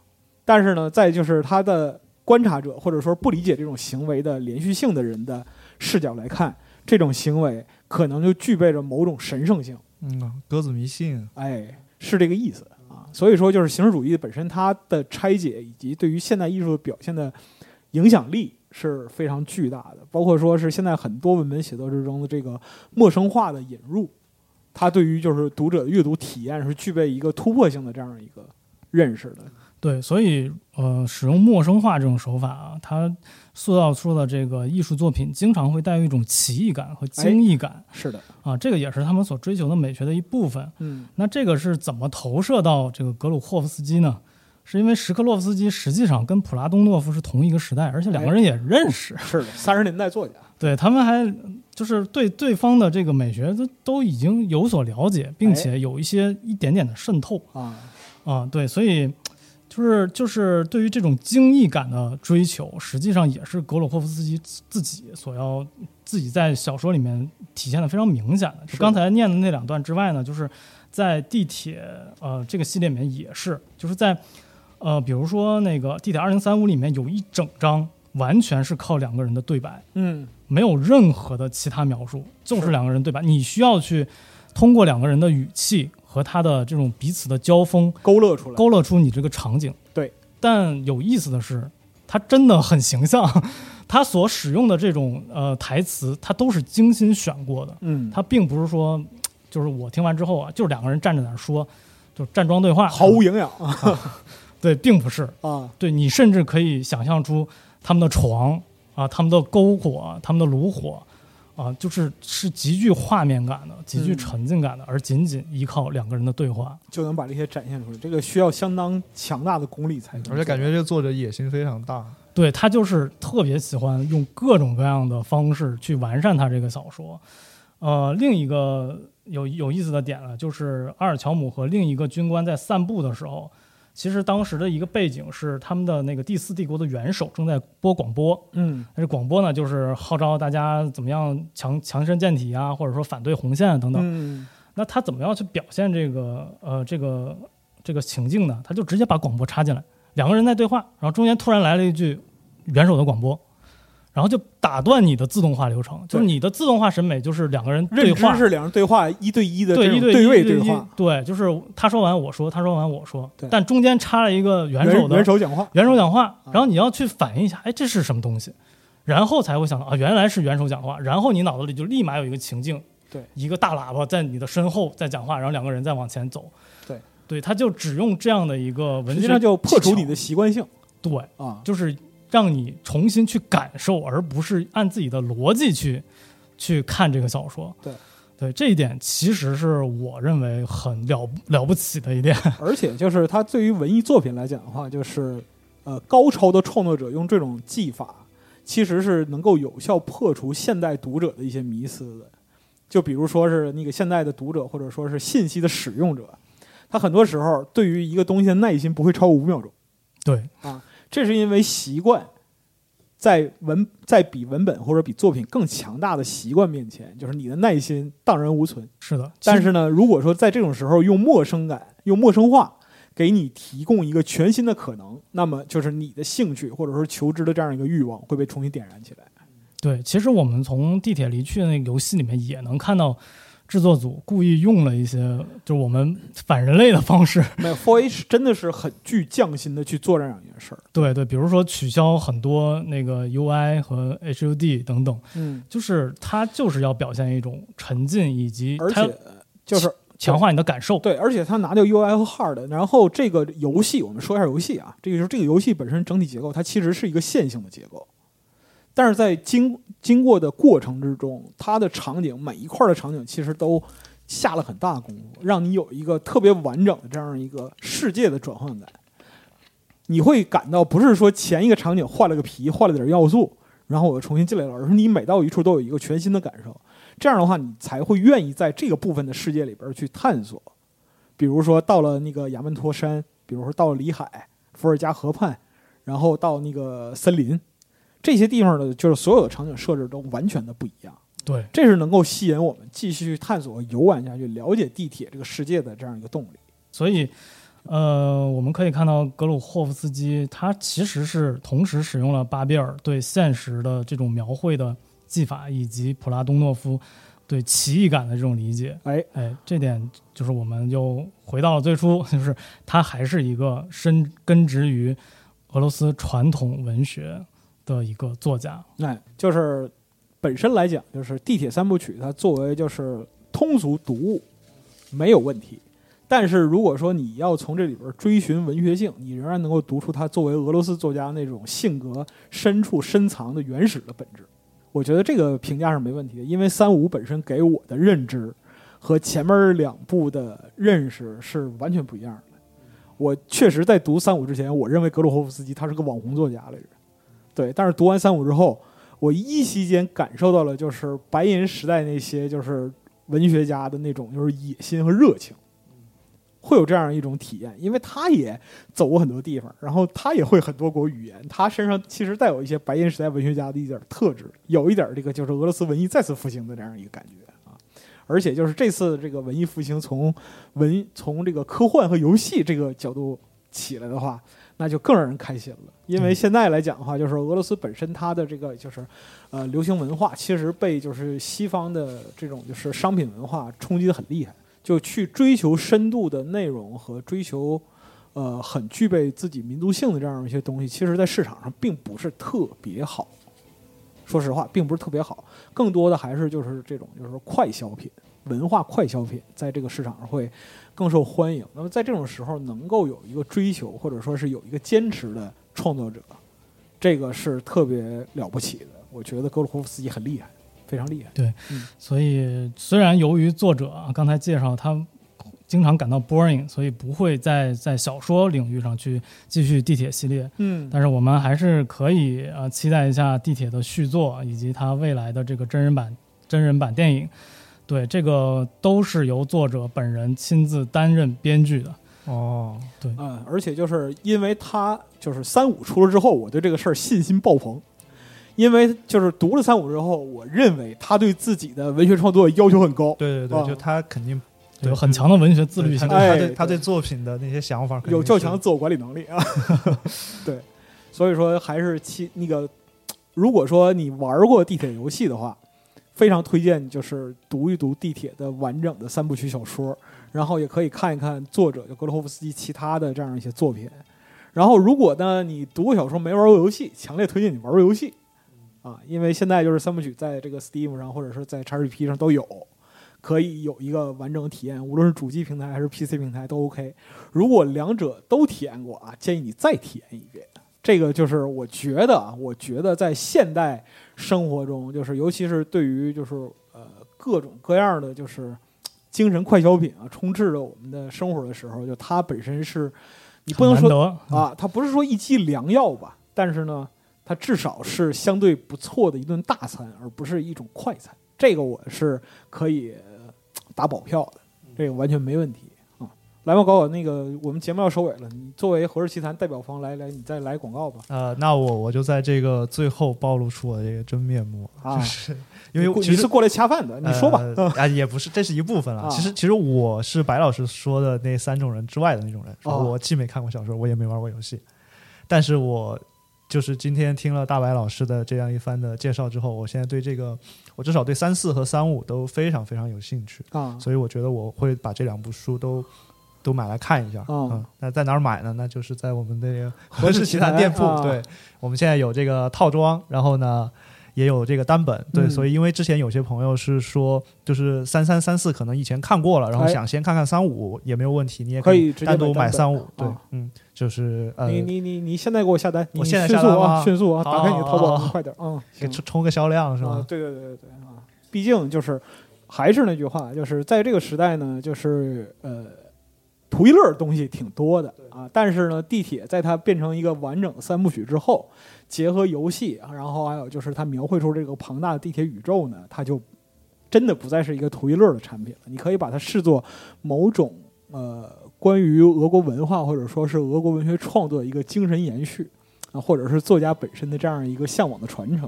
Speaker 2: 但是呢，再就是他的观察者或者说不理解这种行为的连续性的人的视角来看，这种行为可能就具备着某种神圣性。
Speaker 3: 嗯啊，鸽子迷信，
Speaker 2: 哎，是这个意思啊。所以说，就是形式主义本身它的拆解以及对于现代艺术的表现的影响力是非常巨大的，包括说是现在很多文本写作之中的这个陌生化的引入，它对于就是读者的阅读体验是具备一个突破性的这样一个认识的。
Speaker 4: 对，所以呃，使用陌生化这种手法啊，它塑造出的这个艺术作品经常会带有一种奇异感和惊异感、
Speaker 2: 是的，
Speaker 4: 啊，这个也是他们所追求的美学的一部分。
Speaker 2: 嗯，
Speaker 4: 那这个是怎么投射到这个格鲁霍夫斯基呢？是因为什克洛夫斯基实际上跟普拉东诺夫是同一个时代，而且两个人也认识，
Speaker 2: 是的，三十年代作家，
Speaker 4: 对他们还就是对对方的这个美学都都已经有所了解，并且有一些一点点的渗透。
Speaker 2: 啊，
Speaker 4: 啊，对，所以就是就是对于这种精益感的追求，实际上也是格鲁霍夫斯基自自己所要自己在小说里面体现的非常明显的。
Speaker 2: 是
Speaker 4: 就刚才念的那两段之外呢，就是在地铁呃这个系列里面也是，就是在呃比如说那个地铁二零三五里面有一整章完全是靠两个人的对白，
Speaker 2: 嗯，
Speaker 4: 没有任何的其他描述，就是两个人对白。你需要去通过两个人的语气和他的这种彼此的交锋，
Speaker 2: 勾勒出来，
Speaker 4: 勾勒出你这个场景。
Speaker 2: 对，
Speaker 4: 但有意思的是，他真的很形象， 他所使用的这种呃台词，他都是精心选过的，
Speaker 2: 嗯，
Speaker 4: 他并不是说，就是我听完之后啊，就是两个人站着在那儿说，就站桩对话，
Speaker 2: 毫无营养啊
Speaker 4: 对，并不是，
Speaker 2: 啊，
Speaker 4: 对你甚至可以想象出他们的床啊，他们的篝火，他们的炉火。啊，就是是极具画面感的，极具
Speaker 2: 嗯
Speaker 4: 沉浸感的，而仅仅依靠两个人的对话。
Speaker 2: 就能把这些展现出来。这个需要相当强大的功力才能做
Speaker 3: 而
Speaker 2: 到，
Speaker 3: 且感觉这个作者野心非常大，
Speaker 4: 对他就是特别喜欢用各种各样的方式去完善他这个小说。呃，另一个有有意思的点呢，啊就是阿尔乔姆和另一个军官在散步的时候，其实当时的一个背景是他们的那个第四帝国的元首正在播广播，
Speaker 2: 嗯
Speaker 4: 但是广播呢就是号召大家怎么样强强身健体啊，或者说反对红线啊等等。
Speaker 2: 嗯。
Speaker 4: 那他怎么样去表现这个呃这个这个情境呢？他就直接把广播插进来，两个人在对话，然后中间突然来了一句元首的广播，然后就打断你的自动化流程，就是你的自动化审美就是两个人对
Speaker 2: 认
Speaker 4: 话
Speaker 2: 知，是两人对话一对一的这
Speaker 4: 对一
Speaker 2: 种
Speaker 4: 对
Speaker 2: 对
Speaker 4: 一
Speaker 2: 位
Speaker 4: 对
Speaker 2: 对
Speaker 4: 一
Speaker 2: 话，，
Speaker 4: 对，就是他说完我说，他说完我说
Speaker 2: 对，
Speaker 4: 但中间插了一个元首的
Speaker 2: 元首讲话，
Speaker 4: 元首讲话，
Speaker 2: 啊
Speaker 4: 然后你要去反应一下，哎，这是什么东西，然后才会想到啊，原来是元首讲话，然后你脑子里就立马有一个情境，
Speaker 2: 对，
Speaker 4: 一个大喇叭在你的身后在讲话，然后两个人在往前走，
Speaker 2: 对，
Speaker 4: 对，他就只用这样的一个
Speaker 2: 实
Speaker 4: 文学
Speaker 2: 际上就破除你的
Speaker 4: 技
Speaker 2: 习惯性
Speaker 4: 巧，对，
Speaker 2: 啊。
Speaker 4: 就是让你重新去感受，而不是按自己的逻辑去去看这个小说，
Speaker 2: 对。
Speaker 4: 对这一点，其实是我认为很了了不起的一点。
Speaker 2: 而且就是它对于文艺作品来讲的话，就是呃高超的创作者用这种技法，其实是能够有效破除现代读者的一些迷思的。就比如说是那个现代的读者，或者说是信息的使用者，他很多时候对于一个东西的耐心不会超过五秒钟。
Speaker 4: 对，
Speaker 2: 这是因为习惯在文在比文本或者比作品更强大的习惯面前，就是你的耐心荡然无存。
Speaker 4: 是的。其
Speaker 2: 但是呢，如果说在这种时候用陌生感、用陌生化给你提供一个全新的可能，那么就是你的兴趣或者说求知的这样一个欲望会被重新点燃起来。
Speaker 4: 对，其实我们从地铁离去的那个游戏里面也能看到，制作组故意用了一些就是我们反人类的方式。
Speaker 2: 没有 Four H 真的是很具匠心的去做这样一件事儿。
Speaker 4: 对对，比如说取消很多那个 UI 和 HUD 等等，
Speaker 2: 嗯，
Speaker 4: 就是它就是要表现一种沉浸以及
Speaker 2: 而
Speaker 4: 它
Speaker 2: 且就是
Speaker 4: 强化你的感受。
Speaker 2: 哦对，而且它拿掉 UI 和 Hard，然后这个游戏，我们说一下游戏啊，这个就是这个游戏本身整体结构，它其实是一个线性的结构，但是在经经过的过程之中，它的场景每一块的场景其实都下了很大的功夫，让你有一个特别完整的这样一个世界的转换感。你会感到不是说前一个场景换了个皮，换了点要素，然后我又重新进来了，而是你每到一处都有一个全新的感受。这样的话，你才会愿意在这个部分的世界里边去探索。比如说，到了那个亚曼托山，比如说到了里海、伏尔加河畔，然后到那个森林，这些地方的，就是所有的场景设置都完全的不一样。
Speaker 4: 对，
Speaker 2: 这是能够吸引我们继续探索、游玩下去、了解地铁这个世界的这样一个动力。
Speaker 4: 所以，呃，我们可以看到格鲁霍夫斯基他其实是同时使用了巴比尔对现实的这种描绘的技法，以及普拉东诺夫对奇异感的这种理解。
Speaker 2: 哎，
Speaker 4: 哎，这点就是我们又回到了最初， 就是他还是一个深根植于俄罗斯传统文学的一个作家。
Speaker 2: 那、哎就是本身来讲，就是《地铁三部曲》，它作为就是通俗读物没有问题。但是如果说你要从这里边追寻文学性，你仍然能够读出他作为俄罗斯作家那种性格深处深藏的原始的本质。我觉得这个评价是没问题的，因为三五本身给我的认知和前面两部的认识是完全不一样的。我确实在读三五之前，我认为格鲁霍夫斯基他是个网红作家来着，对。但是读完三五之后，我依稀间感受到了，就是白银时代那些就是文学家的那种就是野心和热情，会有这样一种体验，因为他也走过很多地方，然后他也会很多国语言，他身上其实带有一些白银时代文学家的一点特质，有一点这个就是俄罗斯文艺再次复兴的这样一个感觉啊。而且就是这次这个文艺复兴从文从这个科幻和游戏这个角度起来的话，那就更让人开心了。因为
Speaker 4: 嗯
Speaker 2: 现在来讲的话，就是俄罗斯本身它的这个就是呃流行文化，其实被就是西方的这种就是商品文化冲击的很厉害，就去追求深度的内容和追求呃很具备自己民族性的这样一些东西，其实在市场上并不是特别好。说实话，并不是特别好，更多的还是就是这种就是快消品、文化快消品，在这个市场上会更受欢迎。那么在这种时候，能够有一个追求或者说是有一个坚持的创作者，这个是特别了不起的。我觉得格鲁霍夫斯基很厉害，非常厉害。
Speaker 4: 所以，虽然由于作者啊刚才介绍他经常感到 boring，所以不会再在小说领域上去继续地铁系列，
Speaker 2: 嗯
Speaker 4: 但是我们还是可以呃期待一下地铁的续作以及它未来的这个真人版真人版电影。对，这个都是由作者本人亲自担任编剧的。
Speaker 3: 哦，
Speaker 2: 嗯，而且就是因为他就是三五出了之后，我对这个事儿信心爆棚，因为就是读了三五之后，我认为他对自己的文学创作要求很高，
Speaker 3: 对对
Speaker 2: 哦
Speaker 3: 对，就他肯定
Speaker 4: 有很强的文学自律性，
Speaker 3: 他嗯对
Speaker 2: 哎
Speaker 3: 他对他
Speaker 2: 对
Speaker 3: 对作品的那些想法肯定
Speaker 2: 有较
Speaker 3: 是
Speaker 2: 强自我管理能力啊。 对，所以说还是期那个，如果说你玩过地铁游戏的话，非常推荐就是读一读地铁的完整的三部曲小说，然后也可以看一看作者就格罗霍夫斯基其他的这样一些作品。然后，如果呢你读过小说没玩过游戏，强烈推荐你玩过游戏啊，因为现在就是三部曲在这个 Steam 上或者是在 XGP 上都有。可以有一个完整的体验，无论是主机平台还是 PC 平台都 OK。如果两者都体验过啊，建议你再体验一遍。这个就是我觉得啊，我觉得在现代生活中，就是尤其是对于就是呃各种各样的就是精神快消品啊，充斥着我们的生活的时候，就它本身是你不能
Speaker 4: 很难
Speaker 2: 说
Speaker 4: 得
Speaker 2: 啊，它不是说一剂良药吧，但是呢，它至少是相对不错的一顿大餐，而不是一种快餐。这个我是可以呃打保票的，
Speaker 3: 嗯
Speaker 2: 这个完全没问题啊。来吧，搞搞那个，我们节目要收尾了，你作为《何氏奇谈》代表方来来，你再来广告吧。
Speaker 3: 呃，那我我就在这个最后暴露出我的这个真面目，
Speaker 2: 啊
Speaker 3: 就是因为
Speaker 2: 你
Speaker 3: 其
Speaker 2: 你是
Speaker 3: 实
Speaker 2: 过来掐饭的，你说吧。
Speaker 3: 呃啊，也不是，这是一部分
Speaker 2: 啊
Speaker 3: 了。其实其实我是白老师说的那三种人之外的那种人，
Speaker 2: 哦
Speaker 3: 我既没看过小说，我也没玩过游戏，但是我就是今天听了大白老师的这样一番的介绍之后，我现在对这个，我至少对三四和三五都非常非常有兴趣，
Speaker 2: 啊
Speaker 3: 所以我觉得我会把这两部书都。都买来看一下啊、
Speaker 2: 哦
Speaker 3: 嗯那在哪儿买呢？那就 是在我们的那个和氏奇谈店铺。
Speaker 2: 啊
Speaker 3: 对，我们现在有这个套装，然后呢，也有这个单本，对，
Speaker 2: 嗯
Speaker 3: 所以因为之前有些朋友是说，就是三三三四可能以前看过了，然后
Speaker 2: 哎
Speaker 3: 想先看看三五也没有问题，你也
Speaker 2: 可以
Speaker 3: 以
Speaker 2: 直接
Speaker 3: 单独
Speaker 2: 买
Speaker 3: 买
Speaker 2: 单
Speaker 3: 三五，对
Speaker 2: 啊，
Speaker 3: 嗯，就是呃，
Speaker 2: 你你你你现在给我下单，你
Speaker 3: 我现在
Speaker 2: 迅
Speaker 3: 下
Speaker 2: 速
Speaker 3: 单
Speaker 2: 啊，
Speaker 3: 吗
Speaker 2: 迅速啊，打开你的淘宝，
Speaker 3: 哦
Speaker 2: 快点，嗯，
Speaker 3: 给
Speaker 2: 行
Speaker 3: 冲冲个销量是
Speaker 2: 啊
Speaker 3: 吧？，
Speaker 2: 对对对对对啊，毕竟就是还是那句话，就是在这个时代呢，就是呃，图一乐儿的东西挺多的啊，但是呢，地铁在它变成一个完整三部曲之后，结合游戏，然后还有就是它描绘出这个庞大的地铁宇宙呢，它就真的不再是一个图一乐儿的产品了，你可以把它视作某种呃。关于俄国文化，或者说是俄国文学创作的一个精神延续，啊，或者是作家本身的这样一个向往的传承，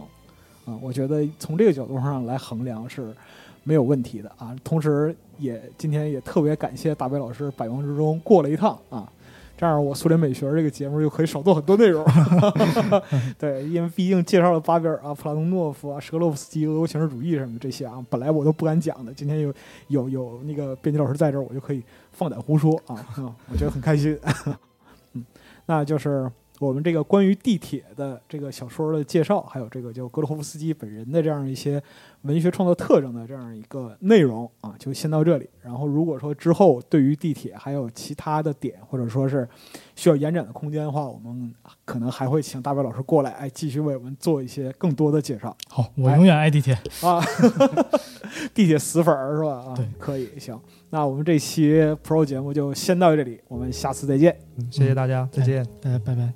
Speaker 2: 啊，我觉得从这个角度上来衡量是没有问题的啊。同时也今天也特别感谢大白老师百忙之中过了一趟啊，这样我苏联美学这个节目就可以少做很多内容。 对，因为毕竟介绍了巴贝尔啊、普拉东诺夫啊、舍格洛夫斯基、俄国形式主义什么这些啊，本来我都不敢讲的，今天有有有那个编辑老师在这儿，我就可以放胆胡说啊，嗯我觉得很开心。 嗯，那就是。我们这个关于地铁的这个小说的介绍，还有这个就格罗霍夫斯基本人的这样一些文学创作特征的这样一个内容啊，就先到这里。然后如果说之后对于地铁还有其他的点，或者说是需要延展的空间的话，我们可能还会请大白老师过来，哎，继续为我们做一些更多的介绍
Speaker 4: 好，我永远爱地铁。
Speaker 2: 啊。地铁死粉儿是吧？啊
Speaker 4: 对，
Speaker 2: 可以，行。那我们这期 Pro 节目就先到这里，我们下次再见。
Speaker 3: 嗯谢谢大家，再见。
Speaker 4: 大家拜拜。